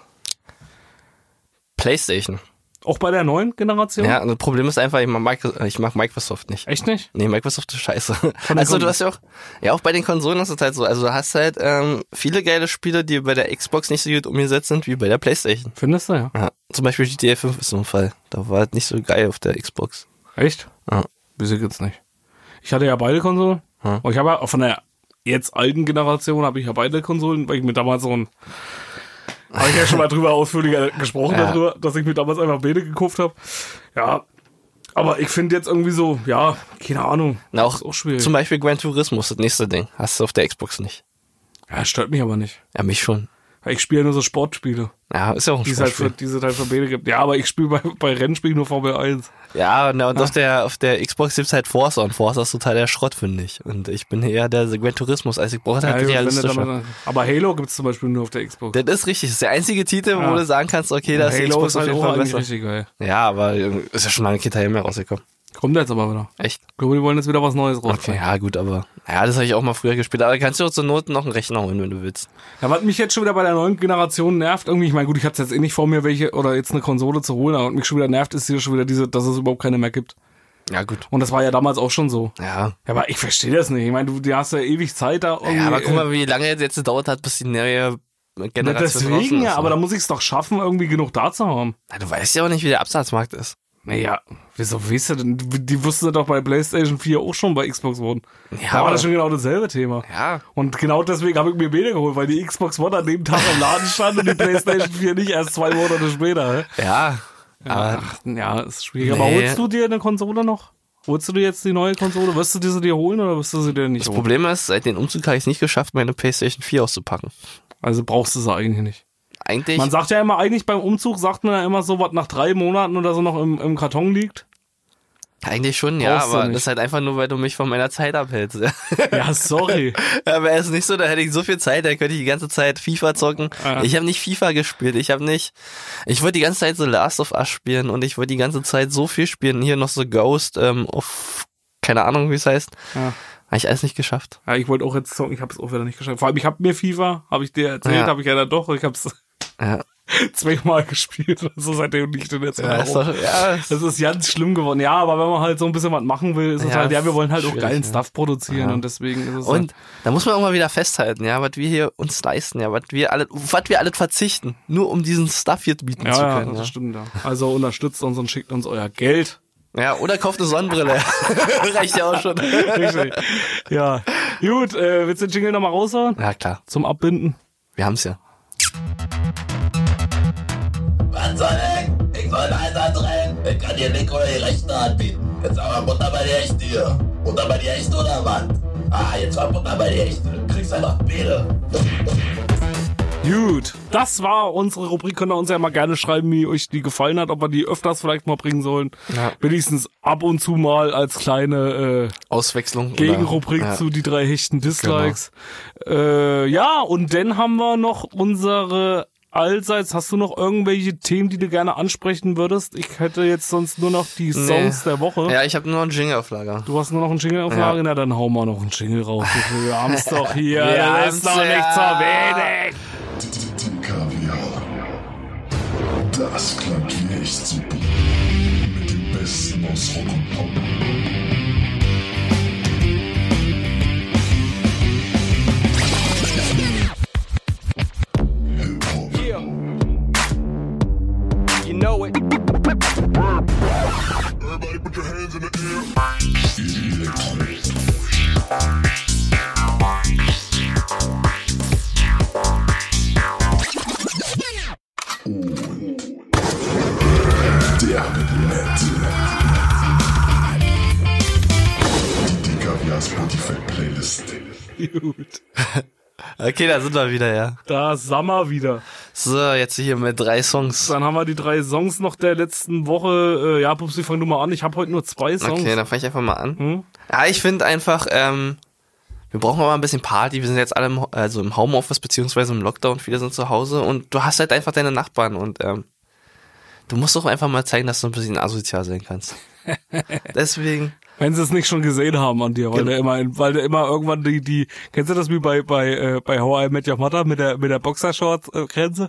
Speaker 3: Playstation.
Speaker 2: Auch bei der neuen Generation?
Speaker 3: Ja, und das Problem ist einfach, ich mag, Micro- äh, ich mag Microsoft nicht.
Speaker 2: Echt nicht?
Speaker 3: Nee, Microsoft ist scheiße. Also
Speaker 2: Konsolen.
Speaker 3: du hast ja auch, ja auch bei den Konsolen ist es halt so. Also du hast halt ähm, viele geile Spiele, die bei der Xbox nicht so gut umgesetzt sind wie bei der Playstation.
Speaker 2: Findest du, ja.
Speaker 3: Ja, zum Beispiel GTA 5 ist so ein Fall. Da war halt nicht so geil auf der Xbox.
Speaker 2: Echt?
Speaker 3: Ja.
Speaker 2: Wieso gibt's nicht? Ich hatte ja beide Konsolen.
Speaker 3: Hm.
Speaker 2: Aber Ich habe ja auch von der jetzt alten Generation habe ich ja beide Konsolen, weil ich mir damals so ein habe ich ja schon mal drüber ausführlicher gesprochen
Speaker 3: Ja.
Speaker 2: darüber, dass ich mir damals einfach Bede gekauft habe. Ja. Aber ich finde jetzt irgendwie so, ja, keine Ahnung.
Speaker 3: Na, auch,
Speaker 2: Ist auch schwierig.
Speaker 3: zum Beispiel Gran Turismo ist das nächste Ding. Hast du auf der Xbox nicht.
Speaker 2: Ja, stört mich aber nicht.
Speaker 3: Ja, mich schon.
Speaker 2: Weil ich spiele ja nur so Sportspiele,
Speaker 3: Ja, ist ja auch ein
Speaker 2: die es halt
Speaker 3: Sportspiel.
Speaker 2: für, die es halt für Bede gibt. Ja, aber ich spiele bei, bei Rennspielen nur Formel 1.
Speaker 3: Ja, na, und auf der auf der Xbox gibt's halt Forza und Forza ist total der Schrott, finde ich. Und ich bin eher der Gran Turismus, also ich brauche
Speaker 2: Ja,
Speaker 3: halt
Speaker 2: gut, wenn du
Speaker 3: realistischer.
Speaker 2: damit- aber Halo gibt's zum Beispiel nur auf der Xbox.
Speaker 3: Das ist richtig. Das ist der einzige Titel,
Speaker 2: Ja.
Speaker 3: wo du sagen kannst, okay, das ist die
Speaker 2: Halo
Speaker 3: Xbox
Speaker 2: ist
Speaker 3: auf
Speaker 2: halt
Speaker 3: jeden
Speaker 2: auch
Speaker 3: Fall
Speaker 2: eigentlich
Speaker 3: besser.
Speaker 2: richtig geil.
Speaker 3: Ja, aber irgendwie ist ja schon lange kein Teil mehr rausgekommen.
Speaker 2: Kommt jetzt aber wieder.
Speaker 3: Echt?
Speaker 2: Ich glaube, die wollen jetzt wieder was Neues raus.
Speaker 3: Okay, ja, gut, aber. Ja, das habe ich auch mal früher gespielt. Aber kannst du auch zur Not noch einen Rechner holen, wenn du willst.
Speaker 2: Ja, was mich jetzt schon wieder bei der neuen Generation nervt, irgendwie, ich meine, gut, ich hab's jetzt eh nicht vor mir, welche oder jetzt eine Konsole zu holen, aber was mich schon wieder nervt, ist hier schon wieder diese, dass es überhaupt keine mehr gibt.
Speaker 3: Ja, gut.
Speaker 2: Und das war ja damals auch schon so.
Speaker 3: Ja.
Speaker 2: Ja, aber ich verstehe das nicht. Ich meine, du die hast ja ewig Zeit da. Irgendwie,
Speaker 3: Ja, aber guck
Speaker 2: äh,
Speaker 3: mal, wie lange es jetzt gedauert hat, bis die neue Generation.
Speaker 2: na,
Speaker 3: draußen
Speaker 2: deswegen
Speaker 3: ist,
Speaker 2: ja, aber
Speaker 3: ne?
Speaker 2: da muss ich es doch schaffen, irgendwie genug da zu haben.
Speaker 3: Na, du weißt ja auch nicht, wie der Absatzmarkt ist.
Speaker 2: Naja, wieso weißt du denn? Die wussten doch bei PlayStation 4 auch schon bei Xbox One.
Speaker 3: Ja,
Speaker 2: da war
Speaker 3: aber-
Speaker 2: das schon genau dasselbe Thema.
Speaker 3: Ja.
Speaker 2: Und genau deswegen habe ich mir Bäder geholt, weil die Xbox One an dem Tag im Laden stand und die PlayStation 4 nicht erst zwei Monate später. hä?
Speaker 3: Ja. Aber
Speaker 2: Ach, ja, ist schwierig. Aber
Speaker 3: Nee.
Speaker 2: holst du dir eine Konsole noch? Holst du dir jetzt die neue Konsole? Wirst du diese dir holen oder wirst du sie dir nicht
Speaker 3: das
Speaker 2: holen?
Speaker 3: Problem ist, seit dem Umzug habe ich es nicht geschafft, meine PlayStation 4 auszupacken.
Speaker 2: Also brauchst du sie eigentlich nicht.
Speaker 3: Eigentlich.
Speaker 2: Man sagt ja immer, eigentlich beim Umzug sagt man ja immer so, was nach drei Monaten oder so noch im, im Karton liegt.
Speaker 3: Eigentlich schon, ja,
Speaker 2: Brauchst du
Speaker 3: aber
Speaker 2: nicht.
Speaker 3: das ist halt einfach nur, weil du mich von meiner Zeit abhältst.
Speaker 2: Ja, sorry.
Speaker 3: Aber er ist nicht so, da hätte ich so viel Zeit, dann könnte ich die ganze Zeit FIFA zocken.
Speaker 2: Ah, Ja.
Speaker 3: Ich habe nicht FIFA gespielt, ich habe nicht. Ich wollte die ganze Zeit so Last of Us spielen und ich wollte die ganze Zeit so viel spielen. Hier noch so Ghost ähm, auf keine Ahnung, wie es heißt.
Speaker 2: Ja.
Speaker 3: Habe ich alles nicht geschafft.
Speaker 2: ja, ich wollte auch jetzt zocken, ich habe es auch wieder nicht geschafft. Vor allem, ich habe mir FIFA, habe ich dir erzählt,
Speaker 3: Ja.
Speaker 2: habe ich ja dann doch, ich habe es
Speaker 3: Ja,
Speaker 2: zweimal gespielt. Also seitdem liegt in der Zeit.
Speaker 3: ja,
Speaker 2: auch.
Speaker 3: ist doch, ja, ist,
Speaker 2: Das oh. ist ganz schlimm geworden. Ja, aber wenn man halt so ein bisschen was machen will, ist es
Speaker 3: Ja,
Speaker 2: halt, ja, wir
Speaker 3: ist
Speaker 2: wollen halt auch
Speaker 3: schwierig,
Speaker 2: geilen
Speaker 3: ja.
Speaker 2: Stuff produzieren
Speaker 3: Ja.
Speaker 2: und deswegen ist es
Speaker 3: und
Speaker 2: halt,
Speaker 3: da muss man auch mal wieder festhalten, ja, was wir hier uns leisten, ja, was wir alle, was wir alles verzichten, nur um diesen Stuff hier bieten zu
Speaker 2: ja, ja,
Speaker 3: können. Ja.
Speaker 2: das stimmt, ja. Also unterstützt uns und schickt uns euer Geld.
Speaker 3: ja, oder kauft eine Sonnenbrille. Reicht ja auch schon.
Speaker 2: Richtig. ja. Gut, äh, willst du den Jingle nochmal raushauen?
Speaker 3: Ja, klar.
Speaker 2: Zum Abbinden.
Speaker 3: Wir haben's ja.
Speaker 4: Was soll ich? Ich soll Einsatz rein. Ich kann dir linke oder die rechte Hand bieten. Jetzt aber Butter bei die echte hier. Butter bei die echte oder was? Ah, jetzt war Butter bei die echte. Du kriegst ja noch Biere.
Speaker 2: Gut, das war unsere Rubrik. Könnt ihr uns ja mal gerne schreiben, wie euch die gefallen hat, ob wir die öfters vielleicht mal bringen sollen.
Speaker 3: Ja.
Speaker 2: Wenigstens ab und zu mal als kleine äh,
Speaker 3: Auswechslung.
Speaker 2: Gegenrubrik
Speaker 3: oder, Genau. ja. Genau.
Speaker 2: zu die drei hechten Dislikes. Äh, ja, und dann haben wir noch unsere Allseits hast du noch irgendwelche Themen, die du gerne ansprechen würdest? Ich hätte jetzt sonst nur noch die Songs der Woche.
Speaker 3: Ja, ich habe nur noch einen Jingle auf Lager.
Speaker 2: Du hast nur noch einen Jingle auf Lager? Na, dann hau mal noch einen Jingle raus. Wir haben's doch hier.
Speaker 3: Wir
Speaker 2: das ist
Speaker 3: haben's,
Speaker 2: doch nicht
Speaker 3: ja.
Speaker 2: so wenig.
Speaker 4: Kaviar. Das klingt wie echt super. Mit dem Besten aus Rock und Pop. Hip-Hop.
Speaker 3: You know it.
Speaker 4: Everybody put your hands in the air. Electronic. Und der Nette. Die Dicker via Spotify-Playlist.
Speaker 2: Gut.
Speaker 3: Okay, da sind wir wieder, ja.
Speaker 2: Da sind wir wieder.
Speaker 3: So, jetzt hier mit drei Songs.
Speaker 2: Dann haben wir die drei Songs noch der letzten Woche. Äh, ja, Pupsi, fang du mal an. Ich habe heute nur zwei Songs.
Speaker 3: Okay, dann fange ich einfach mal an.
Speaker 2: Hm?
Speaker 3: Ja, ich finde einfach, ähm, wir brauchen aber ein bisschen Party. Wir sind jetzt alle im, also im Homeoffice beziehungsweise im Lockdown. Viele sind zu Hause und du hast halt einfach deine Nachbarn und ähm, du musst doch einfach mal zeigen, dass du ein bisschen asozial sein kannst. Deswegen,
Speaker 2: Wenn sie es nicht schon gesehen haben an dir, weil
Speaker 3: Genau.
Speaker 2: der immer, weil der immer irgendwann die, die, kennst du das wie bei, bei, äh, bei How I Met Your Mother mit der, mit der Boxershorts-Grenze?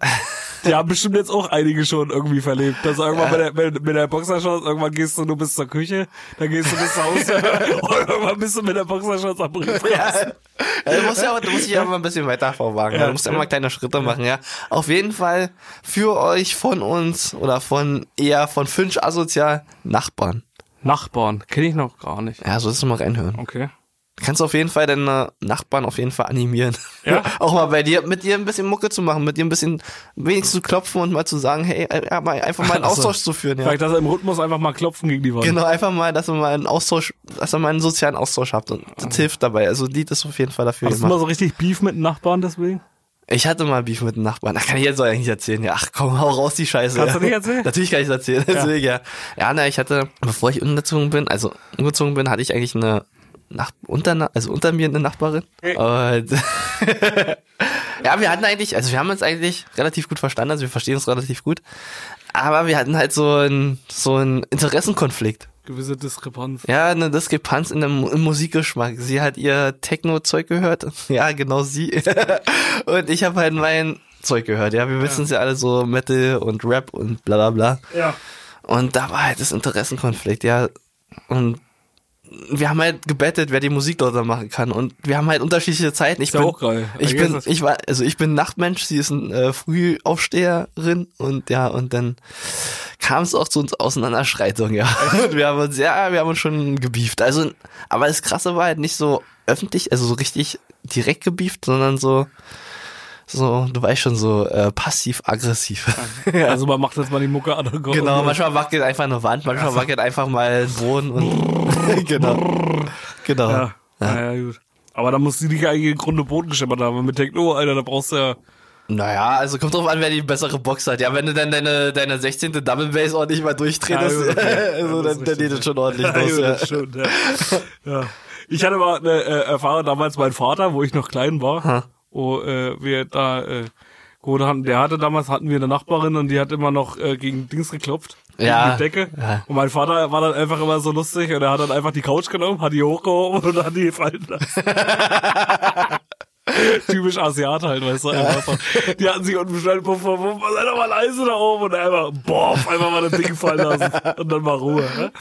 Speaker 2: Die haben bestimmt jetzt auch einige schon irgendwie verlebt, dass du irgendwann mit der, mit, mit der Boxershorts, irgendwann gehst du nur bis zur Küche, dann gehst du bis zur Haustür und irgendwann bist du mit der Boxershorts am Briefkasten.
Speaker 3: Ja, Äh, du musst ja, du musst dich ja immer ein bisschen weiter vorwagen. Du musst immer kleine Schritte machen, ja. Auf jeden Fall für euch von uns oder von eher von Finch asozial Nachbarn.
Speaker 2: Nachbarn, kenne ich noch gar nicht.
Speaker 3: Ja, so ist es mal reinhören.
Speaker 2: Okay.
Speaker 3: Du kannst auf jeden Fall deine Nachbarn auf jeden Fall animieren.
Speaker 2: Ja.
Speaker 3: Auch mal bei dir, mit dir ein bisschen Mucke zu machen, mit dir ein bisschen wenigstens zu klopfen und mal zu sagen, hey, äh, ja, mal einfach mal einen
Speaker 2: Ach so.
Speaker 3: Austausch zu führen, ja.
Speaker 2: Vielleicht, dass er im Rhythmus einfach mal klopfen gegen die Wand.
Speaker 3: Genau, einfach mal, dass ihr mal einen Austausch, dass ihr mal einen sozialen Austausch habt und das hilft dabei. Also, Lied ist auf jeden Fall dafür
Speaker 2: Hast du mal so richtig Beef mit dem Nachbarn deswegen?
Speaker 3: Ich hatte mal Beef mit einem Nachbarn. Da kann ich jetzt auch eigentlich erzählen. Ja, ach komm, hau raus die Scheiße.
Speaker 2: Kannst
Speaker 3: ja.
Speaker 2: du nicht erzählen?
Speaker 3: Natürlich kann ich es erzählen. Deswegen, ja. Ja, na, ich hatte, bevor ich umgezogen bin, also umgezogen bin, hatte ich eigentlich eine nach, unter, also unter mir eine Nachbarin. Und ja, wir hatten eigentlich, also wir haben uns eigentlich relativ gut verstanden, also wir verstehen uns relativ gut. Aber wir hatten halt so einen so einen Interessenkonflikt.
Speaker 2: Gewisse Diskrepanz.
Speaker 3: Ja, eine Diskrepanz in dem, im Musikgeschmack. Sie hat ihr Techno-Zeug gehört. Ja, genau sie. und ich habe halt mein Zeug gehört. Ja, wir wissen es ja alle so Metal und Rap und bla bla bla.
Speaker 2: Ja.
Speaker 3: Und da war halt das Interessenkonflikt, ja. Und wir haben halt gebettet, wer die Musik lauter machen kann. Und wir haben halt unterschiedliche Zeiten. Ich
Speaker 2: ja
Speaker 3: bin,
Speaker 2: auch geil.
Speaker 3: Ich
Speaker 2: Eigentlich
Speaker 3: bin,
Speaker 2: ist das-
Speaker 3: ich war, also ich bin Nachtmensch, sie ist ein äh, Frühaufsteherin und ja, und dann kam es auch zu uns Auseinanderschreitung, ja. Und wir haben uns, ja, wir haben uns schon gebieft. Also, aber das Krasse war halt nicht so öffentlich, also so richtig direkt gebieft, sondern so, so, du weißt schon, so äh, passiv-aggressiv.
Speaker 2: Also man macht jetzt mal die Mucke an. und-
Speaker 3: Genau, manchmal wackelt einfach eine Wand, manchmal wackelt einfach mal ein Boden und genau. Genau.
Speaker 2: Ja. Ja. gut. Aber da muss die Liga eigentlich im Grunde Boden geschimmert haben. Wenn man denkt, oh, Alter, da brauchst du ja.
Speaker 3: Naja, also kommt drauf an, wer die bessere Box hat. Ja, wenn du dann deine, deine 16. Double Bass ordentlich mal durchtretest,
Speaker 2: Ja, gut, okay.
Speaker 3: also
Speaker 2: Ja, das
Speaker 3: dann,
Speaker 2: ist
Speaker 3: dann geht
Speaker 2: richtig.
Speaker 3: es schon ordentlich
Speaker 2: Ja,
Speaker 3: los.
Speaker 2: gut,
Speaker 3: Ja.
Speaker 2: das stimmt, ja. ja. Ich hatte mal eine äh, Erfahrung damals mein Vater, wo ich noch klein war, wo äh, wir da äh, gut hatten. Der hatte damals hatten wir eine Nachbarin und die hat immer noch äh, gegen Dings geklopft. gegen
Speaker 3: Ja.
Speaker 2: Die Decke.
Speaker 3: Ja.
Speaker 2: Und mein Vater war dann einfach immer so lustig und er hat dann einfach die Couch genommen, hat die hochgehoben und hat die fallen lassen. Typisch Asiat halt, weißt du. einfach so. Die hatten sich unten bestellt, puff, puff, puff, sei doch mal leise da oben und einfach, boah, einfach mal das Ding fallen lassen und dann mal Ruhe. Ne?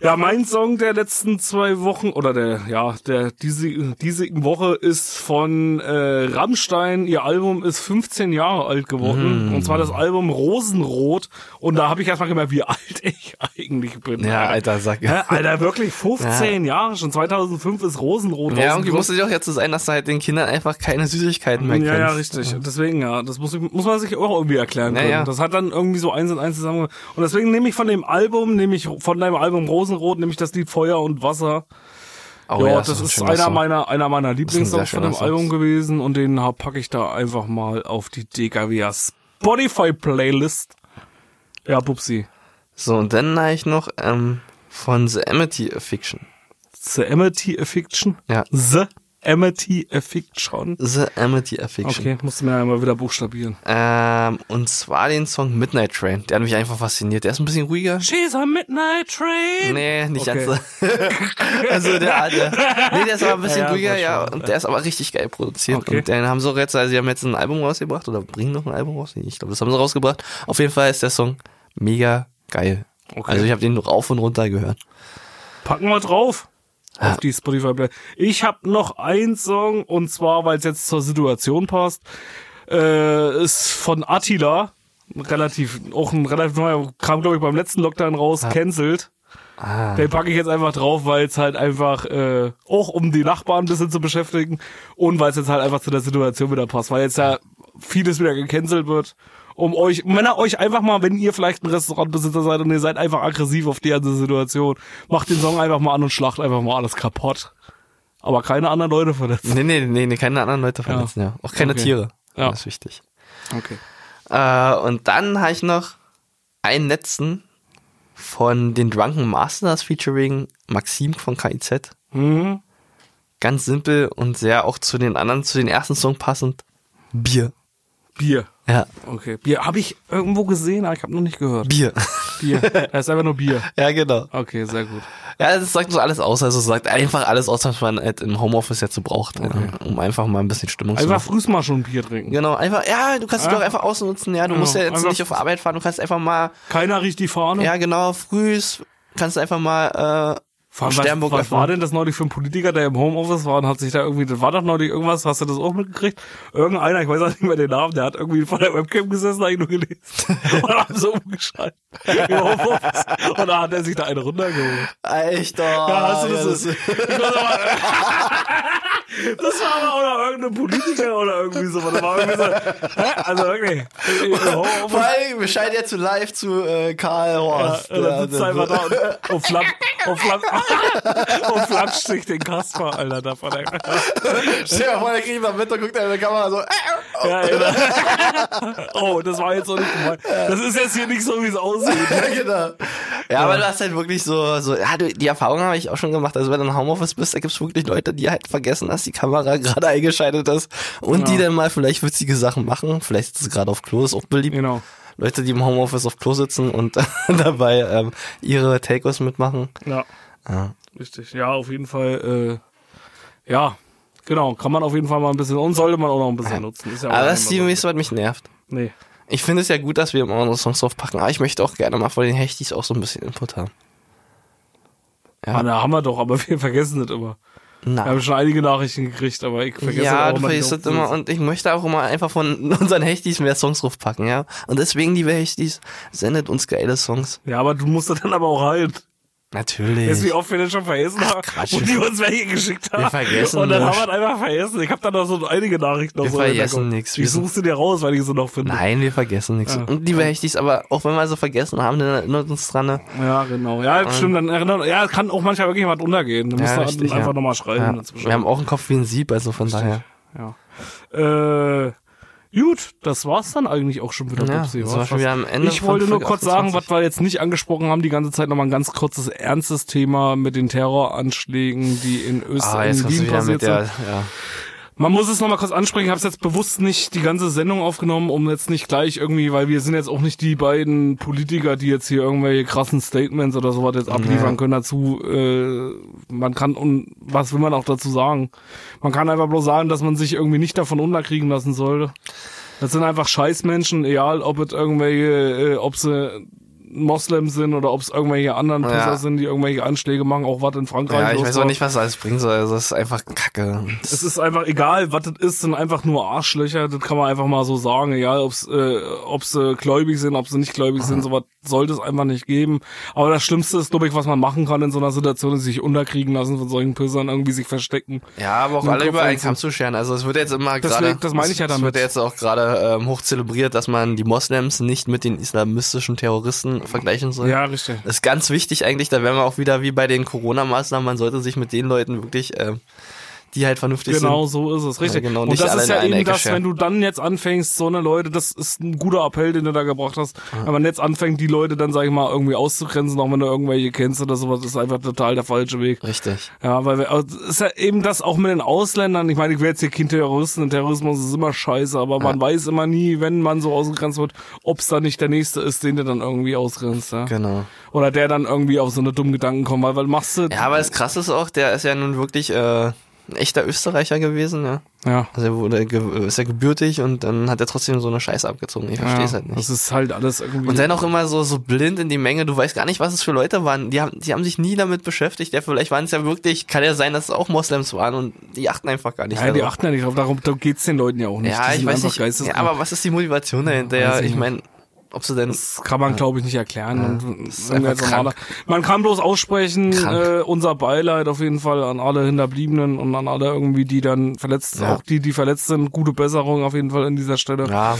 Speaker 2: Ja, mein Song der letzten zwei Wochen oder der, ja, der diese, diesigen Woche ist von äh, Rammstein. Ihr Album ist 15 Jahre alt
Speaker 3: Mhm.
Speaker 2: geworden. Und zwar das Album Rosenrot. Und da habe ich erstmal gemerkt, wie alt ich eigentlich bin.
Speaker 3: Ja, alter Sack.
Speaker 2: Hä? Alter, wirklich 15 Jahre schon. 2005 ist Rosenrot.
Speaker 3: Ja, irgendwie
Speaker 2: rausgekommen.
Speaker 3: muss es ja auch jetzt so sein, dass du halt den Kindern einfach keine Süßigkeiten mehr
Speaker 2: Ja, ja,
Speaker 3: gibst.
Speaker 2: richtig. Und Deswegen, ja, das muss, ich, muss man sich auch irgendwie erklären
Speaker 3: Ja,
Speaker 2: können.
Speaker 3: ja.
Speaker 2: Das hat dann irgendwie so eins und eins zusammen. Und deswegen nehme ich von dem Album, nehme ich von deinem Album Rosenrot, nehme ich das Lied Feuer und Wasser.
Speaker 3: Oh
Speaker 2: ja,
Speaker 3: das
Speaker 2: das ist
Speaker 3: schöner
Speaker 2: einer
Speaker 3: Song.
Speaker 2: meiner, einer meiner
Speaker 3: sehr
Speaker 2: Lieblingssongs von
Speaker 3: schöner
Speaker 2: dem
Speaker 3: Song.
Speaker 2: Album gewesen und den hab- packe ich da einfach mal auf die DKWA Spotify Playlist. Ja, Pupsi.
Speaker 3: So, und dann habe ich noch ähm, von The Amity Fiction.
Speaker 2: The Amity Fiction?
Speaker 3: Ja.
Speaker 2: The Amity Affiction.
Speaker 3: The Amity Affiction.
Speaker 2: Okay, musst du mir einmal wieder buchstabieren.
Speaker 3: Ähm, und zwar den Song Midnight Train. Der hat mich einfach fasziniert. Der ist ein bisschen ruhiger.
Speaker 2: She's a Midnight Train.
Speaker 3: Nee, nicht
Speaker 2: Okay.
Speaker 3: ganz so. also der alte. Nee, der ist aber ein bisschen
Speaker 2: Ja, ja,
Speaker 3: ruhiger,
Speaker 2: war
Speaker 3: ja.
Speaker 2: schon.
Speaker 3: Und der ist aber richtig geil produziert.
Speaker 2: Okay.
Speaker 3: Und den haben sie auch jetzt, also sie haben jetzt ein Album rausgebracht oder bringen noch ein Album raus. Ich glaube, das haben sie rausgebracht. Auf jeden Fall ist der Song mega geil.
Speaker 2: Okay.
Speaker 3: Also ich habe den rauf und runter gehört.
Speaker 2: Packen wir drauf.
Speaker 3: Ja.
Speaker 2: Auf die Spotify Play. Ich habe noch einen Song und zwar, weil es jetzt zur Situation passt, äh, ist von Attila. Relativ, auch ein relativ neuer, kam glaube ich beim letzten Lockdown raus, cancelled.
Speaker 3: Ah.
Speaker 2: Den packe ich jetzt einfach drauf, weil es halt einfach, äh, auch um die Nachbarn ein bisschen zu beschäftigen und weil es jetzt halt einfach zu der Situation wieder passt, weil jetzt ja vieles wieder gecancelt wird. Um euch, Männer, euch einfach mal, wenn ihr vielleicht ein Restaurantbesitzer seid und ihr seid einfach aggressiv auf die ganze Situation, macht den Song einfach mal an und schlacht einfach mal alles kaputt. Aber keine anderen Leute verletzen.
Speaker 3: Nee, nee, nee, nee, keine anderen Leute verletzen, ja. Auch keine
Speaker 2: Okay.
Speaker 3: Tiere.
Speaker 2: Ja.
Speaker 3: Das ist wichtig.
Speaker 2: Okay.
Speaker 3: Äh, und dann habe ich noch einen letzten von den Drunken Masters featuring Maxim von KIZ.
Speaker 2: Mhm.
Speaker 3: Ganz simpel und sehr auch zu den anderen, zu den ersten Song passend. Bier.
Speaker 2: Bier.
Speaker 3: Ja,
Speaker 2: Okay. Bier. Habe ich irgendwo gesehen, aber ich habe noch nicht gehört.
Speaker 3: Bier.
Speaker 2: Bier. Er ist einfach nur Bier.
Speaker 3: ja, genau.
Speaker 2: Okay, sehr gut.
Speaker 3: Ja, das sagt so alles aus. Also es sagt einfach alles aus, was man halt im Homeoffice jetzt so braucht, ja, um einfach mal ein bisschen Stimmung zu
Speaker 2: Einfach
Speaker 3: machen.
Speaker 2: frühs mal schon Bier trinken.
Speaker 3: Genau, einfach, ja, du kannst es
Speaker 2: Ja.
Speaker 3: doch einfach ausnutzen, ja. Du musst ja
Speaker 2: Genau,
Speaker 3: jetzt
Speaker 2: einfach-
Speaker 3: nicht auf Arbeit fahren, du kannst einfach mal
Speaker 2: Keiner riecht die Fahne.
Speaker 3: Ja, genau, frühs kannst du einfach mal
Speaker 2: Vor
Speaker 3: äh,
Speaker 2: allem, was,
Speaker 3: Sternburg
Speaker 2: was war
Speaker 3: öffnen.
Speaker 2: denn das neulich für ein Politiker, der im Homeoffice war und hat sich da irgendwie, das war doch neulich irgendwas, hast du das auch mitgekriegt? Irgendeiner, ich weiß auch nicht mehr den Namen, der hat irgendwie vor der Webcam gesessen, hab ich nur gelesen. und hat so umgeschaltet. Im Homeoffice. Und da hat er sich da eine runtergeholt.
Speaker 3: Echt doch. Ja,
Speaker 2: hast du das- Ich weiß aber- Das war aber auch noch irgendein Politiker oder irgendwie so. Da war irgendwie so hä? also wirklich. Im Homeoffice
Speaker 3: Vor allem, wir scheinen ja zu live zu äh, Karl Horst.
Speaker 2: Ja, und dann sitzt er einfach da
Speaker 3: das-
Speaker 2: und, und, flamm, und, flamm, und flamscht sich den Kasper, Alter, da vor der
Speaker 3: Stell dir mal vor, der kriegt mal mit, dann guckt er in der Kamera so. Äh, äh,
Speaker 2: ja, Alter. Oh, das war jetzt so nicht gemeint. Das ist jetzt hier nicht so, wie es aussieht.
Speaker 3: ja, genau. Ja, aber du hast halt wirklich so, so ja, du, die Erfahrung habe ich auch schon gemacht. Also wenn du im Homeoffice bist, da gibt's wirklich Leute, die halt vergessen, dass die Kamera gerade eingeschaltet ist und die dann mal vielleicht witzige Sachen machen. Vielleicht ist es gerade auf Klo, ist auch beliebt.
Speaker 2: Genau.
Speaker 3: Leute, die im Homeoffice auf Klo sitzen und dabei ähm, ihre Takeaways mitmachen.
Speaker 2: Ja,
Speaker 3: Ja.
Speaker 2: richtig. Ja, auf jeden Fall. Äh, ja, genau. Kann man auf jeden Fall mal ein bisschen und sollte man auch noch ein bisschen nutzen. Ist ja auch
Speaker 3: Aber das ist die
Speaker 2: immer
Speaker 3: nächste, was mich nervt.
Speaker 2: so. Nee.
Speaker 3: Ich finde es ja gut, dass wir immer unsere Songs draufpacken, aber ich möchte auch gerne mal von den Hechtis auch so ein bisschen Input haben. Ja.
Speaker 2: Ah, da haben wir doch, aber wir vergessen das immer. Wir
Speaker 3: Na.
Speaker 2: haben schon einige Nachrichten gekriegt, aber ich vergesse
Speaker 3: Ja,
Speaker 2: das
Speaker 3: du
Speaker 2: auch
Speaker 3: vergisst das immer und ich möchte auch immer einfach von unseren Hechtis mehr Songs draufpacken, ja. Und deswegen, liebe Hechtis, sendet uns geile Songs.
Speaker 2: Ja, aber du musst das dann aber auch halt. Weißt du, wie
Speaker 3: Natürlich.
Speaker 2: oft wir das schon vergessen haben
Speaker 3: Quatsch.
Speaker 2: und die uns welche geschickt haben?
Speaker 3: Wir vergessen
Speaker 2: Und dann
Speaker 3: nicht.
Speaker 2: haben wir es einfach vergessen. Ich habe dann noch so einige Nachrichten.
Speaker 3: Wir
Speaker 2: noch so im
Speaker 3: vergessen
Speaker 2: Hinterkopf.
Speaker 3: nix. Wir
Speaker 2: Ich
Speaker 3: sind-
Speaker 2: suchst du dir raus, weil ich sie noch finde.
Speaker 3: Nein, wir vergessen nichts.
Speaker 2: Ja.
Speaker 3: Und liebe Hechtis, aber auch wenn wir sie vergessen haben, dann erinnert uns dran. Ne?
Speaker 2: Ja, genau. Ja, stimmt. Dann erinnern, ja, es kann auch manchmal wirklich was untergehen. Da
Speaker 3: Ja,
Speaker 2: müssen wir
Speaker 3: richtig,
Speaker 2: einfach
Speaker 3: ja.
Speaker 2: nochmal schreiben
Speaker 3: Ja.
Speaker 2: dazwischen.
Speaker 3: Wir haben auch einen Kopf wie ein Sieb, also von daher.
Speaker 2: ja. Äh, gut, das war's dann eigentlich auch schon wieder.
Speaker 3: Ja,
Speaker 2: Bubsi,
Speaker 3: das
Speaker 2: wa?
Speaker 3: war schon wieder am Ende
Speaker 2: Ich
Speaker 3: von
Speaker 2: wollte nur
Speaker 3: Folge
Speaker 2: kurz sagen,
Speaker 3: 28.
Speaker 2: was wir jetzt nicht angesprochen haben, die ganze Zeit nochmal ein ganz kurzes, ernstes Thema mit den Terroranschlägen, die in
Speaker 3: Ah,
Speaker 2: Österreich
Speaker 3: jetzt
Speaker 2: in
Speaker 3: kommst du
Speaker 2: Wien
Speaker 3: wieder
Speaker 2: passiert
Speaker 3: mit
Speaker 2: sind.
Speaker 3: der, ja.
Speaker 2: Man muss es nochmal kurz ansprechen. Ich habe es jetzt bewusst nicht die ganze Sendung aufgenommen, um jetzt nicht gleich irgendwie, weil wir sind jetzt auch nicht die beiden Politiker, die jetzt hier irgendwelche krassen Statements oder sowas jetzt abliefern können dazu. Äh, man kann, und was will man auch dazu sagen? Man kann einfach bloß sagen, dass man sich irgendwie nicht davon unterkriegen lassen sollte. Das sind einfach Scheißmenschen, egal ob es irgendwelche, äh, ob sie Moslems sind oder ob es irgendwelche anderen
Speaker 3: Ja.
Speaker 2: Pisser sind, die irgendwelche Anschläge machen, auch was in Frankreich
Speaker 3: Ja, ich
Speaker 2: los
Speaker 3: weiß
Speaker 2: war.
Speaker 3: auch nicht, was alles bringen soll. Also, das ist einfach Kacke.
Speaker 2: Es ist einfach egal, was das ist, sind einfach nur Arschlöcher, das kann man einfach mal so sagen, egal ob's, äh, ob sie gläubig sind, ob sie nicht gläubig sind, sowas sollte es einfach nicht geben. Aber das Schlimmste ist, glaube ich, was man machen kann in so einer Situation, ist sich unterkriegen lassen von solchen Pissern, irgendwie sich verstecken.
Speaker 3: Ja, aber auch
Speaker 2: Nur
Speaker 3: alle
Speaker 2: Kopf
Speaker 3: über einen
Speaker 2: einziehen.
Speaker 3: Kamm zu scheren. Also es wird jetzt immer
Speaker 2: Deswegen,
Speaker 3: gerade.
Speaker 2: das meine ich ja
Speaker 3: es- es
Speaker 2: damit.
Speaker 3: wird jetzt auch gerade ähm, hoch zelebriert, dass man die Moslems nicht mit den islamistischen Terroristen vergleichen soll.
Speaker 2: Ja, richtig.
Speaker 3: Das ist ganz wichtig eigentlich, da wären wir auch wieder wie bei den Corona-Maßnahmen, man sollte sich mit den Leuten wirklich, ähm, die halt vernünftig
Speaker 2: Genau,
Speaker 3: sind.
Speaker 2: so ist es, richtig.
Speaker 3: Ja, genau,
Speaker 2: und
Speaker 3: nicht
Speaker 2: das
Speaker 3: alle
Speaker 2: ist
Speaker 3: in
Speaker 2: ja
Speaker 3: eine
Speaker 2: eben
Speaker 3: Ecke
Speaker 2: das,
Speaker 3: scheren.
Speaker 2: wenn du dann jetzt anfängst, so eine Leute, das ist ein guter Appell, den du da gebracht hast, wenn man jetzt anfängt, die Leute dann, sag ich mal, irgendwie auszugrenzen, auch wenn du irgendwelche kennst oder sowas, ist einfach total der falsche Weg.
Speaker 3: Richtig.
Speaker 2: Ja, weil wir, also es ist ja eben das auch mit den Ausländern. Ich meine, ich werde jetzt hier Kind Terroristen und Terrorismus ist immer scheiße, aber man weiß immer nie, wenn man so ausgegrenzt wird, ob es da nicht der Nächste ist, den du dann irgendwie ausgrenzt. Ja?
Speaker 3: Genau.
Speaker 2: Oder der dann irgendwie auf so eine dummen Gedanken kommt, weil, weil machst du.
Speaker 3: Ja, aber das Krasse ist auch, der ist ja nun wirklich äh, ein echter Österreicher gewesen, ja.
Speaker 2: ja.
Speaker 3: Also er wurde, ge- ist ja gebürtig und dann hat er trotzdem so eine Scheiße abgezogen. Ich verstehe
Speaker 2: ja,
Speaker 3: es halt nicht.
Speaker 2: Das ist halt alles irgendwie.
Speaker 3: Und dann auch immer so, so blind in die Menge, du weißt gar nicht, was es für Leute waren. Die haben, die haben sich nie damit beschäftigt. Ja, vielleicht waren es ja wirklich, kann ja sein, dass es auch Moslems waren und die achten einfach gar nicht.
Speaker 2: ja, die
Speaker 3: darauf.
Speaker 2: achten ja nicht drauf, darum darum geht's den Leuten ja auch nicht.
Speaker 3: ja
Speaker 2: die
Speaker 3: ich
Speaker 2: sind
Speaker 3: weiß
Speaker 2: einfach
Speaker 3: nicht.
Speaker 2: geisteskrank.
Speaker 3: Ja, aber was ist die Motivation dahinter?
Speaker 2: weiß
Speaker 3: Ja,
Speaker 2: ich
Speaker 3: ich
Speaker 2: nicht.
Speaker 3: meine, ob sie denn.
Speaker 2: Das kann man, glaube ich, nicht erklären. und
Speaker 3: das ist
Speaker 2: irgendwie
Speaker 3: einfach
Speaker 2: als normaler- Man kann bloß aussprechen,
Speaker 3: Krank.
Speaker 2: äh, unser Beileid auf jeden Fall an alle Hinterbliebenen und an alle irgendwie, die dann verletzt,
Speaker 3: Ja.
Speaker 2: auch die, die verletzt sind. Gute Besserung auf jeden Fall an dieser Stelle.
Speaker 3: Ja.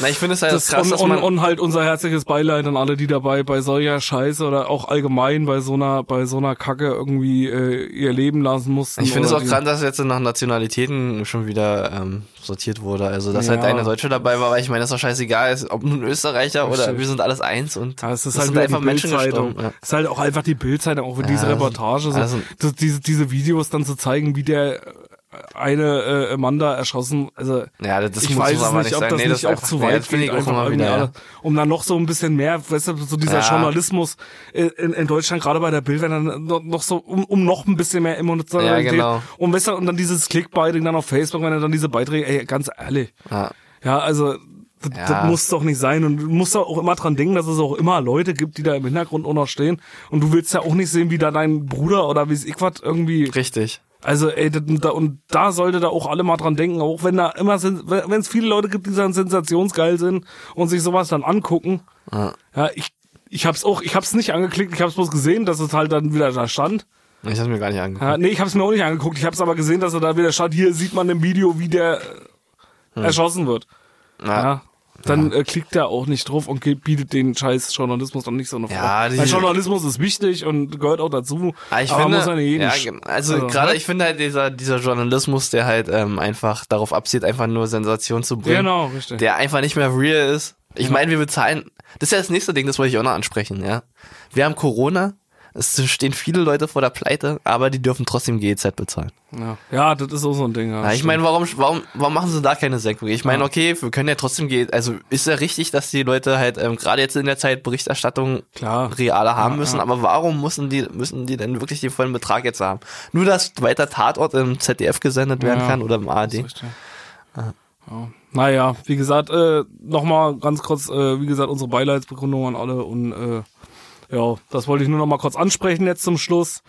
Speaker 3: Na, ich finde es halt
Speaker 2: Das
Speaker 3: krass,
Speaker 2: und,
Speaker 3: dass
Speaker 2: und,
Speaker 3: man.
Speaker 2: und halt unser herzliches Beileid an alle, die dabei bei solcher Scheiße oder auch allgemein bei so einer bei so einer Kacke irgendwie äh, ihr Leben lassen mussten.
Speaker 3: ich finde es
Speaker 2: oder
Speaker 3: auch
Speaker 2: die-
Speaker 3: krass, dass jetzt nach Nationalitäten schon wieder ähm, sortiert wurde. Also, dass halt
Speaker 2: Ja.
Speaker 3: eine Deutsche dabei war, weil ich meine, das ist doch scheißegal, ist, ob nun Österreicher oder
Speaker 2: Stimmt.
Speaker 3: wir sind alles eins und
Speaker 2: Ja, es ist
Speaker 3: das
Speaker 2: halt
Speaker 3: sind
Speaker 2: wieder
Speaker 3: einfach
Speaker 2: die
Speaker 3: Menschen
Speaker 2: Bildzeitung.
Speaker 3: gestorben. Ja.
Speaker 2: Es ist halt auch einfach die Bildzeitung, auch für diese
Speaker 3: das-
Speaker 2: Reportage, so,
Speaker 3: also-
Speaker 2: so diese, diese Videos dann zu zeigen, wie der äh, eine äh, Amanda erschossen, also
Speaker 3: Ja, das- das
Speaker 2: ich
Speaker 3: muss
Speaker 2: weiß
Speaker 3: aber
Speaker 2: es nicht,
Speaker 3: nicht
Speaker 2: ob
Speaker 3: sein.
Speaker 2: das
Speaker 3: Nee,
Speaker 2: nicht
Speaker 3: das ist
Speaker 2: auch
Speaker 3: einfach-
Speaker 2: zu
Speaker 3: nee,
Speaker 2: weit
Speaker 3: das finde ich
Speaker 2: geht,
Speaker 3: auch
Speaker 2: einfach
Speaker 3: immer
Speaker 2: irgendwie
Speaker 3: wieder, ja.
Speaker 2: alle- um dann noch so ein bisschen mehr, weißt du, so dieser
Speaker 3: Ja.
Speaker 2: Journalismus äh, in, in Deutschland, gerade bei der Bild, wenn dann noch, noch so, um, um noch ein bisschen mehr Emotionalität
Speaker 3: Ja, genau.
Speaker 2: und, weißt du, und dann dieses Clickbaiting dann auf Facebook, wenn er dann diese Beiträge, ey, ganz ehrlich,
Speaker 3: Ja.
Speaker 2: ja, also das,
Speaker 3: Ja.
Speaker 2: das muss doch nicht sein und du musst doch auch immer dran denken, dass es auch immer Leute gibt, die da im Hintergrund auch noch stehen und du willst ja auch nicht sehen, wie da dein Bruder oder wie es ich was irgendwie
Speaker 3: Richtig.
Speaker 2: also ey, das, da, und da sollte da auch alle mal dran denken, auch wenn da immer sen- wenn es viele Leute gibt, die dann sensationsgeil sind und sich sowas dann angucken. Ja, ich ich hab's auch, ich hab's nicht angeklickt, ich hab's bloß gesehen, dass es halt dann wieder da stand.
Speaker 3: Ich hab's mir gar nicht angeguckt.
Speaker 2: Ja, Ah, nee, ich hab's mir auch nicht angeguckt, ich hab's aber gesehen, dass er da wieder stand. Hier sieht man im Video, wie der äh,
Speaker 3: Hm.
Speaker 2: erschossen wird. Ja. Dann äh, klickt er auch nicht drauf und ge- bietet den scheiß Journalismus dann nicht so eine Frau.
Speaker 3: Ja, die-
Speaker 2: Weil Journalismus ist wichtig und gehört auch dazu.
Speaker 3: Ah, ich
Speaker 2: aber
Speaker 3: finde,
Speaker 2: muss ja nicht ne? jeden
Speaker 3: ja,
Speaker 2: Sch-
Speaker 3: ge- also, gerade ich finde halt dieser, dieser Journalismus, der halt ähm, einfach darauf abzielt, einfach nur Sensation zu bringen,
Speaker 2: Genau, richtig.
Speaker 3: der einfach nicht mehr real ist. Ich meine, wir bezahlen, das ist ja das nächste Ding, das wollte ich auch noch ansprechen, ja. Wir haben Corona, es stehen viele Leute vor der Pleite, aber die dürfen trotzdem GEZ bezahlen.
Speaker 2: ja. ja, das ist auch so Ah. ein Ding. Ja,
Speaker 3: Ja, ich
Speaker 2: stimmt.
Speaker 3: meine, warum, warum, warum machen sie da keine Senkung? Ich meine, okay, wir können ja trotzdem gehen. Also ist ja richtig, dass die Leute halt ähm, gerade jetzt in der Zeit Berichterstattung
Speaker 2: Klar.
Speaker 3: realer haben müssen, aber warum müssen die, müssen die denn wirklich den vollen Betrag jetzt haben? Nur, dass weiter Tatort im ZDF gesendet werden
Speaker 2: Ja.
Speaker 3: kann oder im ARD.
Speaker 2: Richtig. Ja. Naja, wie gesagt, äh, nochmal ganz kurz, äh, wie gesagt, unsere Beileidsbekundung an alle und äh, ja, das wollte ich nur nochmal kurz ansprechen jetzt zum Schluss.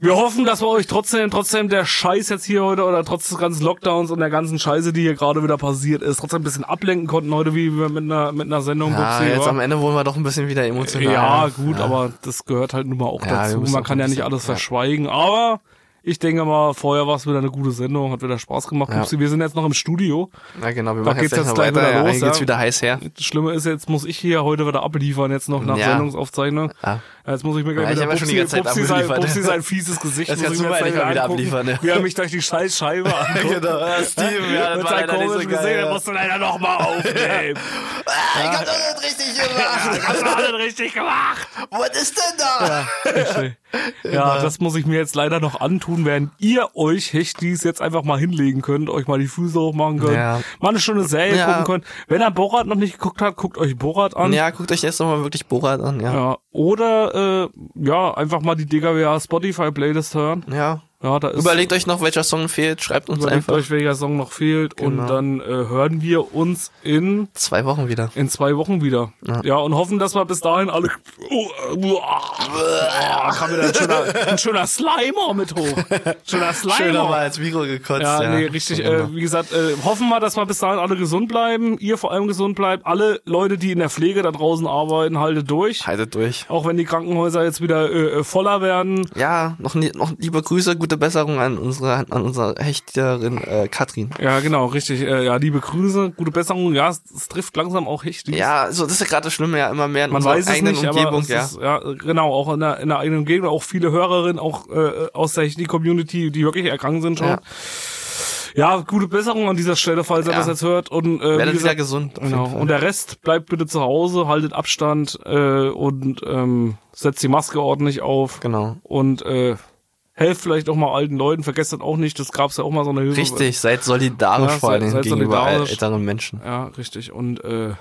Speaker 2: Wir hoffen, dass wir euch trotzdem, trotzdem der Scheiß jetzt hier heute oder trotz des ganzen Lockdowns und der ganzen Scheiße, die hier gerade wieder passiert ist, trotzdem ein bisschen ablenken konnten heute, wie wir mit einer, mit einer Sendung.
Speaker 3: Ja,
Speaker 2: Bubsi,
Speaker 3: jetzt
Speaker 2: wa?
Speaker 3: am Ende wurden wir doch ein bisschen wieder emotional.
Speaker 2: Ja, gut, aber das gehört halt nun mal auch
Speaker 3: Ja, wir
Speaker 2: dazu.
Speaker 3: müssen
Speaker 2: Man
Speaker 3: auch
Speaker 2: kann
Speaker 3: ein
Speaker 2: ja nicht
Speaker 3: bisschen-
Speaker 2: alles
Speaker 3: ja.
Speaker 2: verschweigen, aber ich denke mal, vorher war es wieder eine gute Sendung, hat wieder Spaß gemacht.
Speaker 3: Ja.
Speaker 2: Upsi, Wir sind jetzt noch im Studio.
Speaker 3: Ja, genau, wir
Speaker 2: Da
Speaker 3: machen jetzt
Speaker 2: geht's
Speaker 3: gleich
Speaker 2: jetzt
Speaker 3: noch
Speaker 2: gleich
Speaker 3: weiter.
Speaker 2: wieder
Speaker 3: ja,
Speaker 2: los,
Speaker 3: hier geht's
Speaker 2: ja.
Speaker 3: wieder heiß her.
Speaker 2: Das Schlimme ist, jetzt muss ich hier heute wieder abliefern, jetzt noch nach
Speaker 3: Ja.
Speaker 2: Sendungsaufzeichnung.
Speaker 3: Ja.
Speaker 2: Jetzt muss ich mir
Speaker 3: Ja,
Speaker 2: gleich
Speaker 3: ich
Speaker 2: wieder
Speaker 3: hab ja schon die ganze Zeit
Speaker 2: Bubsi sein,
Speaker 3: abgeliefert.
Speaker 2: Bubsi sein fieses Gesicht
Speaker 3: Das
Speaker 2: muss
Speaker 3: kannst
Speaker 2: ich mir
Speaker 3: du
Speaker 2: jetzt
Speaker 3: mal
Speaker 2: gleich wieder
Speaker 3: wieder
Speaker 2: angucken,
Speaker 3: abliefern, ja. Genau,
Speaker 2: wie er mich durch die scheiß Scheibe anguckt.
Speaker 3: ja, Steven, ja, das
Speaker 2: Mit
Speaker 3: war
Speaker 2: sein
Speaker 3: leider nicht so
Speaker 2: komisches
Speaker 3: geil,
Speaker 2: Gesicht,
Speaker 3: ja.
Speaker 2: das musst du leider nochmal aufnehmen.
Speaker 3: Ich hab doch nicht richtig gemacht.
Speaker 2: Hast du alles richtig gemacht?
Speaker 3: Was ist denn da?
Speaker 2: Ja, das muss ich mir jetzt leider noch antun, während ihr euch Hechtis jetzt einfach mal hinlegen könnt, euch mal die Füße hochmachen könnt,
Speaker 3: Ja.
Speaker 2: mal eine schöne Serie
Speaker 3: Ja.
Speaker 2: gucken könnt. Wenn ihr Borat noch nicht geguckt habt, guckt euch Borat an.
Speaker 3: Ja, guckt euch jetzt nochmal wirklich Borat an, ja.
Speaker 2: Ja, oder äh, ja, einfach mal die DKWH Spotify Playlist hören.
Speaker 3: Ja.
Speaker 2: Ja, da ist
Speaker 3: Überlegt euch noch, welcher Song fehlt. Schreibt uns
Speaker 2: überlegt
Speaker 3: einfach. Genau.
Speaker 2: euch, welcher Song noch fehlt und dann äh, hören wir uns in
Speaker 3: Zwei Wochen wieder.
Speaker 2: in zwei Wochen wieder. Ja, und hoffen, dass wir bis dahin alle oh, oh, oh, kam wieder ein schöner, ein schöner Slimer mit hoch. Schöner Slimer.
Speaker 3: ins Mikro gekotzt.
Speaker 2: Ja, nee, richtig. Äh, wie gesagt, äh, hoffen wir, dass wir bis dahin alle gesund bleiben. Ihr vor allem gesund bleibt. Alle Leute, die in der Pflege da draußen arbeiten, haltet durch.
Speaker 3: Haltet durch.
Speaker 2: Auch wenn die Krankenhäuser jetzt wieder äh, äh, voller werden.
Speaker 3: Ja, noch, nie- noch liebe Grüße, gute gute Besserung an unsere, an unsere Hechterin äh, Katrin.
Speaker 2: Ja, genau, richtig. Äh, ja, liebe Grüße, gute Besserung. Ja, es, es trifft langsam auch Hechtis.
Speaker 3: Ja, so, das ist ja gerade das Schlimme, ja, immer mehr in
Speaker 2: Man
Speaker 3: unserer
Speaker 2: weiß es
Speaker 3: eigenen
Speaker 2: nicht, aber
Speaker 3: Umgebung,
Speaker 2: es
Speaker 3: ja.
Speaker 2: ist, ja, genau, auch in der, in der eigenen Umgebung, auch viele Hörerinnen, auch äh, aus der Hechti-Community, die wirklich erkrankt sind schon. Ja.
Speaker 3: Ja.
Speaker 2: gute Besserung an dieser Stelle, falls ihr
Speaker 3: Ja.
Speaker 2: das jetzt hört. Und, äh, wie
Speaker 3: Werdet wieder
Speaker 2: gesagt,
Speaker 3: gesund. auf jeden
Speaker 2: Genau.
Speaker 3: Fall.
Speaker 2: Und der Rest bleibt bitte zu Hause, haltet Abstand äh, und ähm, setzt die Maske ordentlich auf.
Speaker 3: Genau.
Speaker 2: Und äh, helft vielleicht auch mal alten Leuten, vergesst das auch nicht, das gab's ja auch mal so eine Hilfe.
Speaker 3: Richtig, seid solidarisch
Speaker 2: Ja,
Speaker 3: vor
Speaker 2: seid-
Speaker 3: allem
Speaker 2: seid
Speaker 3: gegenüber
Speaker 2: solidarisch.
Speaker 3: älteren Menschen.
Speaker 2: Ja, richtig. Und äh,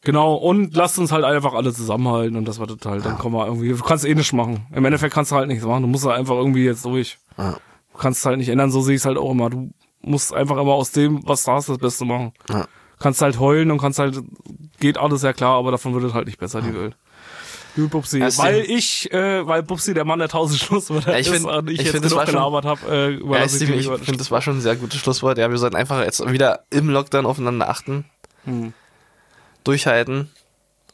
Speaker 2: genau, und lasst uns halt einfach alle zusammenhalten und das war das halt. Dann kommen wir irgendwie, du kannst eh nichts machen. Im Endeffekt kannst du halt nichts machen. Du musst halt einfach irgendwie jetzt durch.
Speaker 3: Ja.
Speaker 2: Du kannst es halt nicht ändern, so sehe ich es halt auch immer. Du musst einfach immer aus dem, was du hast, das Beste machen.
Speaker 3: Ja.
Speaker 2: Kannst halt heulen und kannst halt, geht alles ja klar, aber davon wird es halt nicht besser, die Welt. Du Bubsi,
Speaker 3: Ah. Ja, stimmt.
Speaker 2: weil ich, äh, weil Bubsi der Mann der tausend Schlusswörter
Speaker 3: Ja, ich
Speaker 2: ist
Speaker 3: find-
Speaker 2: und ich,
Speaker 3: ich
Speaker 2: jetzt
Speaker 3: find, das
Speaker 2: genug
Speaker 3: war schon-
Speaker 2: gelabert habe, äh,
Speaker 3: Ja,
Speaker 2: überlasse ich
Speaker 3: Steve,
Speaker 2: dir
Speaker 3: ich
Speaker 2: lieber-
Speaker 3: finde, das war schon ein sehr gutes Schlusswort. Ja, wir sollten einfach jetzt wieder im Lockdown aufeinander achten.
Speaker 2: Hm.
Speaker 3: Durchhalten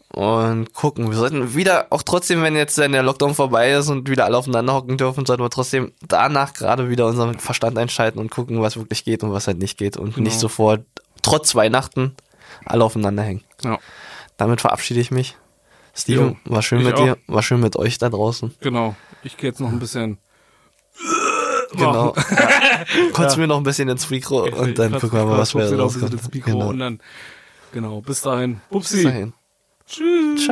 Speaker 3: und gucken. Wir sollten wieder, auch trotzdem, wenn jetzt dann der Lockdown vorbei ist und wieder alle aufeinander hocken dürfen, sollten wir trotzdem danach gerade wieder unseren Verstand einschalten und gucken, was wirklich geht und was halt nicht geht.
Speaker 2: Genau.
Speaker 3: Und nicht sofort, trotz Weihnachten, alle aufeinander hängen.
Speaker 2: Ja,
Speaker 3: Damit verabschiede ich mich. Steven, war schön
Speaker 2: ich
Speaker 3: mit
Speaker 2: auch.
Speaker 3: dir, war schön mit euch da draußen.
Speaker 2: genau. Ich gehe jetzt noch ein bisschen
Speaker 3: Genau. Ja. Kotz mir noch ein bisschen ins Mikro und dann gucken wir mal, was wir
Speaker 2: da
Speaker 3: da rauskommt.
Speaker 2: ins Mikro
Speaker 3: Genau.
Speaker 2: und dann, genau, bis dahin. Upsi.
Speaker 3: Bis dahin.
Speaker 2: Tschüss.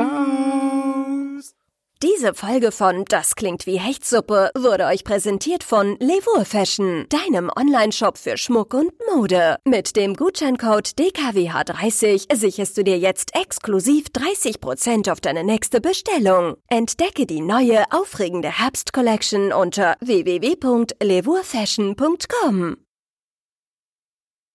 Speaker 1: Diese Folge von Das klingt wie Hechtsuppe wurde euch präsentiert von Levour Fashion, deinem Onlineshop für Schmuck und Mode. Mit dem Gutscheincode DKWH30 sicherst du dir jetzt exklusiv 30% auf deine nächste Bestellung. Entdecke die neue, aufregende Herbst-Collection unter www.levourfashion.com.